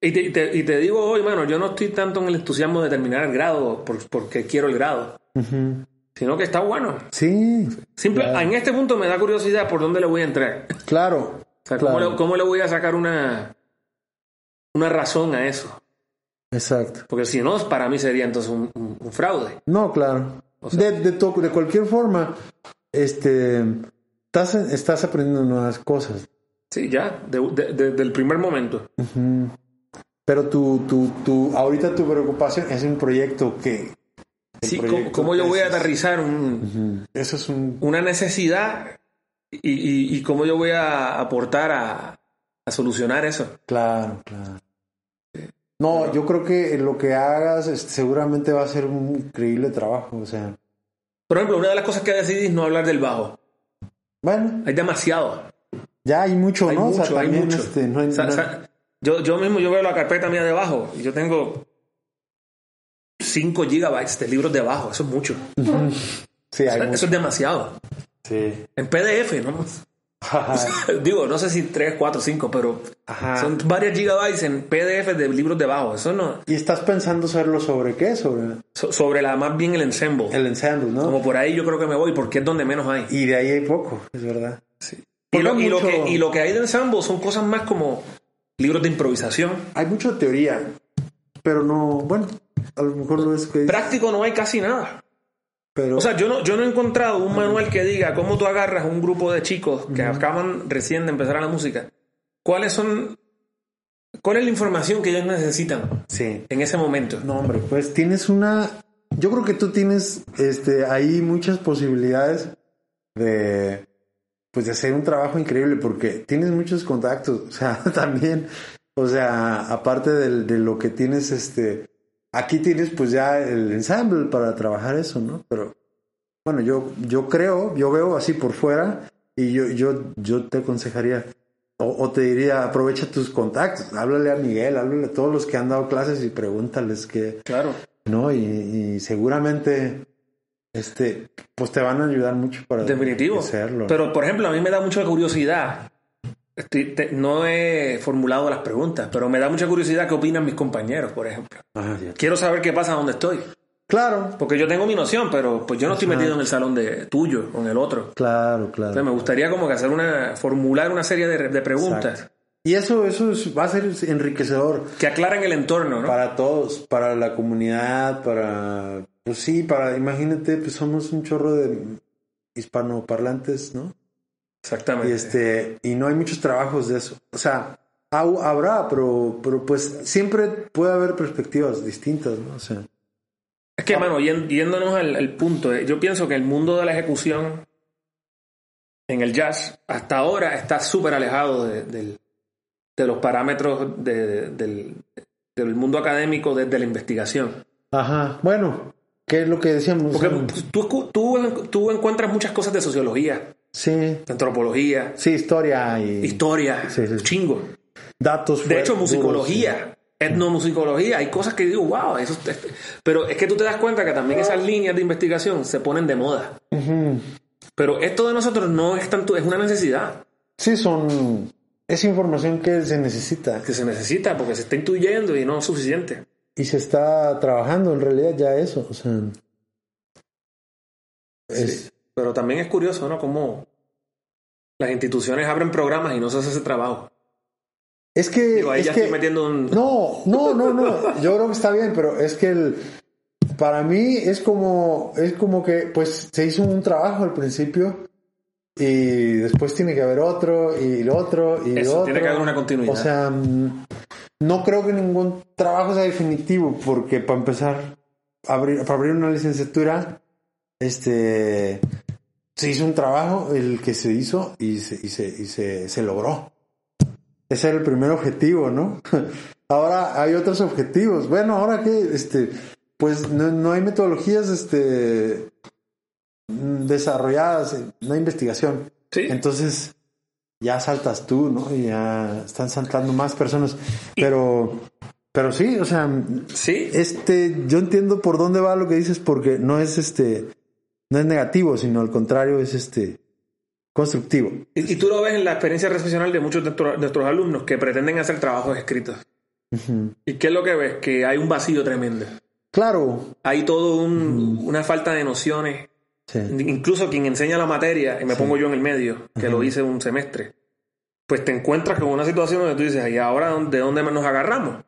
[SPEAKER 2] Y te, y te- y te digo hoy, mano, yo no estoy tanto en el entusiasmo de terminar el grado por- porque quiero el grado, sino que está bueno.
[SPEAKER 3] Sí,
[SPEAKER 2] Simple, En este punto me da curiosidad por dónde le voy a entrar. O
[SPEAKER 3] claro.
[SPEAKER 2] sea, ¿cómo,
[SPEAKER 3] Claro.
[SPEAKER 2] le, cómo le voy a sacar una, una razón a eso?
[SPEAKER 3] Exacto.
[SPEAKER 2] Porque si no, para mí sería entonces un, un- un fraude.
[SPEAKER 3] No, claro.
[SPEAKER 2] sea-
[SPEAKER 3] de, de, to- de cualquier forma, este, estás, estás aprendiendo nuevas cosas,
[SPEAKER 2] Sí, ya, de- de- desde el primer momento.
[SPEAKER 3] pero tu, tu, tu, ahorita tu preocupación es un proyecto que... el
[SPEAKER 2] Sí, ¿cómo,
[SPEAKER 3] proyecto
[SPEAKER 2] cómo yo voy a
[SPEAKER 3] es-
[SPEAKER 2] aterrizar un,
[SPEAKER 3] Eso es un...
[SPEAKER 2] una necesidad y, y- y cómo yo voy a aportar a, a solucionar eso.
[SPEAKER 3] Claro, claro. No, yo creo que lo que hagas este, seguramente va a ser un increíble trabajo. O sea,
[SPEAKER 2] Por ejemplo, una de las cosas que decidí es no hablar del bajo.
[SPEAKER 3] bueno,
[SPEAKER 2] Hay demasiado.
[SPEAKER 3] ya hay mucho,
[SPEAKER 2] Hay
[SPEAKER 3] ¿no?
[SPEAKER 2] mucho,
[SPEAKER 3] o sea,
[SPEAKER 2] hay
[SPEAKER 3] también
[SPEAKER 2] mucho.
[SPEAKER 3] este, no hay-
[SPEAKER 2] O sea,
[SPEAKER 3] no-
[SPEAKER 2] o sea, yo, yo mismo yo veo la carpeta mía de bajo y yo tengo 5 gigabytes de libros de bajo. Eso es mucho.
[SPEAKER 3] sí, hay
[SPEAKER 2] O sea,
[SPEAKER 3] mucho.
[SPEAKER 2] eso es demasiado.
[SPEAKER 3] Sí.
[SPEAKER 2] En PDF, ¿no? Digo, no sé si 3, 4, 5, pero
[SPEAKER 3] Ajá.
[SPEAKER 2] son varias gigabytes en PDF de libros de bajo. Eso no.
[SPEAKER 3] Y estás pensando hacerlo sobre qué? Sobre
[SPEAKER 2] so- sobre la más bien el ensemble.
[SPEAKER 3] el ensemble, ¿no?
[SPEAKER 2] Como por ahí yo creo que me voy porque es donde menos hay.
[SPEAKER 3] Y de ahí hay poco, es verdad.
[SPEAKER 2] Y lo,
[SPEAKER 3] Porque
[SPEAKER 2] y lo
[SPEAKER 3] mucho-
[SPEAKER 2] que, y lo que hay de ensamble son cosas más como libros de improvisación.
[SPEAKER 3] Hay mucha teoría, pero no, bueno, a lo mejor no es que...
[SPEAKER 2] Práctico no hay casi nada.
[SPEAKER 3] Pero,
[SPEAKER 2] O sea, yo no, yo no he encontrado un manual que diga cómo tú agarras un grupo de chicos que acaban recién de empezar a la música. ¿Cuáles son? ¿Cuál es la información que ellos necesitan
[SPEAKER 3] sí.
[SPEAKER 2] en ese momento?
[SPEAKER 3] No, hombre, pues tienes una. Yo creo que tú tienes este ahí muchas posibilidades de pues de hacer un trabajo increíble porque tienes muchos contactos, o sea, también, o sea, aparte del- de, lo que tienes este aquí tienes pues ya el ensemble para trabajar eso, ¿no? Pero bueno, yo yo creo, yo veo así por fuera y yo yo yo te aconsejaría o, o te diría, aprovecha tus contactos, háblale a Miguel, háblale a todos los que han dado clases y pregúntales qué,
[SPEAKER 2] Claro.
[SPEAKER 3] ¿no? Y, y seguramente, este, pues te van a ayudar mucho para
[SPEAKER 2] Definitivo.
[SPEAKER 3] hacerlo.
[SPEAKER 2] Pero, por ejemplo, a mí me da mucha curiosidad. Estoy- te- no he formulado las preguntas, pero me da mucha curiosidad qué opinan mis compañeros, por ejemplo.
[SPEAKER 3] Ah, ya.
[SPEAKER 2] Quiero saber qué pasa donde estoy.
[SPEAKER 3] Claro,
[SPEAKER 2] Porque yo tengo mi noción, pero pues yo no estoy metido en el salón de tuyo, con el otro.
[SPEAKER 3] claro,
[SPEAKER 2] O sea,
[SPEAKER 3] claro.
[SPEAKER 2] me gustaría como que hacer una, formular una serie de, de preguntas
[SPEAKER 3] Exacto. Y eso, eso es- va a ser enriquecedor
[SPEAKER 2] que aclaran el entorno, ¿no?
[SPEAKER 3] para todos, para la comunidad, para, pues sí, para, imagínate, pues somos un chorro de hispanoparlantes, ¿no? Y
[SPEAKER 2] Exactamente.
[SPEAKER 3] este, y no hay muchos trabajos de eso. O sea, hau- habrá, pero, pero pues siempre puede haber perspectivas distintas, ¿no? O sea,
[SPEAKER 2] es que, mano, yen- yéndonos al, al punto, eh, yo pienso que el mundo de la ejecución en el jazz hasta ahora está súper alejado de, del- de los parámetros de- del, del mundo académico desde la investigación.
[SPEAKER 3] ajá. Bueno, ¿qué es lo que decíamos?
[SPEAKER 2] Porque
[SPEAKER 3] O sea,
[SPEAKER 2] tú, escu- tú, tú encuentras muchas cosas de sociología,
[SPEAKER 3] sí,
[SPEAKER 2] de antropología,
[SPEAKER 3] sí, historia y
[SPEAKER 2] historia,
[SPEAKER 3] Sí, sí, sí.
[SPEAKER 2] chingo.
[SPEAKER 3] datos.
[SPEAKER 2] De hecho, musicología, etnomusicología, hay cosas que digo, wow, eso es- pero es que tú te das cuenta que también esas líneas de investigación se ponen de moda. Pero esto de nosotros no es tanto, es una necesidad
[SPEAKER 3] Sí, son. Es información que se necesita
[SPEAKER 2] que se necesita porque se está intuyendo y no es suficiente.
[SPEAKER 3] y se está trabajando en realidad ya eso. O sea, es-
[SPEAKER 2] Pero también es curioso, ¿no? Cómo las instituciones abren programas y no se hace ese trabajo.
[SPEAKER 3] es que.
[SPEAKER 2] Digo, ahí
[SPEAKER 3] es
[SPEAKER 2] ya
[SPEAKER 3] que-
[SPEAKER 2] estoy metiendo un...
[SPEAKER 3] No, no, no, no. Yo creo que está bien, pero es que el, para mí es como, es como que pues se hizo un trabajo al principio y después tiene que haber otro y lo otro y lo
[SPEAKER 2] Eso,
[SPEAKER 3] otro.
[SPEAKER 2] tiene que haber una continuidad.
[SPEAKER 3] O sea, mm, no creo que ningún trabajo sea definitivo porque para empezar, abrir, para abrir una licenciatura, este, se hizo un trabajo, el que se hizo y se, y se, y se, se logró. Ese era el primer objetivo, ¿no? ahora hay otros objetivos. Bueno, ahora que, este, pues no, no hay metodologías, este, mm, desarrolladas, no hay investigación.
[SPEAKER 2] Sí.
[SPEAKER 3] Entonces, ya saltas tú, ¿no? Y ya están saltando más personas. Pero, pero sí, o sea,
[SPEAKER 2] Sí,
[SPEAKER 3] este, yo entiendo por dónde va lo que dices porque no es este, no es negativo, sino al contrario es este, constructivo.
[SPEAKER 2] Y, y tú lo ves en la experiencia profesional de muchos de nuestro- nuestros alumnos que pretenden hacer trabajos escritos. ¿Y qué es lo que ves? Que hay un vacío tremendo.
[SPEAKER 3] Claro.
[SPEAKER 2] Hay todo un- una falta de nociones.
[SPEAKER 3] Sí.
[SPEAKER 2] Incluso quien enseña la materia, y me pongo yo en el medio, que lo hice un semestre, pues te encuentras con una situación donde tú dices, ¿y ahora dónde- de dónde nos agarramos?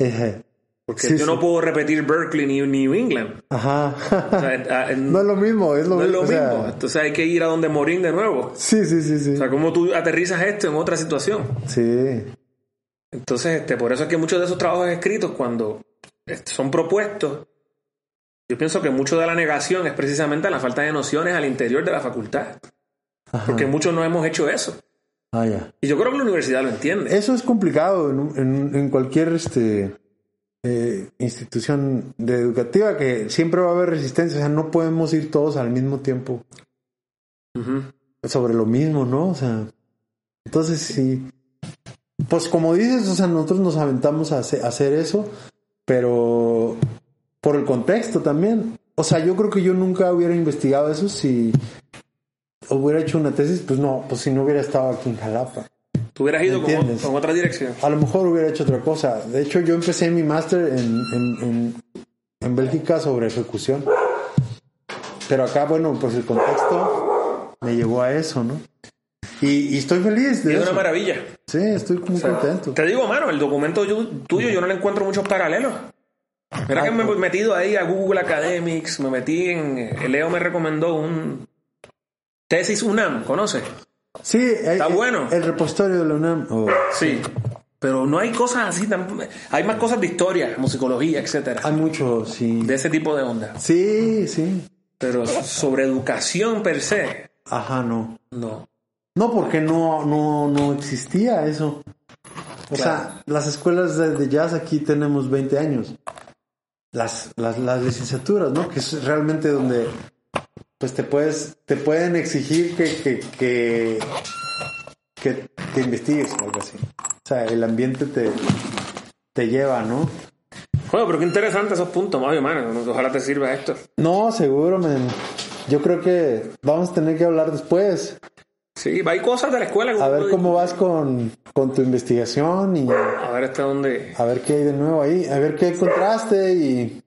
[SPEAKER 3] Ejé.
[SPEAKER 2] Porque
[SPEAKER 3] Sí,
[SPEAKER 2] yo
[SPEAKER 3] sí.
[SPEAKER 2] no puedo repetir Berkeley ni New England.
[SPEAKER 3] Ajá.
[SPEAKER 2] O sea, eh,
[SPEAKER 3] Ah, no es lo mismo, es lo
[SPEAKER 2] no es
[SPEAKER 3] mismo.
[SPEAKER 2] lo
[SPEAKER 3] o sea,
[SPEAKER 2] mismo. Entonces hay que ir a donde morir de nuevo.
[SPEAKER 3] sí, sí, sí, sí.
[SPEAKER 2] O sea, ¿cómo tú aterrizas esto en otra situación?
[SPEAKER 3] sí.
[SPEAKER 2] Entonces, este, por eso es que muchos de esos trabajos escritos, cuando este, son propuestos, yo pienso que mucho de la negación es precisamente la falta de nociones al interior de la facultad,
[SPEAKER 3] Ajá.
[SPEAKER 2] porque muchos no hemos hecho eso.
[SPEAKER 3] Ah, ya.
[SPEAKER 2] Y yo creo que la universidad lo entiende.
[SPEAKER 3] Eso es complicado en, un- en- en cualquier este, eh, institución de educativa que siempre va a haber resistencia. O sea, no podemos ir todos al mismo tiempo
[SPEAKER 2] Ujú.
[SPEAKER 3] sobre lo mismo, ¿no? O sea, entonces sí. Pues como dices, o sea, nosotros nos aventamos a hace- a hacer eso, pero por el contexto también. O sea, yo creo que yo nunca hubiera investigado eso si hubiera hecho una tesis, pues no, pues si no hubiera estado aquí en Jalapa.
[SPEAKER 2] Tú hubieras ido con,
[SPEAKER 3] Entiendes.
[SPEAKER 2] con otra dirección.
[SPEAKER 3] A lo mejor hubiera hecho otra cosa. De hecho, yo empecé mi máster en, en, en, en Bélgica sobre ejecución. Pero acá, bueno, pues el contexto me llevó a eso, ¿no? Y, y estoy feliz
[SPEAKER 2] Y
[SPEAKER 3] de
[SPEAKER 2] es una
[SPEAKER 3] eso.
[SPEAKER 2] maravilla.
[SPEAKER 3] Sí, estoy muy contento.
[SPEAKER 2] Te digo, mano, el documento yo- tuyo yo no le encuentro muchos paralelos. Mira que me he metido ahí a Google Academics, me metí en... eh, Leo me recomendó un... Tesis UNAM, ¿conoces?
[SPEAKER 3] Sí, está
[SPEAKER 2] bueno.
[SPEAKER 3] El repositorio de la UNAM. oh, o-
[SPEAKER 2] Sí, pero no hay cosas así tan... Hay más cosas de historia, musicología, etcétera,
[SPEAKER 3] hay mucho, sí.
[SPEAKER 2] de ese tipo de onda.
[SPEAKER 3] Sí, sí.
[SPEAKER 2] Pero sobre educación per se,
[SPEAKER 3] Ajá, no.
[SPEAKER 2] no.
[SPEAKER 3] No, porque no, no, no existía eso. O sea, las escuelas de, de jazz aquí tenemos 20 años. Las, las, las licenciaturas, ¿no? Que es realmente donde pues te puedes, te pueden exigir que, que, que, que, que investigues o algo así. O sea, el ambiente te, te lleva, ¿no?
[SPEAKER 2] Bueno, pero qué interesante esos puntos, Mario, mano. Ojalá te sirva esto.
[SPEAKER 3] No, seguro, men. Yo creo que vamos a tener que hablar después.
[SPEAKER 2] Sí, hay cosas de la escuela. que
[SPEAKER 3] A
[SPEAKER 2] uno
[SPEAKER 3] ver
[SPEAKER 2] dice,
[SPEAKER 3] cómo vas con, con tu investigación y...
[SPEAKER 2] A ver hasta dónde...
[SPEAKER 3] a ver qué hay de nuevo ahí, a ver qué encontraste y,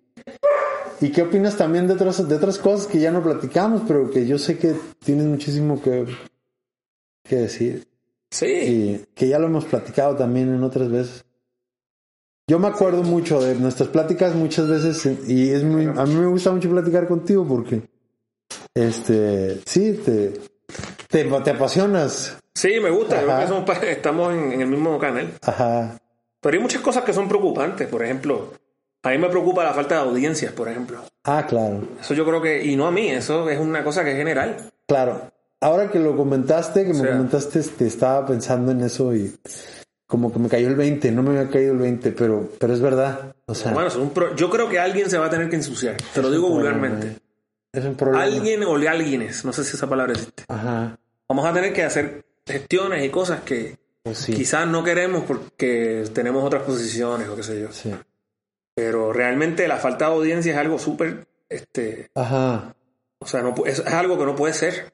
[SPEAKER 3] y qué opinas también de otras, de otras cosas que ya no platicamos, pero que yo sé que tienes muchísimo que, que decir
[SPEAKER 2] Sí,
[SPEAKER 3] y que ya lo hemos platicado también en otras veces. Yo me acuerdo mucho de nuestras pláticas muchas veces y es muy, a mí me gusta mucho platicar contigo porque este sí te te, te apasionas.
[SPEAKER 2] sí, me gusta. Yo creo
[SPEAKER 3] Ajá.
[SPEAKER 2] que somos pa- estamos en, en el mismo canal.
[SPEAKER 3] Ajá.
[SPEAKER 2] Pero hay muchas cosas que son preocupantes. Por ejemplo, a mí me preocupa la falta de audiencias, por ejemplo.
[SPEAKER 3] Ah, claro.
[SPEAKER 2] Eso yo creo que... Y no a mí, eso es una cosa que es general.
[SPEAKER 3] Claro, ahora que lo comentaste, que me
[SPEAKER 2] sea.
[SPEAKER 3] comentaste, este, estaba pensando en eso y como que me cayó el 20, no me había caído el 20, pero, pero es verdad. O sea,
[SPEAKER 2] Bueno, eso es un pro- yo creo que alguien se va a tener que ensuciar. Te lo digo vulgarmente.
[SPEAKER 3] ¿eh? es un problema.
[SPEAKER 2] Alguien o alguienes, no sé si esa palabra existe.
[SPEAKER 3] Ajá.
[SPEAKER 2] Vamos a tener que hacer gestiones y cosas que
[SPEAKER 3] Pues sí.
[SPEAKER 2] Quizás no queremos porque tenemos otras posiciones o qué sé yo.
[SPEAKER 3] sí.
[SPEAKER 2] Pero realmente la falta de audiencia es algo súper, este,
[SPEAKER 3] Ajá.
[SPEAKER 2] o sea, no, pu- es, es algo que no puede ser.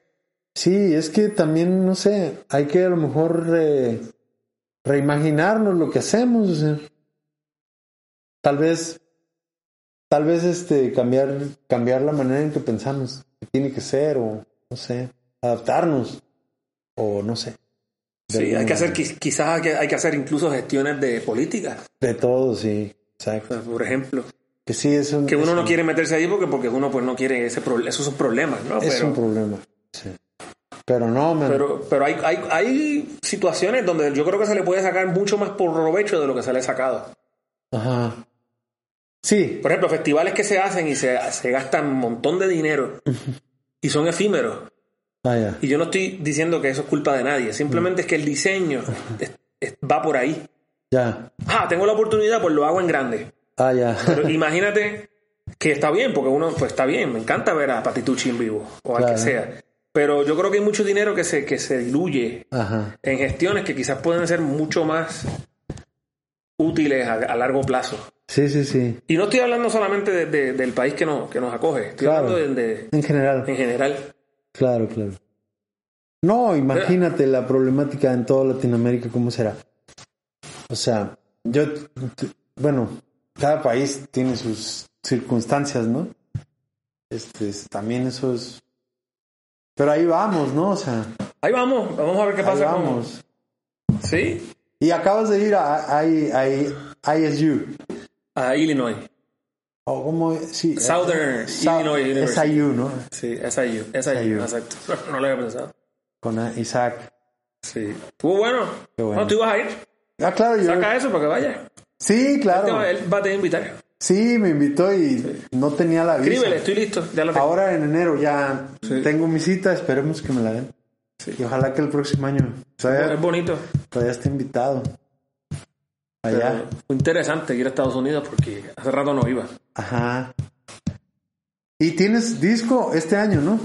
[SPEAKER 3] Sí, es que también, no sé, hay que a lo mejor re- reimaginarnos lo que hacemos, o sea. Tal vez, tal vez este, cambiar, cambiar la manera en que pensamos, que tiene que ser, o no sé, adaptarnos, o no sé. De
[SPEAKER 2] Sí, hay
[SPEAKER 3] alguna
[SPEAKER 2] que hacer,
[SPEAKER 3] manera.
[SPEAKER 2] qui- quizás hay que, hay que hacer incluso gestiones de política,
[SPEAKER 3] De todo, sí,
[SPEAKER 2] o
[SPEAKER 3] exacto.
[SPEAKER 2] sea, por ejemplo.
[SPEAKER 3] Que sí, es un,
[SPEAKER 2] Que
[SPEAKER 3] es
[SPEAKER 2] uno no
[SPEAKER 3] un-
[SPEAKER 2] quiere meterse ahí porque, porque uno pues no quiere ese pro- esos son problemas, ¿no?
[SPEAKER 3] es
[SPEAKER 2] Pero,
[SPEAKER 3] un problema, sí. Pero no, man.
[SPEAKER 2] pero, pero hay, hay, hay situaciones donde yo creo que se le puede sacar mucho más por provecho de lo que se le ha sacado.
[SPEAKER 3] Ajá. Sí,
[SPEAKER 2] Por ejemplo, festivales que se hacen y se, se gastan un montón de dinero y son efímeros.
[SPEAKER 3] vaya.
[SPEAKER 2] Y yo no estoy diciendo que eso es culpa de nadie, simplemente es que el diseño es- es- va por ahí.
[SPEAKER 3] Ya.
[SPEAKER 2] Ah, tengo la oportunidad, pues lo hago en grande.
[SPEAKER 3] Ah, ya.
[SPEAKER 2] Pero imagínate que está bien, porque uno, pues está bien, me encanta ver a Patitucci en vivo o al
[SPEAKER 3] Claro.
[SPEAKER 2] que sea. Pero yo creo que hay mucho dinero que se, que se diluye
[SPEAKER 3] Ajá.
[SPEAKER 2] en gestiones que quizás pueden ser mucho más útiles a, a largo plazo.
[SPEAKER 3] Sí, sí, sí.
[SPEAKER 2] Y no estoy hablando solamente de- de- del país que, nos que nos acoge, estoy
[SPEAKER 3] Claro.
[SPEAKER 2] hablando de, de-
[SPEAKER 3] En general.
[SPEAKER 2] en general.
[SPEAKER 3] Claro, claro. No, imagínate la problemática en toda Latinoamérica, ¿cómo será? O sea, yo, t- t- bueno, cada país tiene sus circunstancias, ¿no? Este, es- también eso es... Pero ahí vamos, ¿no? O sea,
[SPEAKER 2] Ahí vamos, vamos a ver qué
[SPEAKER 3] ahí
[SPEAKER 2] pasa. con-
[SPEAKER 3] vamos.
[SPEAKER 2] Sí,
[SPEAKER 3] Y acabas de ir a, a, a- a ISU.
[SPEAKER 2] a Illinois.
[SPEAKER 3] O cómo es? sí, eh,
[SPEAKER 2] Southern
[SPEAKER 3] Sa-
[SPEAKER 2] Illinois University.
[SPEAKER 3] SIU, ¿no?
[SPEAKER 2] Sí, esa yo, esa yo,
[SPEAKER 3] SIU.
[SPEAKER 2] exacto. No lo había pensado.
[SPEAKER 3] Con ah, Isaac.
[SPEAKER 2] Sí. Estuvo bueno.
[SPEAKER 3] Qué bueno.
[SPEAKER 2] No, tú ibas a ir.
[SPEAKER 3] Ah, claro, yo.
[SPEAKER 2] Saca este eso para que vaya.
[SPEAKER 3] Sí,
[SPEAKER 2] Te
[SPEAKER 3] claro.
[SPEAKER 2] va- Él va a tener invitar.
[SPEAKER 3] Sí, me invitó y no tenía la visa.
[SPEAKER 2] Escríbele, estoy listo. Ya lo tengo.
[SPEAKER 3] Ahora en enero ya
[SPEAKER 2] Sí.
[SPEAKER 3] tengo mi cita, esperemos que me la den. Y ojalá que el próximo año
[SPEAKER 2] Es
[SPEAKER 3] todavía,
[SPEAKER 2] bonito.
[SPEAKER 3] todavía esté invitado. Allá.
[SPEAKER 2] Pero Fue interesante ir a Estados Unidos porque hace rato no iba.
[SPEAKER 3] Ajá. Y tienes disco este año, ¿no?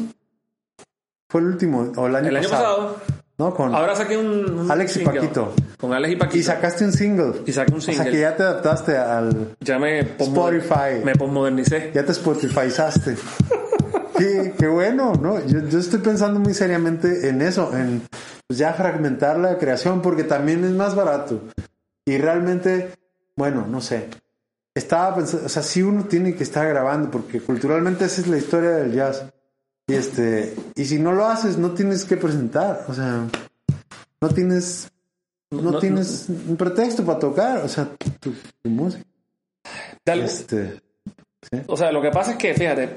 [SPEAKER 3] Fue el último, o el año,
[SPEAKER 2] El año pasado.
[SPEAKER 3] No, con...
[SPEAKER 2] Ahora saqué un, un
[SPEAKER 3] Alex y
[SPEAKER 2] single.
[SPEAKER 3] Paquito.
[SPEAKER 2] Con Alex y Paquito.
[SPEAKER 3] Y sacaste un single.
[SPEAKER 2] Y saqué un
[SPEAKER 3] O sea que
[SPEAKER 2] single.
[SPEAKER 3] ya te adaptaste al...
[SPEAKER 2] Ya me posmoder-
[SPEAKER 3] Spotify.
[SPEAKER 2] Me posmodernicé.
[SPEAKER 3] Ya te spotifizaste. qué, qué bueno, ¿no? Yo, yo estoy pensando muy seriamente en eso, en pues, ya fragmentar la creación, porque también es más barato. Y realmente, bueno, no sé. Estaba pensando, o sea, sí uno tiene que estar grabando, porque culturalmente esa es la historia del jazz. Y este, y si no lo haces, no tienes que presentar, o sea, no tienes, no,
[SPEAKER 2] no-
[SPEAKER 3] tienes un pretexto para tocar, o sea, tu, tu música.
[SPEAKER 2] Dale.
[SPEAKER 3] Este,
[SPEAKER 2] O sea, lo que pasa es que, fíjate,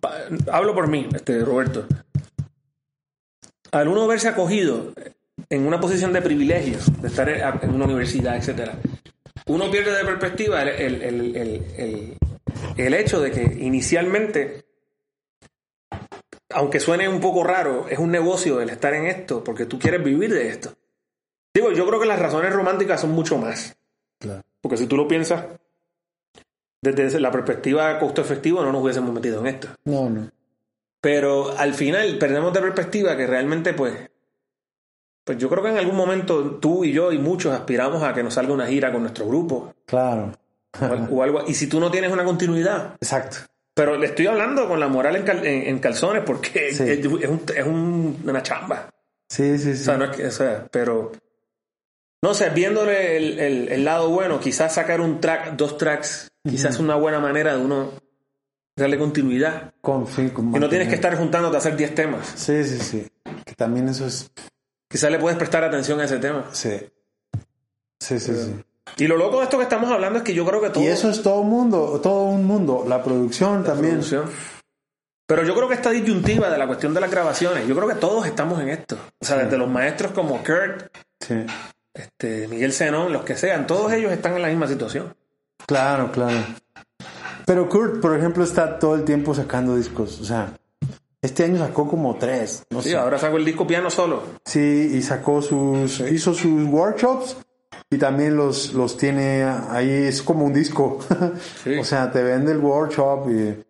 [SPEAKER 2] pa- hablo por mí, este, Roberto. Al uno verse acogido en una posición de privilegio, de estar en en una universidad, etcétera, uno pierde de perspectiva el, el- el- el- el- el hecho de que inicialmente, aunque suene un poco raro, es un negocio el estar en esto, porque tú quieres vivir de esto. Digo, yo creo que las razones románticas son mucho más.
[SPEAKER 3] Claro.
[SPEAKER 2] Porque si tú lo piensas, desde la perspectiva costo efectivo no nos hubiésemos metido en esto.
[SPEAKER 3] no, no.
[SPEAKER 2] Pero al final perdemos de perspectiva que realmente pues pues yo creo que en algún momento tú y yo y muchos aspiramos a que nos salga una gira con nuestro grupo
[SPEAKER 3] Claro.
[SPEAKER 2] o, al- o algo y si tú no tienes una continuidad
[SPEAKER 3] Exacto.
[SPEAKER 2] pero le estoy hablando con la moral en, cal- en- en calzones porque
[SPEAKER 3] Sí.
[SPEAKER 2] es, es un- es un- una chamba
[SPEAKER 3] Sí, sí, sí.
[SPEAKER 2] O sea, no es que- o sea, pero. No sé, viéndole el, el- el lado bueno, quizás sacar un track, dos tracks, quizás una buena manera de uno darle continuidad.
[SPEAKER 3] Con fin, con
[SPEAKER 2] Y no tienes que
[SPEAKER 3] mantener.
[SPEAKER 2] estar juntándote a hacer 10 temas.
[SPEAKER 3] Sí, sí, sí. Que también eso es.
[SPEAKER 2] Quizás le puedes prestar atención a ese tema.
[SPEAKER 3] Sí. Sí, sí, sí.
[SPEAKER 2] Y lo loco de esto que estamos hablando es que yo creo que todo.
[SPEAKER 3] Y eso es todo un mundo, todo un mundo. La producción también.
[SPEAKER 2] producción. Pero yo creo que esta disyuntiva de la cuestión de las grabaciones, yo creo que todos estamos en esto. O sea, desde los maestros como Kurt,
[SPEAKER 3] Sí.
[SPEAKER 2] este, Miguel Zenón, los que sean, todos ellos están en la misma situación.
[SPEAKER 3] Claro, claro. Pero Kurt, por ejemplo, está todo el tiempo sacando discos. O sea, este año sacó como tres. No
[SPEAKER 2] Sí,
[SPEAKER 3] sé.
[SPEAKER 2] ahora saco el disco piano solo.
[SPEAKER 3] Sí, y sacó sus. Hizo sus workshops. Y también los, los tiene ahí, es como un disco.
[SPEAKER 2] Sí.
[SPEAKER 3] O sea, te vende el workshop y,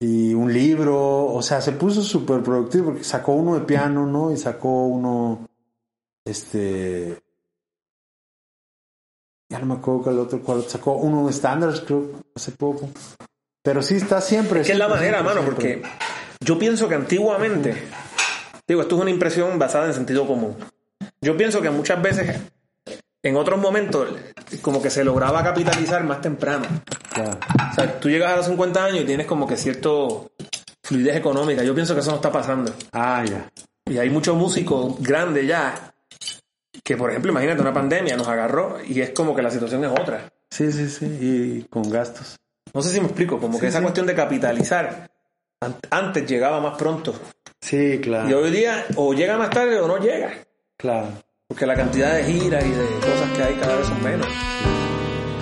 [SPEAKER 3] y un libro. O sea, se puso súper productivo porque sacó uno de piano, ¿no? Y sacó uno, este, Ya no me acuerdo que el otro cual sacó uno estándar, creo, hace poco. Pero sí está siempre.
[SPEAKER 2] Es que es la
[SPEAKER 3] siempre,
[SPEAKER 2] manera,
[SPEAKER 3] siempre,
[SPEAKER 2] mano,
[SPEAKER 3] siempre.
[SPEAKER 2] porque yo pienso que antiguamente, digo, esto es una impresión basada en sentido común. Yo pienso que muchas veces, en otros momentos, como que se lograba capitalizar más temprano.
[SPEAKER 3] Claro.
[SPEAKER 2] O sea, tú llegas a los 50 años y tienes como que cierto fluidez económica. Yo pienso que eso no está pasando.
[SPEAKER 3] Ah, ya.
[SPEAKER 2] Y hay muchos músicos grandes ya que, por ejemplo, imagínate una pandemia nos agarró y es como que la situación es otra.
[SPEAKER 3] Sí, sí, sí. Y con gastos.
[SPEAKER 2] No sé si me explico, como que esa cuestión de capitalizar an- antes llegaba más pronto.
[SPEAKER 3] Sí,
[SPEAKER 2] Y
[SPEAKER 3] claro.
[SPEAKER 2] hoy día o llega más tarde o no llega.
[SPEAKER 3] Claro.
[SPEAKER 2] Porque la cantidad de giras y de cosas que hay cada vez son menos.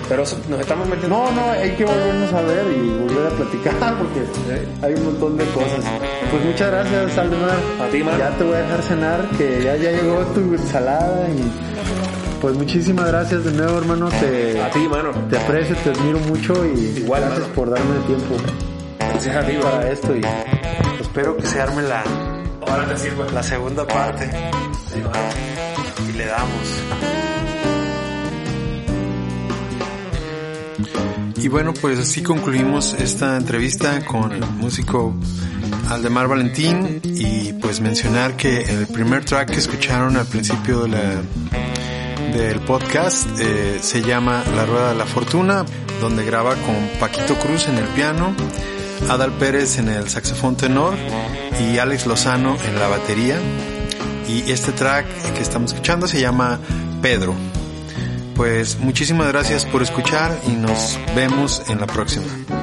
[SPEAKER 2] Pero eso- nos estamos metiendo...
[SPEAKER 3] No, no, hay que volvernos a ver y volver a platicar porque hay un montón de cosas. Pues muchas gracias, Aldemar.
[SPEAKER 2] A ti, man.
[SPEAKER 3] Ya te voy a dejar cenar, que ya, ya llegó tu ensalada y pues muchísimas gracias de nuevo, hermano. Te,
[SPEAKER 2] A ti, mano.
[SPEAKER 3] te aprecio, te admiro mucho y
[SPEAKER 2] Igual,
[SPEAKER 3] gracias
[SPEAKER 2] mano.
[SPEAKER 3] por darme el tiempo
[SPEAKER 2] Gracias a ti, mano.
[SPEAKER 3] para esto y
[SPEAKER 1] Espero que se arme la,
[SPEAKER 2] Ahora te sirvo.
[SPEAKER 1] la segunda parte. Y le damos. Y bueno, pues así concluimos esta entrevista con el músico Aldemar Valentín y pues mencionar que el primer track que escucharon al principio de la- del podcast eh, se llama La Rueda de la Fortuna, donde graba con Paquito Cruz en el piano, Adal Pérez en el saxofón tenor y Alex Lozano en la batería. Y este track que estamos escuchando se llama Pedro. Pues muchísimas gracias por escuchar y nos vemos en la próxima.